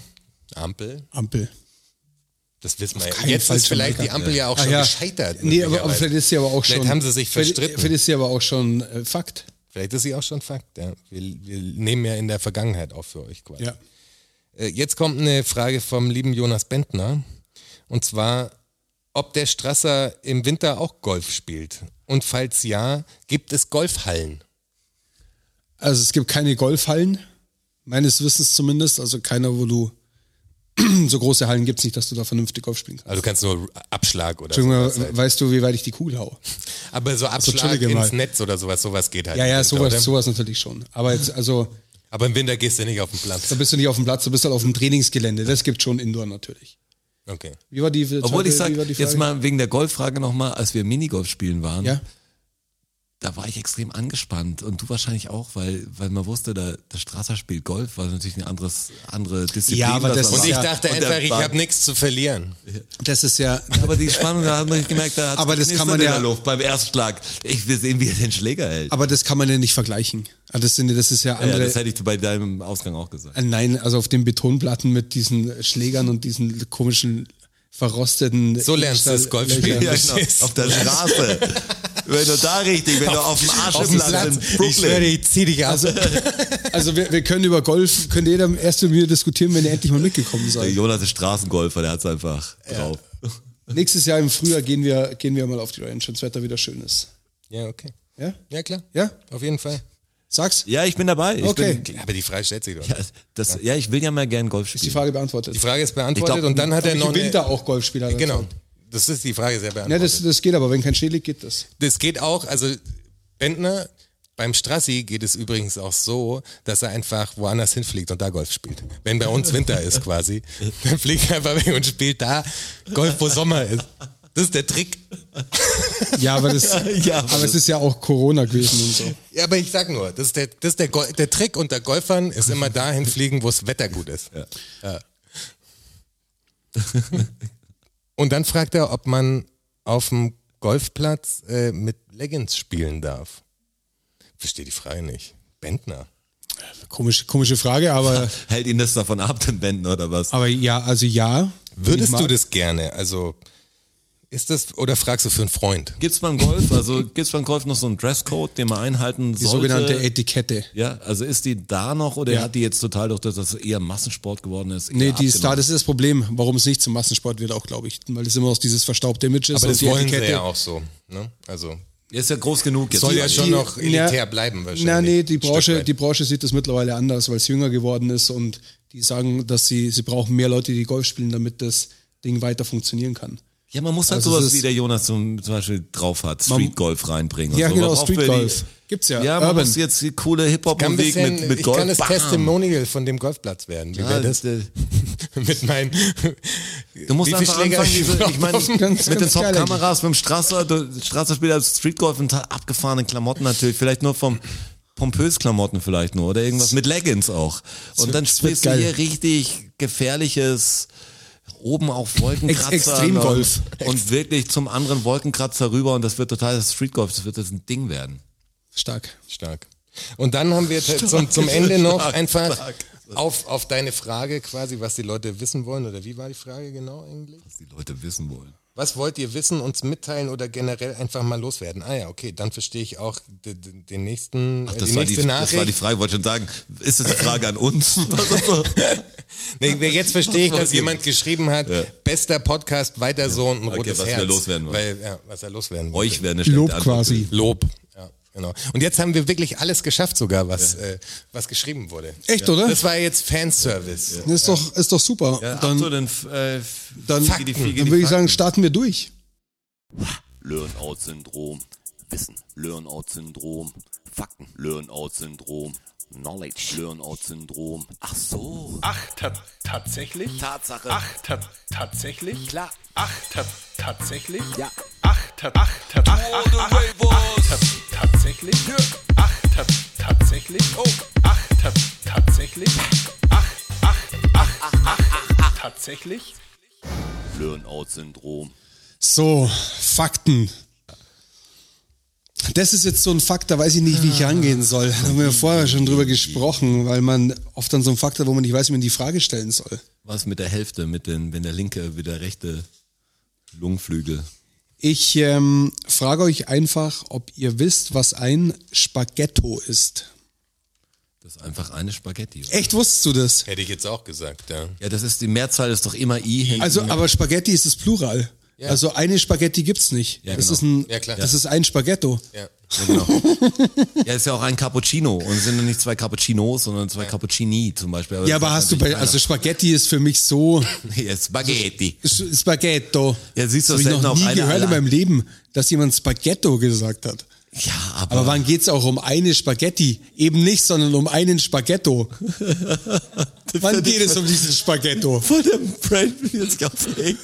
Speaker 3: Ampel.
Speaker 4: Ampel.
Speaker 3: Das wissen wir. ja.
Speaker 4: keinen
Speaker 3: Jetzt
Speaker 4: Fall
Speaker 3: ist vielleicht
Speaker 4: Jamaika.
Speaker 3: die Ampel ja auch
Speaker 4: Ah,
Speaker 3: schon
Speaker 4: ja.
Speaker 3: gescheitert.
Speaker 4: Nee, aber, aber
Speaker 3: möglicherweise.
Speaker 4: vielleicht ist sie aber auch
Speaker 3: Vielleicht
Speaker 4: schon.
Speaker 3: haben sie sich
Speaker 4: vielleicht-
Speaker 3: verstritten.
Speaker 4: Vielleicht ist sie aber auch schon äh, Fakt.
Speaker 3: Vielleicht ist sie auch schon Fakt. Ja. Wir, wir nehmen ja in der Vergangenheit auf für euch quasi.
Speaker 4: Ja.
Speaker 3: Äh, jetzt kommt eine Frage vom lieben Jonas Bentner. Und zwar, ob der Strasser im Winter auch Golf spielt? Und falls ja, gibt es Golfhallen?
Speaker 4: Also es gibt keine Golfhallen, meines Wissens zumindest. Also keiner, wo du so große Hallen gibt es nicht, dass du da vernünftig Golf spielen kannst.
Speaker 3: Also du kannst nur Abschlag oder
Speaker 4: Entschuldigung,
Speaker 3: sowas. Halt.
Speaker 4: weißt du, wie weit ich die Kugel hau?
Speaker 3: Aber so Abschlag
Speaker 4: entschuldige
Speaker 3: ins
Speaker 4: mal.
Speaker 3: Netz oder sowas, sowas geht halt.
Speaker 4: Ja,
Speaker 3: im
Speaker 4: ja,
Speaker 3: Winter, oder?
Speaker 4: sowas, sowas natürlich schon. Aber jetzt, also,
Speaker 3: Aber im Winter gehst du nicht auf den Platz.
Speaker 4: da bist du nicht auf dem Platz, du bist halt auf dem Trainingsgelände. Das gibt schon Indoor natürlich.
Speaker 3: Okay.
Speaker 4: Wie war die
Speaker 2: Obwohl ich
Speaker 4: wie
Speaker 2: sage,
Speaker 4: war die Frage?
Speaker 2: jetzt mal wegen der Golffrage nochmal, als wir Minigolf spielen waren,
Speaker 4: Ja,
Speaker 2: da war ich extrem angespannt und du wahrscheinlich auch, weil, weil man wusste, der, der Strasser spielt Golf, war natürlich eine anderes, andere Disziplin.
Speaker 4: Ja, aber
Speaker 2: was
Speaker 4: das
Speaker 2: man
Speaker 3: Und
Speaker 2: macht.
Speaker 4: ist
Speaker 3: ich
Speaker 4: ja-
Speaker 3: dachte
Speaker 2: Und der
Speaker 3: einfach, ich
Speaker 2: war-
Speaker 3: habe nichts zu verlieren.
Speaker 4: das ist ja,
Speaker 2: Aber die Spannung, da hat man gemerkt, da hat
Speaker 4: Aber das kann man
Speaker 2: in
Speaker 4: ja-
Speaker 2: der Luft beim Erstschlag. Ich will sehen, wie er den Schläger hält.
Speaker 4: aber das kann man ja nicht vergleichen. Ah, Das, sind, ja- das ist ja
Speaker 2: ja,
Speaker 4: andere.
Speaker 2: das hätte ich bei deinem Ausgang auch gesagt.
Speaker 4: Ah, Nein, also auf den Betonplatten mit diesen Schlägern und diesen komischen verrosteten.
Speaker 3: So lernst du das Golfspielen.
Speaker 4: Ja,
Speaker 3: Ja, genau.
Speaker 2: Auf der Straße. wenn du da richtig, wenn du auf dem Arsch
Speaker 3: Auf dem Platz.
Speaker 2: in
Speaker 3: Ich schwöre,
Speaker 2: Brooklyn.
Speaker 3: ich zieh dich ab.
Speaker 4: Also wir, wir können über Golf, könnte jeder erst mit mir diskutieren, wenn ihr endlich mal mitgekommen
Speaker 2: Der
Speaker 4: seid.
Speaker 2: Jonas ist Straßengolfer, der hat's einfach drauf.
Speaker 4: Nächstes Jahr im Frühjahr gehen wir, gehen wir mal auf die Range, wenn das Wetter wieder schön ist.
Speaker 3: Ja, okay.
Speaker 4: Ja?
Speaker 3: Ja, klar.
Speaker 4: Ja?
Speaker 3: Auf jeden Fall.
Speaker 4: Sag's?
Speaker 2: Ja, ich bin dabei. Ich
Speaker 4: Okay.
Speaker 2: Bin,
Speaker 3: Aber die Frage stellt sich doch.
Speaker 2: ja, das, ja, ich will ja mal gern Golf
Speaker 4: Ist die
Speaker 2: spielen.
Speaker 4: Frage beantwortet.
Speaker 3: Die Frage ist beantwortet
Speaker 2: Ich glaub,
Speaker 3: und dann hat
Speaker 4: Ob
Speaker 3: er
Speaker 4: ich
Speaker 3: noch
Speaker 4: im Winter
Speaker 3: eine,
Speaker 4: auch Golfspieler sein
Speaker 3: Genau.
Speaker 4: soll?
Speaker 3: Das ist die Frage sehr beantwortet.
Speaker 4: Ja, das, das geht aber, wenn kein Schnee liegt, geht das.
Speaker 3: Das geht auch, also Bentner, beim Strassi geht es übrigens auch so, dass er einfach woanders hinfliegt und da Golf spielt. Wenn bei uns Winter ist quasi, dann fliegt er einfach weg und spielt da Golf, wo Sommer ist. Das ist der Trick.
Speaker 4: Ja, aber, das,
Speaker 2: Ja,
Speaker 4: aber es ist ja auch Corona gewesen und so.
Speaker 3: Ja, aber ich sag nur, das ist der, das ist der, Gol- der Trick unter Golfern ist immer dahin fliegen, wo das Wetter gut ist. Ja. Und dann fragt er, ob man auf dem Golfplatz äh, mit Leggings spielen darf. Verstehe die Frage nicht. Bentner.
Speaker 4: Komische, komische Frage, aber,
Speaker 2: Hält ihn das davon ab, den Bänden oder was?
Speaker 4: aber ja, also ja.
Speaker 3: Würdest
Speaker 4: Ich
Speaker 3: du
Speaker 4: mag-
Speaker 3: das gerne? Also ist das oder fragst du für einen Freund?
Speaker 2: Gibt's beim Golf, also gibt's beim Golf noch so einen Dresscode, den man einhalten
Speaker 4: Die
Speaker 2: sollte?
Speaker 4: sogenannte Etikette.
Speaker 2: Ja, also ist die da noch oder
Speaker 4: Ja.
Speaker 2: hat die jetzt total durch das, dass es eher Massensport geworden ist?
Speaker 4: Nee,
Speaker 2: eher
Speaker 4: die ist da,
Speaker 2: abgenommen?
Speaker 4: das ist das Problem, warum es nicht zum Massensport wird auch, glaube ich. Weil das immer noch dieses verstaubte Image ist.
Speaker 3: Aber
Speaker 4: und
Speaker 3: das
Speaker 4: die
Speaker 3: wollen
Speaker 4: Etikette.
Speaker 3: sie ja auch so. Ne? Also
Speaker 2: Ist ja groß genug jetzt.
Speaker 3: soll ja
Speaker 2: Die-
Speaker 3: schon
Speaker 4: die-
Speaker 3: noch elitär
Speaker 4: ja.
Speaker 3: bleiben wahrscheinlich.
Speaker 4: Na, nee, die
Speaker 3: Ein Stück
Speaker 4: Branche,
Speaker 3: weit.
Speaker 4: die Branche sieht das mittlerweile anders, weil es jünger geworden ist und die sagen, dass sie, sie brauchen mehr Leute, die Golf spielen, damit das Ding weiter funktionieren kann.
Speaker 2: Ja, man muss halt
Speaker 4: Also es
Speaker 2: sowas,
Speaker 4: ist-
Speaker 2: wie der Jonas zum, zum Beispiel drauf hat, Street Golf
Speaker 3: Also
Speaker 2: reinbringen.
Speaker 4: Ja,
Speaker 2: und so.
Speaker 4: genau,
Speaker 2: Man braucht
Speaker 4: Street
Speaker 2: für die-
Speaker 4: Golf. Gibt's ja.
Speaker 2: Ja, man
Speaker 4: Urban.
Speaker 2: muss jetzt die coole
Speaker 3: kann ein
Speaker 2: Hip-Hop-Musik
Speaker 3: bisschen,
Speaker 2: mit, mit
Speaker 3: ich
Speaker 2: Golf.
Speaker 3: kann das
Speaker 2: Bam!
Speaker 3: Testimonial von dem Golfplatz werden. Wie
Speaker 2: Ja,
Speaker 3: wär das?
Speaker 2: das-
Speaker 3: Mit meinen.
Speaker 2: Du musst
Speaker 3: Wie viel
Speaker 2: einfach
Speaker 3: Schläger
Speaker 2: anfangen,
Speaker 3: ich
Speaker 2: diese, ich
Speaker 3: brauch.
Speaker 2: meine,
Speaker 4: Ganz-
Speaker 2: mit den
Speaker 4: ganz geil
Speaker 2: Top-Kameras, mit dem Strasser, der Strasser spielt als Streetgolf und hat abgefahrene Klamotten natürlich, vielleicht nur vom pompös Klamotten vielleicht nur oder irgendwas mit Leggings auch. Und dann
Speaker 4: das wird
Speaker 2: spielst du
Speaker 4: geil.
Speaker 2: hier richtig gefährliches oben auf Wolkenkratzer
Speaker 4: Ex- Extremgolf.
Speaker 2: und, und wirklich zum anderen Wolkenkratzer rüber und das wird total das Streetgolf, das wird jetzt ein Ding werden.
Speaker 4: Stark.
Speaker 3: Stark. Und dann haben wir t- zum, zum Ende noch
Speaker 2: Stark,
Speaker 3: einfach
Speaker 2: stark.
Speaker 3: auf, auf deine Frage quasi, was die Leute wissen wollen, oder wie war die Frage genau eigentlich?
Speaker 2: Was die Leute wissen wollen.
Speaker 3: Was wollt ihr wissen, uns mitteilen oder generell einfach mal loswerden? Ah ja, okay, dann verstehe ich auch d- d- den nächsten, äh,
Speaker 2: Das
Speaker 3: die
Speaker 2: war
Speaker 3: nächste
Speaker 2: die, das war die
Speaker 3: Nachricht.
Speaker 2: Frage, ich wollte schon sagen, ist das die Frage an uns?
Speaker 3: Nee, wer jetzt verstehe ich,
Speaker 2: Das war
Speaker 3: dass
Speaker 2: die-
Speaker 3: jemand geschrieben hat,
Speaker 2: Ja.
Speaker 3: bester Podcast, weiter so und ein
Speaker 2: Okay,
Speaker 3: rotes
Speaker 2: was wir
Speaker 3: Herz.
Speaker 2: loswerden wollen.
Speaker 3: weil, ja, was er loswerden wollte.
Speaker 2: Euch wäre eine schlechte
Speaker 4: Lob
Speaker 2: Antwort
Speaker 4: quasi.
Speaker 3: Lob. Ja, genau. Und jetzt haben wir wirklich alles geschafft sogar, was, äh, was geschrieben wurde.
Speaker 4: Echt, oder?
Speaker 3: Das war jetzt Fanservice.
Speaker 4: Das ist doch, ist doch super.
Speaker 2: Ja, dann,
Speaker 4: dann
Speaker 2: ach so, dann, f- äh,
Speaker 4: dann,
Speaker 2: Fakten. die vier,
Speaker 4: dann
Speaker 2: geh die
Speaker 4: würde ich
Speaker 2: Fakten.
Speaker 4: sagen, starten wir durch.
Speaker 5: Learn-out-Syndrom, Wissen, Learn-out-Syndrom, Fakten, Learn-out-Syndrom, Knowledge, Learn-out-Syndrom. Ach so.
Speaker 6: Ach, ta tatsächlich?
Speaker 5: Tatsache.
Speaker 6: Ach, ta tatsächlich?
Speaker 5: Klar.
Speaker 6: Ach, ta tatsächlich?
Speaker 5: Ja.
Speaker 6: Ach, ta ach, ta ach, ach, ach, ach, ta tatsächlich? Ach, ta tatsächlich? Oh. Ach, ta tatsächlich? Ach, ach, ach, ach, ach, ach, tatsächlich?
Speaker 5: Learn-out-Syndrom.
Speaker 4: So, Fakten. Das ist jetzt so ein Fakt, da weiß ich nicht, wie ich rangehen soll. Da haben wir vorher schon drüber gesprochen, weil man oft an so einem Fakt hat, wo man nicht weiß, wie man die Frage stellen soll.
Speaker 2: Was mit der Hälfte, mit den, wenn der linke, wie der rechte Lungenflügel.
Speaker 4: Ich ähm, frage euch einfach, ob ihr wisst, was ein Spaghetto ist.
Speaker 2: Das ist einfach eine Spaghetti. oder?
Speaker 4: Echt, wusstest du das?
Speaker 3: Hätte ich jetzt auch gesagt, ja.
Speaker 2: Ja, das ist, die Mehrzahl ist doch immer I hinten.
Speaker 4: Also, aber Spaghetti ist das Plural. Also eine Spaghetti gibt's nicht.
Speaker 2: Ja,
Speaker 4: das
Speaker 2: genau.
Speaker 4: ist ein,
Speaker 3: Ja, klar.
Speaker 4: das ist ein Spaghetto.
Speaker 3: ja.
Speaker 2: ja, ist ja auch ein Cappuccino. Und es sind ja nicht zwei Cappuccinos, sondern zwei Cappuccini zum Beispiel.
Speaker 4: Ja,
Speaker 2: das
Speaker 4: aber
Speaker 2: ist
Speaker 4: hast du also- bei,
Speaker 2: natürlich
Speaker 4: also Spaghetti ist für mich so
Speaker 2: einer. Ja, Spaghetti.
Speaker 4: S- Spaghetto.
Speaker 2: Ja, siehst du, das
Speaker 4: das habe ich
Speaker 2: hätten
Speaker 4: noch
Speaker 2: auch
Speaker 4: nie
Speaker 2: alle-
Speaker 4: gehört
Speaker 2: alle-
Speaker 4: in meinem Leben, dass jemand Spaghetto gesagt hat.
Speaker 2: Ja, aber,
Speaker 4: Aber wann geht's auch um eine Spaghetti? Eben nicht, sondern um einen Spaghetto. wann geht es um diesen Spaghetto?
Speaker 2: voll der Brain jetzt aufgeregt.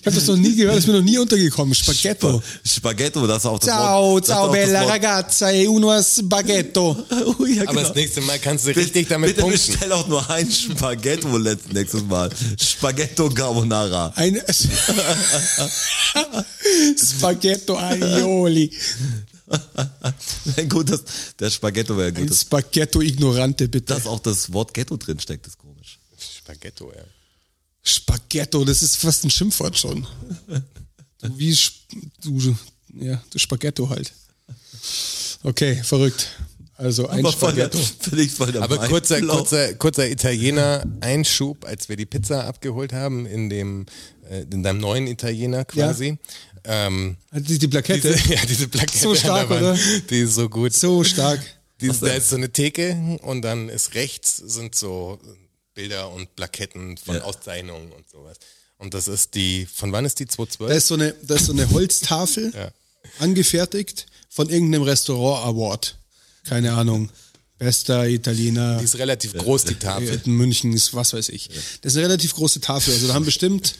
Speaker 4: Ich habe das noch nie gehört, ist mir noch nie untergekommen. Spaghetto.
Speaker 2: Spaghetto, das ist auch das
Speaker 4: Ciao,
Speaker 2: Wort. das ist
Speaker 4: ciao,
Speaker 2: auch das
Speaker 4: bella
Speaker 2: Wort-
Speaker 4: ragazza, e uno spaghetto.
Speaker 2: Oh, ja,
Speaker 3: Aber das
Speaker 2: genau.
Speaker 3: nächste Mal kannst du richtig damit
Speaker 2: Bitte
Speaker 3: punkten.
Speaker 2: bestell auch nur ein Spaghetto letzt- nächstes Mal. Spaghetto Carbonara.
Speaker 4: Ein Spaghetto Aioli.
Speaker 2: Gut, das, der Spaghetto wäre
Speaker 4: Ein
Speaker 2: gut. Das,
Speaker 4: Spaghetto Ignorante, bitte.
Speaker 2: dass auch das Wort Ghetto drinsteckt, ist komisch.
Speaker 3: Spaghetto, ja.
Speaker 4: Spaghetto, das ist fast ein Schimpfwort schon. Du, wie Sp- du, ja, du Spaghetto halt. Okay, verrückt. Also ein
Speaker 2: Aber voll der-
Speaker 4: Spaghetto.
Speaker 2: Finde ich voll der
Speaker 3: Aber äh, kurzer,
Speaker 2: Mindblow.
Speaker 3: kurzer, kurzer Italiener Einschub, als wir die Pizza abgeholt haben in dem äh, in deinem neuen Italiener quasi. Ähm,
Speaker 4: Hat die die Plakette?
Speaker 3: diese, ja, diese Plakette
Speaker 4: So
Speaker 3: an der
Speaker 4: stark,
Speaker 3: Wand,
Speaker 4: oder?
Speaker 3: die ist so gut.
Speaker 4: So stark.
Speaker 3: Die, da ist so eine Theke und dann ist rechts sind so Bilder und Plaketten von Auszeichnungen und sowas. Und das ist die, von wann ist die?
Speaker 4: Da
Speaker 3: 2012?
Speaker 4: ist so eine, da ist so eine Holztafel angefertigt von irgendeinem Restaurant Award. Keine Ahnung. Bester Italiener.
Speaker 3: Die ist relativ groß, die Tafel.
Speaker 4: in München ist was weiß ich. Das ist eine relativ große Tafel. Also da haben bestimmt,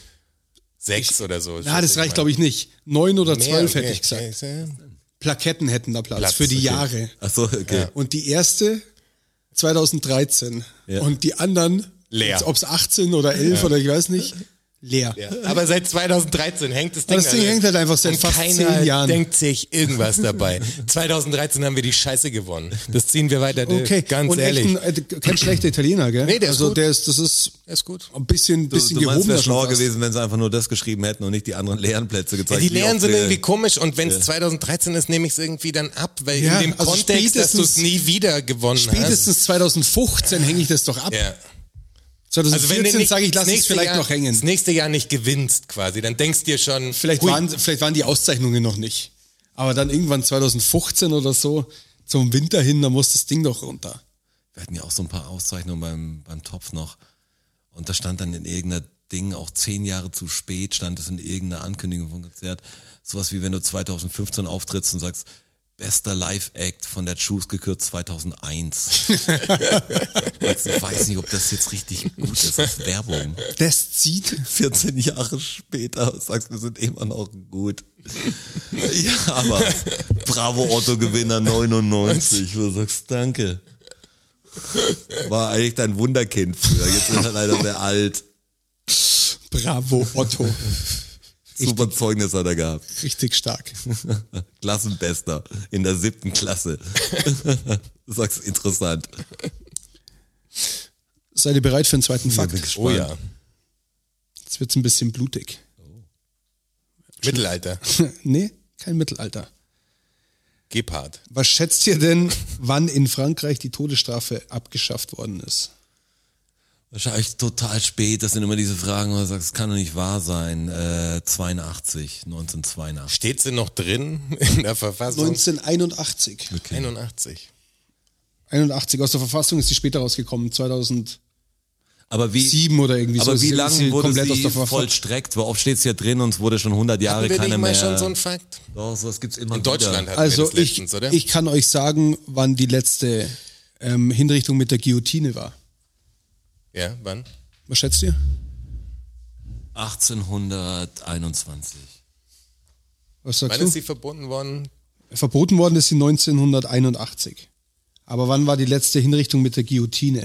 Speaker 3: Sechs oder so.
Speaker 4: na, das reicht glaube ich nicht. Neun oder zwölf hätte ich gesagt.
Speaker 3: gesagt.
Speaker 4: Plaketten hätten da Platz,
Speaker 3: Platz,
Speaker 4: für die
Speaker 3: okay.
Speaker 4: Jahre.
Speaker 2: Achso, okay.
Speaker 4: Und die erste 2013.
Speaker 2: Ja.
Speaker 4: Und die anderen,
Speaker 3: Leer.
Speaker 4: ob es 18 oder 11 oder ich weiß nicht, leer. Ah,
Speaker 3: Ja, aber seit 2013 hängt das Ding.
Speaker 4: Das Ding
Speaker 3: an. ne?
Speaker 4: hängt halt einfach seit
Speaker 3: Und
Speaker 4: fast
Speaker 3: keiner
Speaker 4: zehn Jahren.
Speaker 3: denkt sich irgendwas dabei. 2013 haben wir die Scheiße gewonnen. Das ziehen wir weiter. Dirk.
Speaker 4: Okay,
Speaker 3: Ganz
Speaker 4: und
Speaker 3: ehrlich.
Speaker 4: Echt ein, äh, kein schlechter Italiener, gell?
Speaker 3: Nee, der ist
Speaker 4: also
Speaker 3: gut.
Speaker 4: der ist, das ist
Speaker 3: ist gut.
Speaker 4: ein bisschen,
Speaker 2: Du,
Speaker 4: bisschen
Speaker 2: du meinst, es
Speaker 4: gehobener
Speaker 2: wäre
Speaker 4: schon
Speaker 2: schlauer
Speaker 4: fast.
Speaker 2: gewesen, wenn sie einfach nur das geschrieben hätten und nicht die anderen leeren Plätze
Speaker 3: Ja,
Speaker 2: gezeigt.
Speaker 3: die
Speaker 2: wie
Speaker 3: Lehren
Speaker 2: oft
Speaker 3: sind
Speaker 2: wir-
Speaker 3: irgendwie komisch und wenn es 2013 ist, nehme ich es irgendwie dann ab, weil
Speaker 4: Ja,
Speaker 3: in dem
Speaker 4: also
Speaker 3: Kontext, dass du es
Speaker 4: spätestens-
Speaker 3: nie wieder gewonnen hast.
Speaker 4: Spätestens 2015 hänge ich das doch ab.
Speaker 3: Ja. Also wenn
Speaker 4: 2014
Speaker 3: du nicht-
Speaker 4: sage ich,
Speaker 3: das
Speaker 4: lass es
Speaker 3: nächste
Speaker 4: vielleicht
Speaker 3: Jahr,
Speaker 4: noch hängen.
Speaker 3: Das nächste Jahr nicht gewinnst quasi, dann denkst dir schon,
Speaker 4: Vielleicht
Speaker 3: hui,
Speaker 4: waren, vielleicht waren die Auszeichnungen noch nicht. Aber dann irgendwann 2015 oder so, zum Winter hin, da muss das Ding doch runter.
Speaker 2: Wir hatten ja auch so ein paar Auszeichnungen beim, beim Topf noch. Und da stand dann in irgendeiner Ding, auch zehn Jahre zu spät, stand es in irgendeiner Ankündigung vom Konzert. Sowas wie wenn du 2015 auftrittst und sagst, bester Live-Act von der Choose gekürt 2001. ich weiß nicht, ob das jetzt richtig gut ist, das ist Werbung.
Speaker 4: Das zieht
Speaker 2: 14 Jahre später sagst, wir sind immer noch gut. Ja, aber Bravo Otto Gewinner 99. Du sagst, danke. War eigentlich dein Wunderkind früher. Jetzt ist er leider sehr alt.
Speaker 4: Bravo, Otto.
Speaker 2: Super Zeugnis hat er gehabt.
Speaker 4: Richtig stark.
Speaker 2: Klassenbester in der siebten Klasse. Sag's interessant.
Speaker 4: Seid ihr bereit für den zweiten Fakt?
Speaker 2: bin gespannt.
Speaker 3: Oh ja.
Speaker 4: Jetzt wird's ein bisschen blutig.
Speaker 3: Mittelalter.
Speaker 4: nee, kein Mittelalter.
Speaker 3: Gebhard.
Speaker 4: Was schätzt ihr denn, wann in Frankreich die Todesstrafe abgeschafft worden ist?
Speaker 2: Wahrscheinlich total spät. Das sind immer diese Fragen, wo du sagst, das kann doch nicht wahr sein. Äh, 82, 1982.
Speaker 3: Steht sie noch drin in der Verfassung?
Speaker 4: 1981.
Speaker 3: 81.
Speaker 4: 81 aus der Verfassung ist sie später rausgekommen, 2007
Speaker 2: Aber wie,
Speaker 4: oder irgendwie so.
Speaker 2: aber wie
Speaker 4: Ist
Speaker 2: lange
Speaker 4: sie
Speaker 2: wurde
Speaker 4: komplett aus
Speaker 2: sie
Speaker 4: der Verfassung.
Speaker 2: vollstreckt? Weil oft steht's ja drin und es wurde schon 100 Jahre
Speaker 3: Hatten wir
Speaker 2: keiner
Speaker 3: nicht mal
Speaker 2: mehr.
Speaker 3: schon so einen Fakt?
Speaker 2: Doch, sowas gibt's immer
Speaker 3: In Deutschland hatten wir
Speaker 4: Also
Speaker 3: das
Speaker 4: ich,
Speaker 3: letztens, oder?
Speaker 4: ich kann euch sagen, wann die letzte ähm, Hinrichtung mit der Guillotine war.
Speaker 3: ja, wann?
Speaker 4: Was schätzt ihr?
Speaker 2: Wieder. 1821.
Speaker 4: Was
Speaker 3: Wann
Speaker 4: sagst
Speaker 3: ist
Speaker 4: du?
Speaker 3: sie verbunden worden?
Speaker 4: Verboten worden ist sie 1981. Aber wann war die letzte Hinrichtung mit der Guillotine?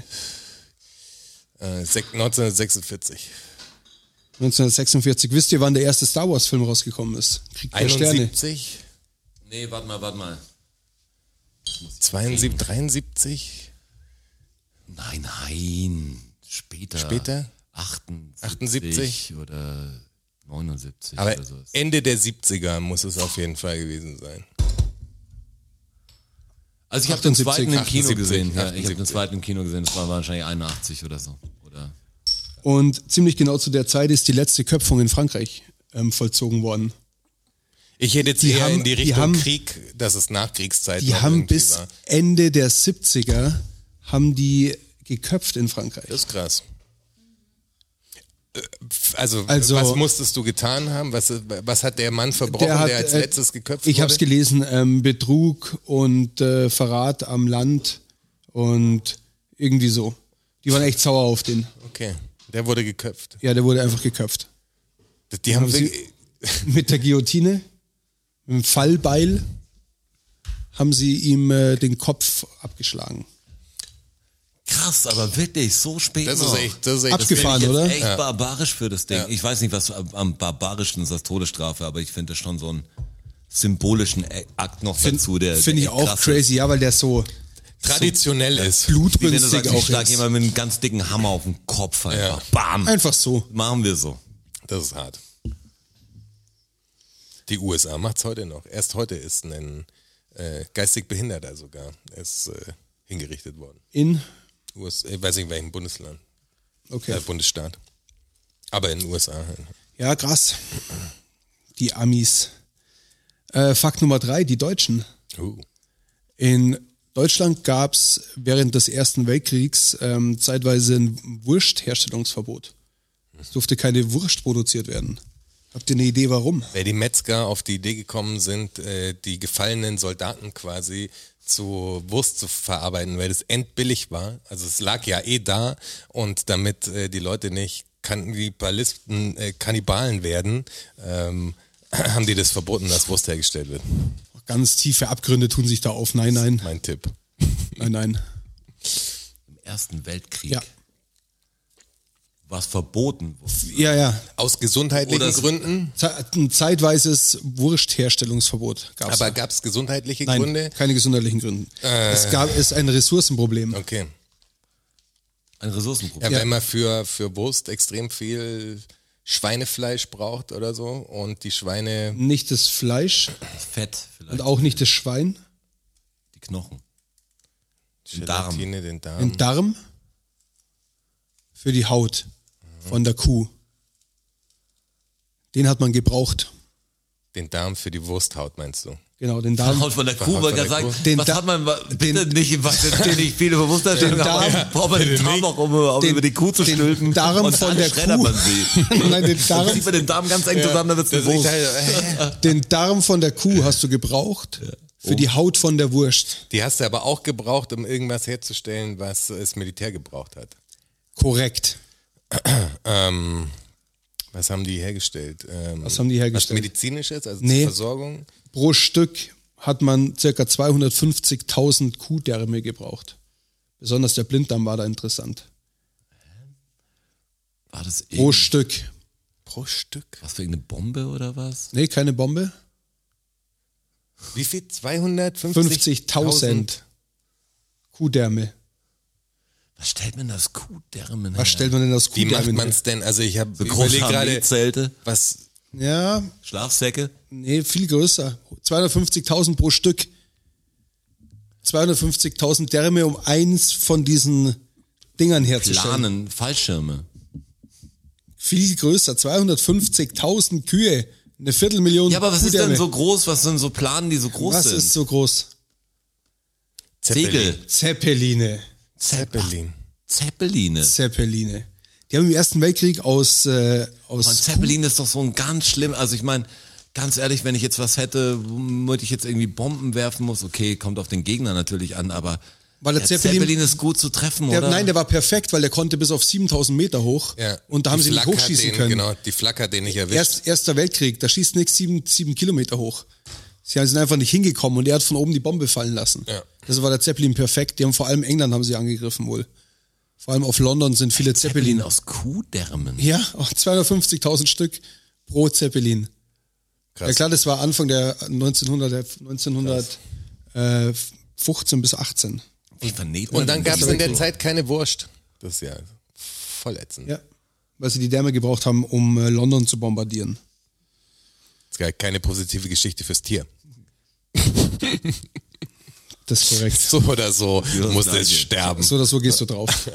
Speaker 3: Äh, sech- 1946.
Speaker 4: 1946. Wisst ihr, wann der erste Star Wars-Film rausgekommen ist? Krieg der Sterne.
Speaker 3: 71?
Speaker 2: Nee, warte mal, warte mal.
Speaker 3: 72, 73?
Speaker 2: Nein, nein. Später.
Speaker 3: Später?
Speaker 2: 78,
Speaker 3: 78?
Speaker 2: oder 79
Speaker 3: Aber
Speaker 2: oder so.
Speaker 3: Ende der 70er muss es auf jeden Fall gewesen sein.
Speaker 2: Also ich habe den
Speaker 4: 78,
Speaker 2: zweiten im Kino
Speaker 3: 78,
Speaker 2: gesehen. Ja, ich habe den
Speaker 3: 78.
Speaker 2: zweiten im Kino gesehen. Das war wahrscheinlich 81 oder so. Oder
Speaker 4: Und ziemlich genau zu der Zeit ist die letzte Köpfung in Frankreich ähm, vollzogen worden.
Speaker 3: Ich hätte jetzt
Speaker 4: Die
Speaker 3: eher
Speaker 4: haben-
Speaker 3: in die
Speaker 4: die
Speaker 3: Richtung
Speaker 4: haben-
Speaker 3: Krieg, dass es Nachkriegszeit
Speaker 4: Die
Speaker 3: noch
Speaker 4: haben
Speaker 3: irgendwie
Speaker 4: bis
Speaker 3: war.
Speaker 4: Ende der 70er haben die geköpft in Frankreich.
Speaker 3: Das ist krass. Äh, pf, Also,
Speaker 4: Also-
Speaker 3: was musstest du getan haben? Was, was hat der Mann verbrochen, der, als
Speaker 4: äh,
Speaker 3: letztes geköpft
Speaker 4: Ich
Speaker 3: wurde?
Speaker 4: habe es gelesen, ähm, Betrug und äh, Verrat am Land und irgendwie so. Die waren echt sauer auf den.
Speaker 3: Okay, der wurde geköpft.
Speaker 4: Ja, der wurde einfach geköpft.
Speaker 3: Die, haben,
Speaker 4: Haben
Speaker 3: wir-
Speaker 4: Sie- Mit der Guillotine, mit dem Fallbeil haben sie ihm äh, den Kopf abgeschlagen.
Speaker 2: krass, aber wirklich so spät.
Speaker 3: das, ist
Speaker 2: noch.
Speaker 3: echt, das ist echt
Speaker 4: Genau. Abgefahren,
Speaker 2: Jetzt
Speaker 4: oder?
Speaker 2: Echt barbarisch für das Ding. Ich weiß nicht, was am- am barbarischsten ist als Todesstrafe, aber ich finde das schon so einen symbolischen Ä- Akt noch dazu. der-
Speaker 4: Finde ich
Speaker 2: der
Speaker 4: auch
Speaker 2: krass ist.
Speaker 4: crazy, ja, weil der so
Speaker 3: traditionell ist.
Speaker 2: Wie wenn du sagst,
Speaker 4: blutrünstig
Speaker 2: ich
Speaker 4: auch
Speaker 2: schlag
Speaker 4: ist.
Speaker 2: jemand mit einem ganz dicken Hammer auf den Kopf einfach.
Speaker 3: Ja.
Speaker 2: Bam.
Speaker 4: Einfach so.
Speaker 2: Machen wir so.
Speaker 3: Das ist hart. Die USA macht's heute noch. Erst heute ist ein äh, geistig Behinderter sogar ist, äh, hingerichtet worden.
Speaker 4: In,
Speaker 3: US, ich weiß nicht, in welchem Bundesland,
Speaker 4: okay.
Speaker 3: äh, Bundesstaat. Aber in den USA.
Speaker 4: Ja, krass. Die Amis. Äh, Fakt Nummer drei, die Deutschen.
Speaker 3: Uh.
Speaker 4: In Deutschland gab es während des Ersten Weltkriegs ähm, zeitweise ein Wurstherstellungsverbot. Es durfte keine Wurst produziert werden. Habt ihr eine Idee, warum?
Speaker 3: Weil die Metzger auf die Idee gekommen sind, äh, die gefallenen Soldaten quasi zu Wurst zu verarbeiten, weil das endbillig war. Also es lag ja eh da und damit äh, die Leute nicht Kannibalisten, äh, Kannibalen werden, ähm, haben die das verboten, dass Wurst hergestellt wird.
Speaker 4: Ganz tiefe Abgründe tun sich da auf. Nein, nein,
Speaker 3: Mein Tipp.
Speaker 4: nein, nein.
Speaker 2: Im Ersten Weltkrieg.
Speaker 4: Ja,
Speaker 2: Was verboten wurde.
Speaker 4: ja. ja.
Speaker 3: Aus gesundheitlichen
Speaker 2: Oder es-
Speaker 3: Gründen?
Speaker 4: Ze- Ein zeitweises Wurstherstellungsverbot gab es.
Speaker 3: Aber gab es gesundheitliche
Speaker 4: Nein,
Speaker 3: Gründe?
Speaker 4: keine gesundheitlichen Gründe. Es gab es ein Ressourcenproblem.
Speaker 3: Okay.
Speaker 2: Ein Ressourcenproblem.
Speaker 3: Ja, wenn man für, für Wurst extrem viel Schweinefleisch braucht oder so und die Schweine
Speaker 4: Nicht das Fleisch
Speaker 2: Das Fett vielleicht.
Speaker 4: und auch nicht das Schwein.
Speaker 2: die Knochen. Den Darm.
Speaker 3: Gelatine, den Darm.
Speaker 4: Den Darm für die Haut von der Kuh. Den hat man gebraucht.
Speaker 3: Den Darm für die Wursthaut, meinst du?
Speaker 4: Genau, den Darm.
Speaker 2: Haut von der Kuh,
Speaker 3: Haut
Speaker 2: weil
Speaker 3: von der
Speaker 2: gesagt,
Speaker 3: Kuh.
Speaker 4: Den
Speaker 2: was
Speaker 4: Da-
Speaker 2: hat man, bitte nicht, was natürlich nicht viele Bewusstsein,
Speaker 4: Darm-
Speaker 2: aber braucht man den Darm auch, um, um
Speaker 4: den-
Speaker 2: über die Kuh zu
Speaker 4: den
Speaker 2: stülpen.
Speaker 4: Darm
Speaker 2: und
Speaker 4: von
Speaker 2: dann
Speaker 4: der
Speaker 2: schreddert
Speaker 4: Kuh.
Speaker 2: man sie.
Speaker 4: Nein, den
Speaker 2: Dann
Speaker 4: Darm,
Speaker 2: zieht man den Darm ganz eng zusammen, dann wird's
Speaker 3: Das
Speaker 2: eine
Speaker 3: ist nicht
Speaker 2: Wurst.
Speaker 3: halt, äh,
Speaker 4: den Darm von der Kuh hast du gebraucht für
Speaker 3: Oh.
Speaker 4: die Haut von der Wurst.
Speaker 3: die hast du aber auch gebraucht, um irgendwas herzustellen, was das Militär gebraucht hat.
Speaker 4: Korrekt.
Speaker 3: Ähm, was haben die hergestellt? Ähm,
Speaker 4: Was haben die hergestellt?
Speaker 3: Was medizinisches, also
Speaker 4: Nee.
Speaker 3: zur Versorgung?
Speaker 4: Pro Stück hat man circa 250.000 Kuhdärme gebraucht. Besonders der Blinddarm war da interessant.
Speaker 2: War das
Speaker 4: Pro
Speaker 2: irgend,
Speaker 4: Stück.
Speaker 3: Pro Stück.
Speaker 2: was für irgendeine Bombe oder was?
Speaker 4: Nee, keine Bombe.
Speaker 3: Wie viel? 250.000.
Speaker 4: 50.000 Kuhdärme.
Speaker 2: Was stellt man das Kuhdärmen her?
Speaker 4: Was stellt man denn das
Speaker 3: Wie macht
Speaker 4: Kuhdärme?
Speaker 3: man es denn? Also ich habe so
Speaker 2: Große
Speaker 3: überlegt gerade,
Speaker 2: Zelte,
Speaker 3: was
Speaker 4: Ja,
Speaker 2: Schlafsäcke.
Speaker 4: nee, viel größer. 250.000 pro Stück. 250.000 Därme, um eins von diesen Dingern herzustellen.
Speaker 2: Planen, Fallschirme.
Speaker 4: Viel größer. 250.000 Kühe. Eine Viertelmillion
Speaker 2: Ja, aber was ist
Speaker 4: Kuhdärme.
Speaker 2: denn so groß? Was sind so Planen, die so groß
Speaker 4: Was
Speaker 2: sind?
Speaker 4: ist so groß?
Speaker 2: Segel,
Speaker 4: Zeppeline.
Speaker 3: Zeppelin.
Speaker 2: Zeppeline.
Speaker 4: Zeppeline. Die haben im Ersten Weltkrieg aus, äh,
Speaker 2: Und
Speaker 4: aus
Speaker 2: Zeppelin ist doch so ein ganz schlimm. Also ich meine, ganz ehrlich, wenn ich jetzt was hätte, womit ich jetzt irgendwie Bomben werfen muss, okay, kommt auf den Gegner natürlich an, aber
Speaker 4: Weil der Zeppelin-
Speaker 2: ist gut zu treffen,
Speaker 4: Der,
Speaker 2: oder?
Speaker 4: nein, der war perfekt, weil der konnte bis auf 7000 Meter hoch.
Speaker 3: Ja.
Speaker 4: Und da haben
Speaker 3: Die
Speaker 4: sie nicht
Speaker 3: Flak hat
Speaker 4: hochschießen
Speaker 3: den,
Speaker 4: können.
Speaker 3: Genau, die Flak hat den nicht erwischt.
Speaker 4: Erst, Erster Weltkrieg, da schießt nichts sieben, sieben Kilometer hoch. Sie sind einfach nicht hingekommen und er hat von oben die Bombe fallen lassen.
Speaker 3: Ja.
Speaker 4: Das war der Zeppelin perfekt. Die haben vor allem England haben sie angegriffen wohl. Vor allem auf London sind viele
Speaker 2: Zeppelin
Speaker 4: Zeppelin.
Speaker 2: aus Kuhdärmen.
Speaker 4: Ja, auch 250.000 Stück pro Zeppelin.
Speaker 3: Krass.
Speaker 4: Ja klar, das war Anfang der 1900, 1915 bis 18.
Speaker 2: Wie vernäht man
Speaker 3: Und dann
Speaker 2: denn
Speaker 3: gab es
Speaker 2: das
Speaker 3: in der
Speaker 2: so?
Speaker 3: Zeit keine Wurst. Das ist ja voll ätzend.
Speaker 4: Ja. Weil sie die Därme gebraucht haben, um äh, London zu bombardieren.
Speaker 3: Das ist gar keine positive Geschichte fürs Tier.
Speaker 4: Das ist korrekt.
Speaker 3: So oder so muss es
Speaker 2: danke.
Speaker 3: sterben.
Speaker 4: So oder so gehst du drauf.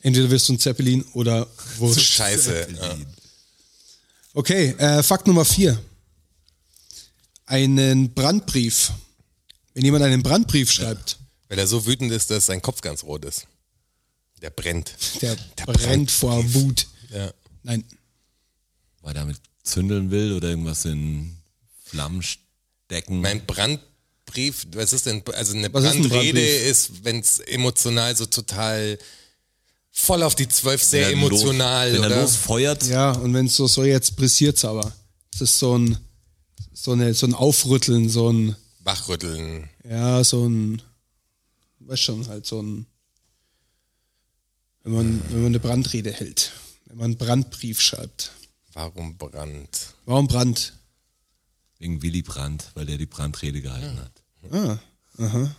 Speaker 4: Entweder wirst du ein Zeppelin oder
Speaker 3: So
Speaker 4: Wurst.
Speaker 3: scheiße. Ja.
Speaker 4: Okay, äh, Fakt Nummer vier. Einen Brandbrief. Wenn jemand einen Brandbrief schreibt,
Speaker 3: Weil er so wütend ist, dass sein Kopf ganz rot ist. Der brennt.
Speaker 4: der, brennt vor Wut.
Speaker 3: Ja.
Speaker 4: Nein,
Speaker 2: Weil er mit zündeln will oder irgendwas in Flammen stecken.
Speaker 3: Mein Brandbrief, was ist denn, also eine
Speaker 4: Was ist ein
Speaker 3: Brandrede
Speaker 4: Brandbrief?
Speaker 3: ist, wenn es emotional so total voll auf die Zwölf,
Speaker 2: Wenn
Speaker 3: sehr
Speaker 2: er
Speaker 3: emotional,
Speaker 2: los, Wenn er
Speaker 3: oder?
Speaker 2: losfeuert,
Speaker 4: ja, und wenn so, so jetzt pressiert's aber. Es ist so ein, so, eine, so ein Aufrütteln, so ein,
Speaker 3: Wachrütteln.
Speaker 4: ja, so ein, weiß schon, halt so ein, wenn man, wenn man eine Brandrede hält, wenn man einen Brandbrief schreibt.
Speaker 3: Warum Brand?
Speaker 4: Warum Brand?
Speaker 2: wegen Willy Brandt, weil der die Brandrede gehalten hat.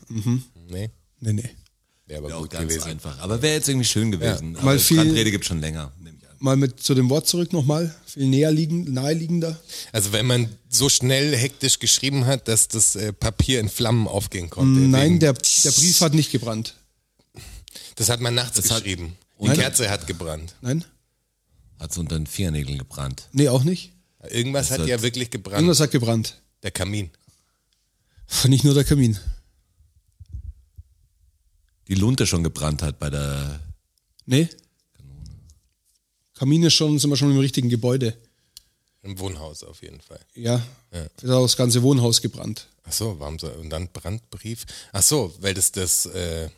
Speaker 3: Nee,
Speaker 4: Nee, nee.
Speaker 3: wäre aber
Speaker 2: Wäre auch
Speaker 3: gut
Speaker 2: ganz
Speaker 3: gewesen.
Speaker 2: einfach. Aber wäre jetzt irgendwie schön gewesen.
Speaker 4: Ja.
Speaker 2: Aber
Speaker 4: Mal viel-
Speaker 2: Brandrede gibt schon länger, nehme ich an.
Speaker 4: Mal mit zu dem Wort zurück nochmal. Viel näher liegen, naheliegender.
Speaker 3: Also wenn man so schnell hektisch geschrieben hat, dass das äh, Papier in Flammen aufgehen konnte.
Speaker 4: Nein,
Speaker 3: Wegen-
Speaker 4: der, der Brief hat nicht gebrannt.
Speaker 3: das hat man nachts
Speaker 2: Das hat-
Speaker 3: geschrieben.
Speaker 2: Nein.
Speaker 3: die Kerze hat gebrannt.
Speaker 4: Nein?
Speaker 2: Hat es unter den Fingernägeln gebrannt.
Speaker 4: Nee, auch nicht.
Speaker 3: Irgendwas hat
Speaker 2: hat-
Speaker 3: ja wirklich gebrannt.
Speaker 4: Irgendwas hat gebrannt.
Speaker 3: Der Kamin.
Speaker 4: Nicht nur der Kamin.
Speaker 2: Die Lunte schon gebrannt hat bei der.
Speaker 4: Nee? Kamin ist schon, sind wir schon im richtigen Gebäude.
Speaker 3: Im Wohnhaus auf jeden Fall.
Speaker 4: Ja. Da hat auch das ganze Wohnhaus gebrannt.
Speaker 3: Ach so, warum so? Und dann Brandbrief. Ach so, weil das das äh,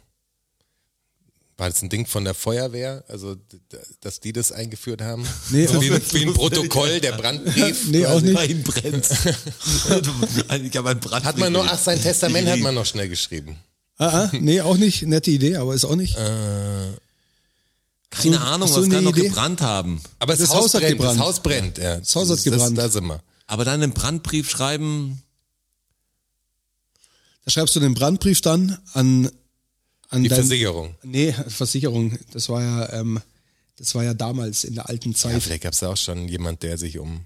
Speaker 3: war das ein Ding von der Feuerwehr, also d- d- dass die das eingeführt haben.
Speaker 4: Nee,
Speaker 3: so
Speaker 4: auch
Speaker 3: wie,
Speaker 4: nicht.
Speaker 3: wie ein Protokoll, der Brandbrief.
Speaker 4: Nee, auch nicht.
Speaker 2: Bei ihm brennt. ich habe einen Brand.
Speaker 3: Hat man noch, ach, sein Testament hat man noch schnell geschrieben.
Speaker 4: Ah, ah, nee, auch nicht. Nette Idee, aber ist auch nicht.
Speaker 2: Keine
Speaker 4: so-
Speaker 2: Ahnung,
Speaker 4: so eine
Speaker 2: was kann noch
Speaker 4: Idee?
Speaker 2: gebrannt haben.
Speaker 3: Aber das,
Speaker 4: Das
Speaker 3: Haus,
Speaker 4: Haus hat
Speaker 3: brennt,
Speaker 4: gebrannt.
Speaker 3: das Haus brennt. Ja. Das
Speaker 4: Haus hat gebrannt.
Speaker 3: Das, da sind wir.
Speaker 2: Aber dann einen Brandbrief schreiben.
Speaker 4: Da schreibst du den Brandbrief dann an, an
Speaker 3: Die
Speaker 4: dein-
Speaker 3: Versicherung.
Speaker 4: Nee, Versicherung. Das war ja, ähm, das war ja damals in der alten
Speaker 3: Ja,
Speaker 4: Zeit.
Speaker 3: vielleicht gab es da auch schon jemand, der sich um.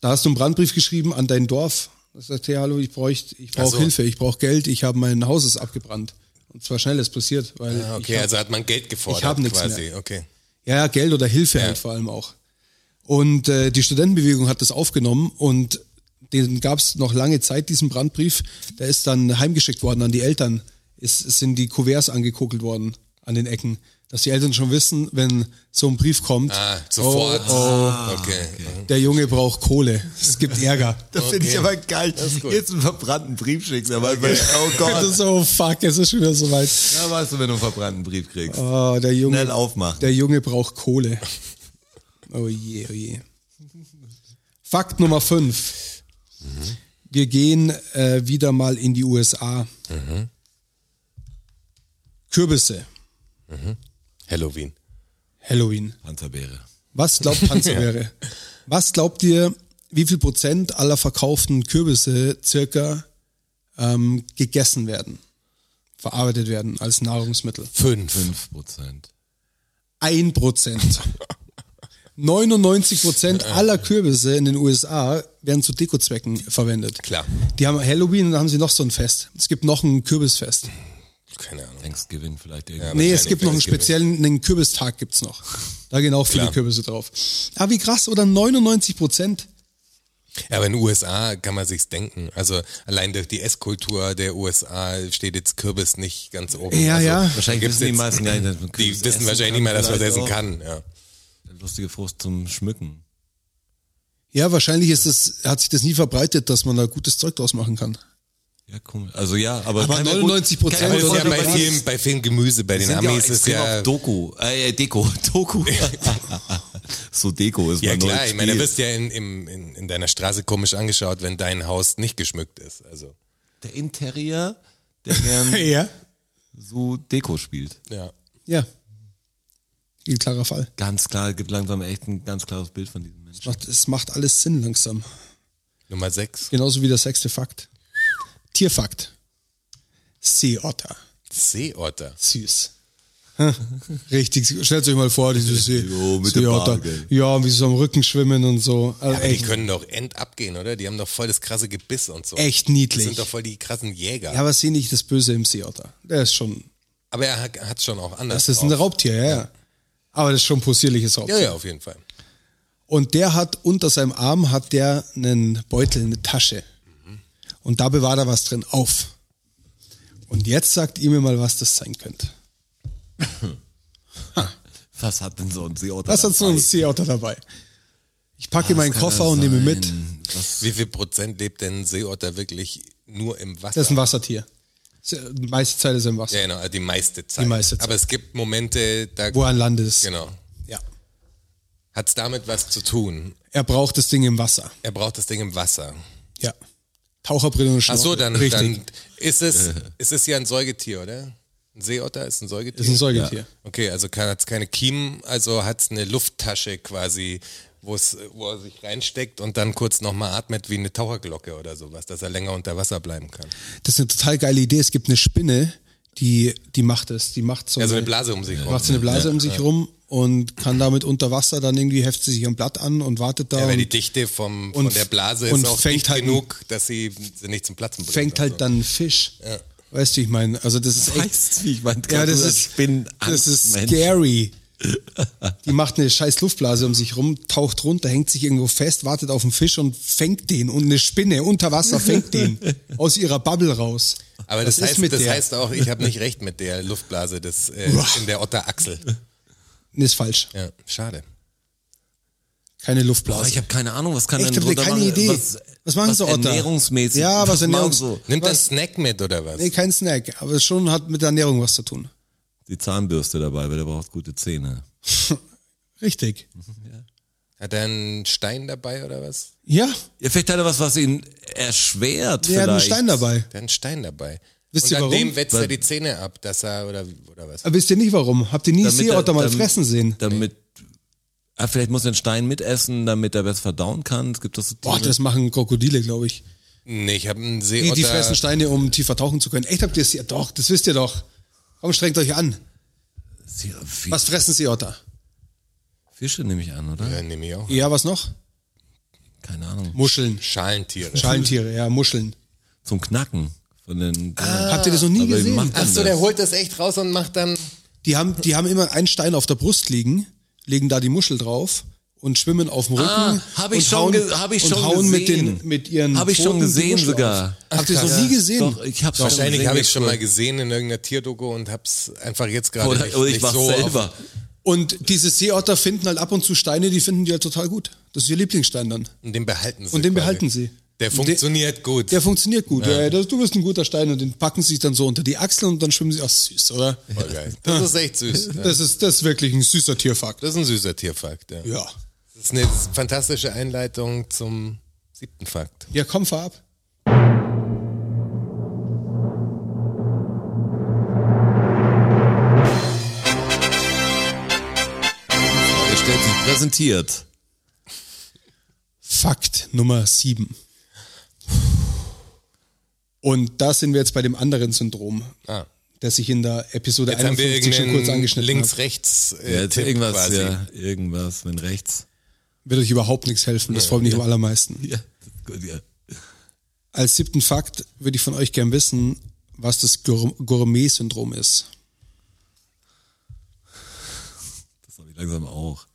Speaker 4: Da hast du einen Brandbrief geschrieben an dein Dorf. Da sagt er, hallo, ich bräuchte, ich brauche
Speaker 3: Ach so.
Speaker 4: Hilfe, ich brauche Geld, ich habe mein Haus ist abgebrannt. Und zwar schnell ist passiert, weil
Speaker 3: Ah,
Speaker 4: ich
Speaker 3: okay,
Speaker 4: hab,
Speaker 3: also hat man Geld gefordert.
Speaker 4: ich hab nichts
Speaker 3: quasi.
Speaker 4: mehr.
Speaker 3: Okay.
Speaker 4: ja, ja, Geld oder Hilfe halt vor allem auch. Und äh, die Studentenbewegung hat das aufgenommen und den gab es noch lange Zeit, diesen Brandbrief. Der ist dann heimgeschickt worden an die Eltern. Es, es sind die Kuverts angekokelt worden an den Ecken. Dass die Eltern schon wissen, wenn so ein Brief kommt,
Speaker 3: Ah, sofort. Ah,
Speaker 4: Oh, oh,
Speaker 3: okay.
Speaker 4: der Junge braucht Kohle. Es gibt Ärger.
Speaker 2: Das finde ich aber geil.
Speaker 3: gut.
Speaker 2: Jetzt einen verbrannten Brief schicken. Aber oh Gott.
Speaker 4: Das ist so, fuck, es ist schon wieder soweit.
Speaker 2: Da weißt du, wenn du einen verbrannten Brief kriegst.
Speaker 4: Oh, der Junge.
Speaker 2: Schnell aufmachen.
Speaker 4: Der Junge braucht Kohle. Oh je, oh je. Fakt Nummer 5. Wir gehen äh, wieder mal in die USA. Kürbisse.
Speaker 3: Halloween.
Speaker 4: Halloween.
Speaker 2: Panzerbeere.
Speaker 4: Was glaubt Hans wäre? Was glaubt ihr, wie viel Prozent aller verkauften Kürbisse circa ähm, gegessen werden, verarbeitet werden als Nahrungsmittel?
Speaker 3: Fünf.
Speaker 2: 5%.
Speaker 4: Ein Prozent. 99 Prozent aller Kürbisse in den USA werden zu Dekozwecken verwendet.
Speaker 3: Klar.
Speaker 4: Die haben Halloween und dann haben sie noch so ein Fest. Es gibt noch ein Kürbisfest.
Speaker 3: Keine Ahnung.
Speaker 2: Thanksgiving vielleicht irgendwie.
Speaker 4: Nee, es
Speaker 3: Wahrscheinlich
Speaker 4: gibt noch einen
Speaker 3: Thanksgiving.
Speaker 4: speziellen, einen Kürbistag gibt's noch. Da gehen auch viele
Speaker 3: Klar.
Speaker 4: Kürbisse drauf. Ah, wie krass, oder 99 Prozent?
Speaker 3: Ja, aber in den USA kann man sich's denken. Also allein durch die Esskultur der USA steht jetzt Kürbis nicht ganz oben.
Speaker 4: Ja,
Speaker 3: also,
Speaker 4: ja.
Speaker 2: Wahrscheinlich
Speaker 3: gibt's
Speaker 2: wissen die
Speaker 3: jetzt-
Speaker 2: meisten gar nicht, dass man
Speaker 3: Die
Speaker 2: Kürbis
Speaker 3: wissen
Speaker 2: essen
Speaker 3: wahrscheinlich
Speaker 2: kann,
Speaker 3: nicht mehr, dass man
Speaker 2: vielleicht
Speaker 3: essen
Speaker 2: auch.
Speaker 3: kann. Ja.
Speaker 2: Lustige Frucht zum Schmücken.
Speaker 4: Ja, wahrscheinlich ist das, hat sich das nie verbreitet, dass man da gutes Zeug draus machen kann.
Speaker 2: Ja, komisch. Also ja, aber,
Speaker 4: Aber
Speaker 2: kann man gut-
Speaker 4: 99%
Speaker 2: kann man
Speaker 3: Das ist
Speaker 2: gut-
Speaker 3: ja bei
Speaker 2: aber
Speaker 3: vielen, bei vielen Gemüse, bei den
Speaker 2: sind ja auch
Speaker 3: Amis ist
Speaker 2: extrem
Speaker 3: ja.
Speaker 2: auf Doku. Äh, äh, Deko. Doku. so Deko ist
Speaker 3: Ja
Speaker 2: mein
Speaker 3: klar,
Speaker 2: neues
Speaker 3: ich meine,
Speaker 2: Spiel.
Speaker 3: da wirst du ja in, im- in, in deiner Straße komisch angeschaut, wenn dein Haus nicht geschmückt ist. Also,
Speaker 2: Der Interieur, der gern
Speaker 4: Ja.
Speaker 2: so Deko spielt.
Speaker 3: ja.
Speaker 4: Ja. Ein klarer Fall.
Speaker 2: Ganz klar, gibt langsam echt ein ganz klares Bild von diesem Menschen.
Speaker 4: Macht, es macht alles Sinn langsam.
Speaker 3: Nummer sechs.
Speaker 4: Genauso wie der sechste Fakt. Tierfakt. Seeotter.
Speaker 3: Seeotter.
Speaker 4: Süß. Hä? Richtig, stellt euch mal vor, diese See,
Speaker 2: Jo, mit dem
Speaker 4: Seeotter.
Speaker 2: Bart, gell.
Speaker 4: Ja, und wie sie so am Rücken schwimmen und so. Also
Speaker 3: Aber die
Speaker 4: echt,
Speaker 3: können doch end abgehen, oder? Die haben doch voll das krasse Gebiss und so.
Speaker 4: echt
Speaker 3: Das
Speaker 4: niedlich.
Speaker 3: sind doch voll die krassen Jäger.
Speaker 4: Ja, aber sehe nicht das Böse im Seeotter. Der ist schon,
Speaker 3: Aber er hat hat's schon auch anders.
Speaker 4: das ist ein
Speaker 3: drauf.
Speaker 4: Raubtier, ja, ja. Aber das ist schon ein possierliches Raubtier.
Speaker 3: Ja, ja, auf jeden Fall.
Speaker 4: Und der hat unter seinem Arm hat der einen Beutel, eine Tasche. Und da bewahrt er was drin auf. Und jetzt sagt ihr mir mal, was das sein könnte.
Speaker 2: Was hat denn so ein Seeotter?
Speaker 4: Was hat so ein Seeotter dabei? Ich packe meinen Koffer und nehme mit.
Speaker 2: Was?
Speaker 3: Wie viel Prozent lebt denn ein Seeotter wirklich nur im Wasser?
Speaker 4: Das ist ein Wassertier. Se- Die meiste Zeit ist er im Wasser,
Speaker 3: ja, genau, also die meiste Zeit.
Speaker 4: Die meiste Zeit.
Speaker 3: Aber es gibt Momente, da.
Speaker 4: wo er an Land ist.
Speaker 3: Genau.
Speaker 4: Ja.
Speaker 3: Hat's damit was zu tun?
Speaker 4: Er braucht das Ding im Wasser.
Speaker 3: Er braucht das Ding im Wasser.
Speaker 4: Ja. Taucherbrille und
Speaker 3: Ach
Speaker 4: Schnorchel.
Speaker 3: so, dann,
Speaker 4: Genau. Richtig. Äh.
Speaker 3: dann ist es, ist es ja ein Säugetier, oder? Ein Seeotter ist ein Säugetier.
Speaker 4: Ist ein Säugetier.
Speaker 3: Okay, also kann, hat's keine Kiemen, also hat's eine Lufttasche quasi, wo es, wo er sich reinsteckt und dann kurz nochmal atmet wie eine Taucherglocke oder sowas, dass er länger unter Wasser bleiben kann.
Speaker 4: Das ist eine total geile Idee. Es gibt eine Spinne, die, die macht das. Die macht so
Speaker 3: Also eine Blase um sich rum.
Speaker 4: macht sie eine Blase um sich rum und kann damit unter Wasser dann irgendwie heftet sie sich am Blatt an und wartet da
Speaker 3: Ja, weil die
Speaker 4: und
Speaker 3: Dichte vom,
Speaker 4: und-
Speaker 3: von der Blase
Speaker 4: und
Speaker 3: ist auch
Speaker 4: fängt
Speaker 3: nicht
Speaker 4: halt-
Speaker 3: genug, dass sie, sie nicht zum Platzen bringt.
Speaker 4: fängt halt
Speaker 3: also.
Speaker 4: dann einen Fisch. Weißt du, ich meine, also das ist echt,
Speaker 2: Weißt du, wie ich meine?
Speaker 4: ja, das
Speaker 2: Gerade
Speaker 4: ist,
Speaker 2: Spinnen-
Speaker 4: das ist
Speaker 2: Angstmensch.
Speaker 4: scary. Die macht eine scheiß Luftblase um sich rum, taucht runter, hängt sich irgendwo fest, wartet auf den Fisch und fängt den. Und eine Spinne unter Wasser fängt den aus ihrer Bubble raus.
Speaker 3: Aber
Speaker 4: Was
Speaker 3: das,
Speaker 4: ist
Speaker 3: heißt,
Speaker 4: mit
Speaker 3: das
Speaker 4: der?
Speaker 3: heißt auch, ich habe nicht recht mit der Luftblase des, äh, in der Otterachsel.
Speaker 4: Nee, ist falsch.
Speaker 3: Ja, schade.
Speaker 4: Keine
Speaker 2: Boah,
Speaker 4: Luftblase.
Speaker 2: Oh, Ah, ich habe keine Ahnung, was kann
Speaker 4: Ich
Speaker 2: denn
Speaker 4: hab dir
Speaker 2: drunter
Speaker 4: keine
Speaker 2: machen?
Speaker 4: Idee.
Speaker 2: Was,
Speaker 4: Was machen so Otter?
Speaker 2: Ernährungsmäßig.
Speaker 4: Ja, was
Speaker 2: machen
Speaker 4: Ernährungs-
Speaker 2: so?
Speaker 3: Nimmt er einen
Speaker 4: Was?
Speaker 3: Snack mit oder was?
Speaker 4: nee, kein Snack, aber schon hat mit der Ernährung was zu tun.
Speaker 2: Die Zahnbürste dabei, weil der braucht gute Zähne.
Speaker 4: Richtig.
Speaker 3: Hat er einen Stein dabei oder was?
Speaker 4: Ja,
Speaker 2: Ja, vielleicht hat er was, was ihn erschwert.
Speaker 4: der hat einen
Speaker 2: vielleicht.
Speaker 4: Stein dabei.
Speaker 3: Der hat einen Stein dabei.
Speaker 4: Wisst
Speaker 3: Und
Speaker 4: ihr
Speaker 3: an
Speaker 4: warum? Also
Speaker 3: dem wetzt er
Speaker 2: Weil-
Speaker 3: die Zähne ab, dass er oder, oder was?
Speaker 4: Aber wisst ihr nicht warum? Habt ihr nie Seeotter
Speaker 2: er-
Speaker 4: mal
Speaker 2: dam-
Speaker 4: fressen sehen?
Speaker 2: Damit. Ah, vielleicht muss er den Stein mitessen, damit er besser verdauen kann. Es gibt das so
Speaker 4: Boah, das machen Krokodile, glaube ich.
Speaker 3: Nee, ich habe einen
Speaker 4: Die,
Speaker 3: Seeotter.
Speaker 4: die fressen Steine, um tiefer tauchen zu können. Echt habt ihr es? Ja, doch, das wisst ihr doch. Komm, strengt euch an. Was fressen Seeotter?
Speaker 2: Fische nehme ich an, oder?
Speaker 3: Ja, nehme ich auch.
Speaker 4: Ja, was noch?
Speaker 2: Keine Ahnung.
Speaker 4: Muscheln.
Speaker 3: Schalentiere.
Speaker 4: Schalentiere, ja, Muscheln.
Speaker 2: Zum Knacken von den. Ah,
Speaker 4: habt ihr das noch nie
Speaker 2: aber wie
Speaker 4: gesehen?
Speaker 2: macht
Speaker 3: Ach
Speaker 2: man
Speaker 3: so,
Speaker 2: das?
Speaker 3: der holt das echt raus und macht dann.
Speaker 4: Die haben, die haben immer einen Stein auf der Brust liegen, legen da die Muschel drauf und schwimmen auf dem Rücken.
Speaker 2: Ah, hab ich
Speaker 4: und
Speaker 2: schon
Speaker 4: hauen,
Speaker 2: ge- hab ich
Speaker 4: und
Speaker 2: schon
Speaker 4: hauen mit, den,
Speaker 2: gesehen.
Speaker 4: mit ihren.
Speaker 2: Hab ich schon
Speaker 4: Pfoten die
Speaker 2: gesehen
Speaker 4: Muschel
Speaker 2: sogar.
Speaker 4: Auf. Habt ihr es noch
Speaker 3: krass.
Speaker 4: nie gesehen?
Speaker 2: Doch, ich hab's schon
Speaker 3: Wahrscheinlich
Speaker 2: gesehen,
Speaker 3: habe ich schon mal
Speaker 2: jetzt-
Speaker 3: gesehen in irgendeiner Tierdoku und hab's einfach jetzt gerade.
Speaker 2: Oder,
Speaker 3: nicht-
Speaker 2: oder ich
Speaker 3: nicht
Speaker 2: mach's
Speaker 3: so auf-
Speaker 2: selber.
Speaker 4: Und diese Seeotter finden halt ab und zu Steine, die finden die halt total gut. Das ist ihr Lieblingsstein dann.
Speaker 3: Und den behalten sie.
Speaker 4: Und den
Speaker 3: quasi.
Speaker 4: behalten sie.
Speaker 3: Der funktioniert gut.
Speaker 4: Der funktioniert gut. Ja. das- du bist ein guter Stein und den packen sie sich dann so unter die Achseln und dann schwimmen sie. Ach, süß, oder?
Speaker 3: Voll Oh, geil. Das ist echt süß. ne?
Speaker 4: Das ist, das ist wirklich ein süßer Tierfakt.
Speaker 3: Das ist ein süßer Tierfakt. Ja.
Speaker 4: Ja.
Speaker 3: Das ist eine fantastische Einleitung zum siebten Fakt.
Speaker 4: Ja, komm, fahr ab.
Speaker 3: Er stellt sich
Speaker 2: präsentiert.
Speaker 4: Fakt Nummer sieben. Und da sind wir jetzt bei dem anderen Syndrom,
Speaker 3: Ah.
Speaker 4: das ich in der Episode
Speaker 3: Jetzt haben wir
Speaker 4: 51 schon kurz
Speaker 3: irgendeinen
Speaker 4: angeschnitten habe.
Speaker 3: links-rechts
Speaker 2: Ja,
Speaker 3: äh,
Speaker 2: jetzt
Speaker 3: Tipp
Speaker 2: irgendwas,
Speaker 3: quasi.
Speaker 2: ja, irgendwas mit rechts.
Speaker 4: Wird euch überhaupt nichts helfen, das freut mich am allermeisten.
Speaker 2: Ja, gut, ja.
Speaker 4: Als siebten Fakt würde ich von euch gern wissen, was das Gour- Gourmet-Syndrom ist.
Speaker 2: Das habe ich langsam auch.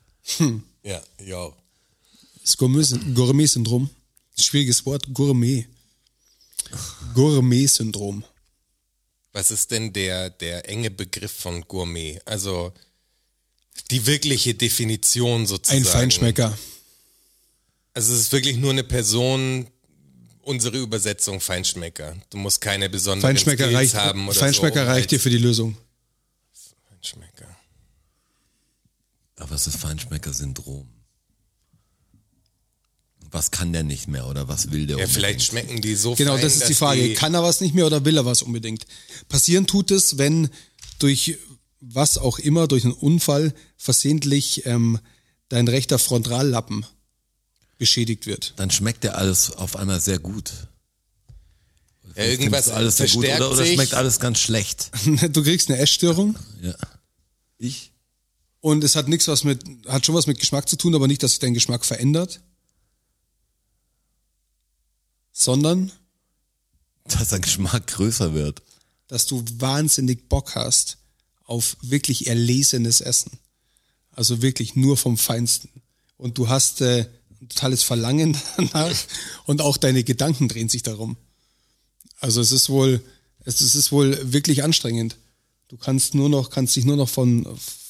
Speaker 3: Ja, ja.
Speaker 4: Das Gourmet- Gourmet-Syndrom. Schwieriges Wort, Gourmet. Gourmet-Syndrom.
Speaker 3: Was ist denn der, der enge Begriff von Gourmet? Also die wirkliche Definition sozusagen.
Speaker 4: Ein Feinschmecker.
Speaker 3: Also es ist wirklich nur eine Person, unsere Übersetzung Feinschmecker. Du musst keine besonderen
Speaker 4: Feinschmecker
Speaker 3: Skills
Speaker 4: reicht,
Speaker 3: haben oder so,
Speaker 4: Feinschmecker
Speaker 3: um
Speaker 4: reicht dir
Speaker 3: als
Speaker 4: für die Lösung.
Speaker 3: Feinschmecker.
Speaker 2: Aber es ist Feinschmecker-Syndrom. Was kann der nicht mehr oder was will der
Speaker 3: Ja,
Speaker 2: unbedingt?
Speaker 3: vielleicht schmecken die so
Speaker 4: Genau,
Speaker 3: fein,
Speaker 4: das ist
Speaker 3: dass
Speaker 4: die Frage.
Speaker 3: Die,
Speaker 4: Kann er was nicht mehr oder will er was unbedingt? Passieren tut es, wenn durch was auch immer, durch einen Unfall versehentlich ähm, dein rechter Frontallappen beschädigt wird.
Speaker 2: Dann schmeckt der alles auf einmal sehr gut.
Speaker 3: ja, irgendwas
Speaker 2: Findest du alles sehr gut
Speaker 3: verstärkt
Speaker 2: oder, oder
Speaker 3: sich.
Speaker 2: schmeckt alles ganz schlecht.
Speaker 4: Du kriegst eine Essstörung
Speaker 2: Ja. Ich?
Speaker 4: und es hat nichts was mit, hat schon was mit Geschmack zu tun, aber nicht, dass sich dein Geschmack verändert. Sondern,
Speaker 2: Dass dein Geschmack größer wird.
Speaker 4: dass du wahnsinnig Bock hast auf wirklich erlesenes Essen. Also wirklich nur vom Feinsten. Und du hast äh, ein totales Verlangen danach und auch deine Gedanken drehen sich darum. Also es ist wohl, es ist, es ist wohl wirklich anstrengend. Du kannst nur noch, kannst dich nur noch von,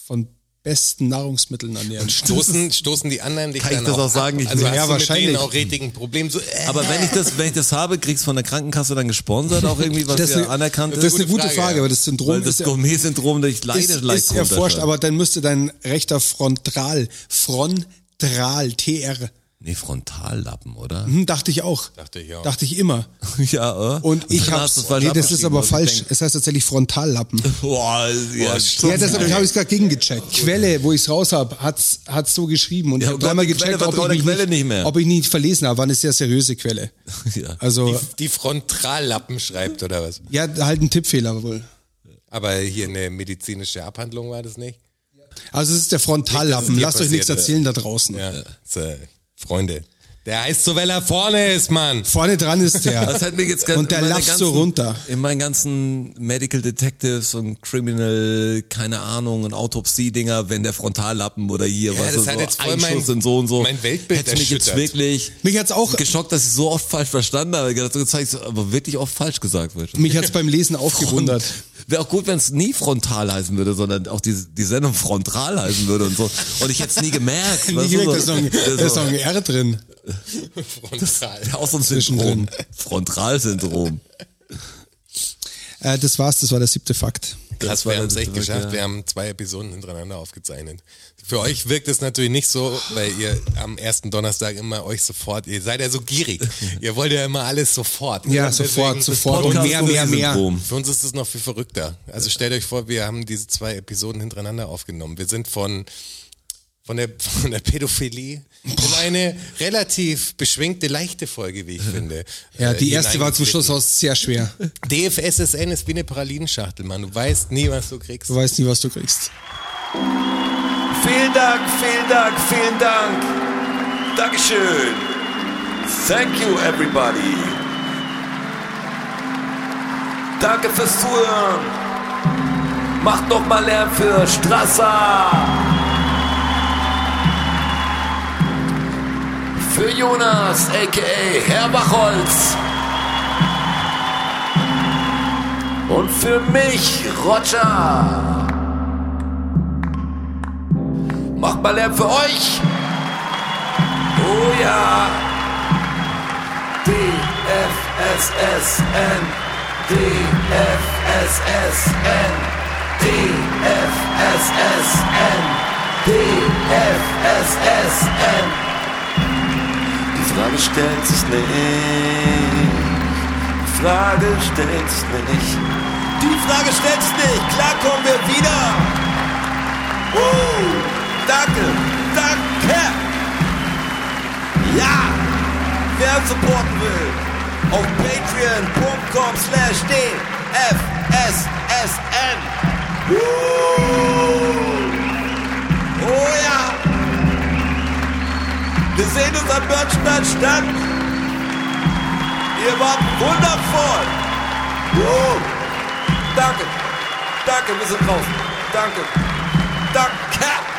Speaker 4: von besten Nahrungsmitteln ernähren.
Speaker 3: Stoßen, stoßen die anderen dich
Speaker 2: Kann ich
Speaker 3: dann
Speaker 2: das
Speaker 3: auch
Speaker 2: auch sagen?
Speaker 3: Ab?
Speaker 2: Ich-
Speaker 3: Also
Speaker 2: Ja,
Speaker 3: hast du
Speaker 4: wahrscheinlich.
Speaker 3: mit denen auch richtigen Problem. So, äh,
Speaker 2: Aber wenn ich das, wenn ich das habe, kriegst du von der Krankenkasse dann gesponsert, auch irgendwie, was
Speaker 4: Also, Das ist
Speaker 2: ja
Speaker 4: eine-
Speaker 2: anerkannt
Speaker 4: Das ist eine
Speaker 2: ist.
Speaker 4: gute
Speaker 3: Frage,
Speaker 4: Frage,
Speaker 3: ja.
Speaker 4: aber das Syndrom
Speaker 2: Weil das
Speaker 4: ist ja-
Speaker 2: Gourmet-Syndrom, das ich leide,
Speaker 4: ist,
Speaker 2: leicht
Speaker 4: ist erforscht,
Speaker 2: runter.
Speaker 4: aber dann müsste dein rechter Frontal, Frontal, TR,
Speaker 2: Nee, Frontallappen, oder?
Speaker 4: hm, dachte ich auch.
Speaker 3: Dachte ich auch.
Speaker 4: Dachte ich immer.
Speaker 2: ja, oder?
Speaker 4: Und ich
Speaker 2: Dann
Speaker 4: hab's,
Speaker 2: hast du es falsch
Speaker 4: nee, das
Speaker 2: abgeschrieben,
Speaker 4: ist aber
Speaker 2: also ich
Speaker 4: falsch.
Speaker 2: denk,
Speaker 4: Es heißt tatsächlich Frontallappen.
Speaker 2: Boah, ja, stimmt.
Speaker 4: ja, deshalb habe ich es gerade gegengecheckt. Quelle, wo ich es raus habe, hat's hat's so geschrieben. Und ich
Speaker 2: Ja,
Speaker 4: habe
Speaker 2: Gott,
Speaker 4: dreimal
Speaker 2: die Quelle
Speaker 4: gecheckt, ob
Speaker 2: vertraut
Speaker 4: ich, mich
Speaker 2: der Quelle
Speaker 4: nicht,
Speaker 2: nicht mehr.
Speaker 4: ob ich nicht verlesen habe. War eine sehr seriöse Quelle.
Speaker 2: Ja.
Speaker 4: Also,
Speaker 3: die Frontallappen schreibt oder was?
Speaker 4: ja, halt ein Tippfehler wohl.
Speaker 3: Aber hier eine medizinische Abhandlung war das nicht?
Speaker 4: Also es ist der Frontallappen.
Speaker 3: Nicht, dass es
Speaker 4: Lasst euch
Speaker 3: dir
Speaker 4: nichts
Speaker 3: passiert,
Speaker 4: erzählen da draußen.
Speaker 3: Ja. So, Freunde. Der heißt so, weil er vorne ist, Mann.
Speaker 4: Vorne dran ist
Speaker 2: Das
Speaker 4: der.
Speaker 2: hat mir jetzt ganz-
Speaker 4: Und der
Speaker 2: in meiner
Speaker 4: lacht so
Speaker 2: ganzen-
Speaker 4: runter.
Speaker 2: In meinen ganzen Medical Detectives und Criminal, keine Ahnung, und Autopsie-Dinger, wenn der Frontallappen oder hier, was
Speaker 3: das
Speaker 2: ist
Speaker 3: hat
Speaker 2: so,
Speaker 3: jetzt voll
Speaker 2: Einschuss
Speaker 3: mein-
Speaker 2: und so und so.
Speaker 3: mein Weltbild
Speaker 2: Hätte mich jetzt
Speaker 3: erschüttert.
Speaker 2: wirklich
Speaker 4: Mich hat's auch,
Speaker 2: geschockt, dass ich so oft falsch verstanden habe. Ich dachte, Das heißt, aber wirklich oft falsch gesagt wird.
Speaker 4: mich hat's beim Lesen aufgewundert.
Speaker 2: Wäre auch gut, wenn es nie frontal heißen würde, sondern auch die, die Sendung frontal heißen würde und so. Und ich hätte es nie gemerkt.
Speaker 4: Nie
Speaker 2: weißt du,
Speaker 4: gemerkt, da
Speaker 2: so- Also,
Speaker 4: ist noch ein- da ist noch ein R drin.
Speaker 3: Frontal.
Speaker 2: auch so ein Syndrom. Frontalsyndrom.
Speaker 4: Äh, das war's, das war der siebte Fakt.
Speaker 3: Krass,
Speaker 2: war
Speaker 3: wir haben es
Speaker 2: dann
Speaker 3: echt
Speaker 2: wirklich,
Speaker 3: geschafft.
Speaker 2: ja.
Speaker 3: Wir haben zwei Episoden hintereinander aufgezeichnet. Für euch wirkt es natürlich nicht so, weil ihr am ersten Donnerstag immer euch sofort, ihr seid ja so gierig. ihr wollt ja immer alles sofort.
Speaker 4: Ja,
Speaker 3: Und
Speaker 4: sofort,
Speaker 3: deswegen-
Speaker 4: sofort. Und mehr, mehr, mehr.
Speaker 2: Syndrom.
Speaker 3: Für uns ist es noch viel verrückter. Also stellt euch vor, wir haben diese zwei Episoden hintereinander aufgenommen. Wir sind von, von, der, von der Pädophilie in eine relativ beschwingte, leichte Folge, wie ich finde.
Speaker 4: Ja,
Speaker 3: äh,
Speaker 4: die erste war
Speaker 3: hineingetreten.
Speaker 4: zum Schluss aus sehr schwer.
Speaker 3: DFSSN ist wie eine Pralinschachtel, Mann. Du weißt nie, was du kriegst.
Speaker 4: Du weißt nie, was du kriegst.
Speaker 7: Vielen Dank, vielen Dank, vielen Dank. Dankeschön. Thank you, everybody. Danke fürs Zuhören. Macht noch mal Lärm für Strasser. Für Jonas, a.k.a. Herr Bachholz. Und für mich, Roger. Macht mal Lärm für euch. Oh ja. DFSSN. DFSSN. DFSSN. DFSSN. Die Frage stellt sich nicht. Die Frage stellt sich nicht. Die Frage stellt sich nicht. Klar kommen wir wieder. Uh, danke.
Speaker 3: Danke! Ja! Wer supporten will, auf patreon.com slash dfssn. Woo! Oh ja! Wir sehen uns am Börnstein statt. Ihr wart wundervoll. Woo! Danke. Danke, wir sind draußen. Danke. Danke.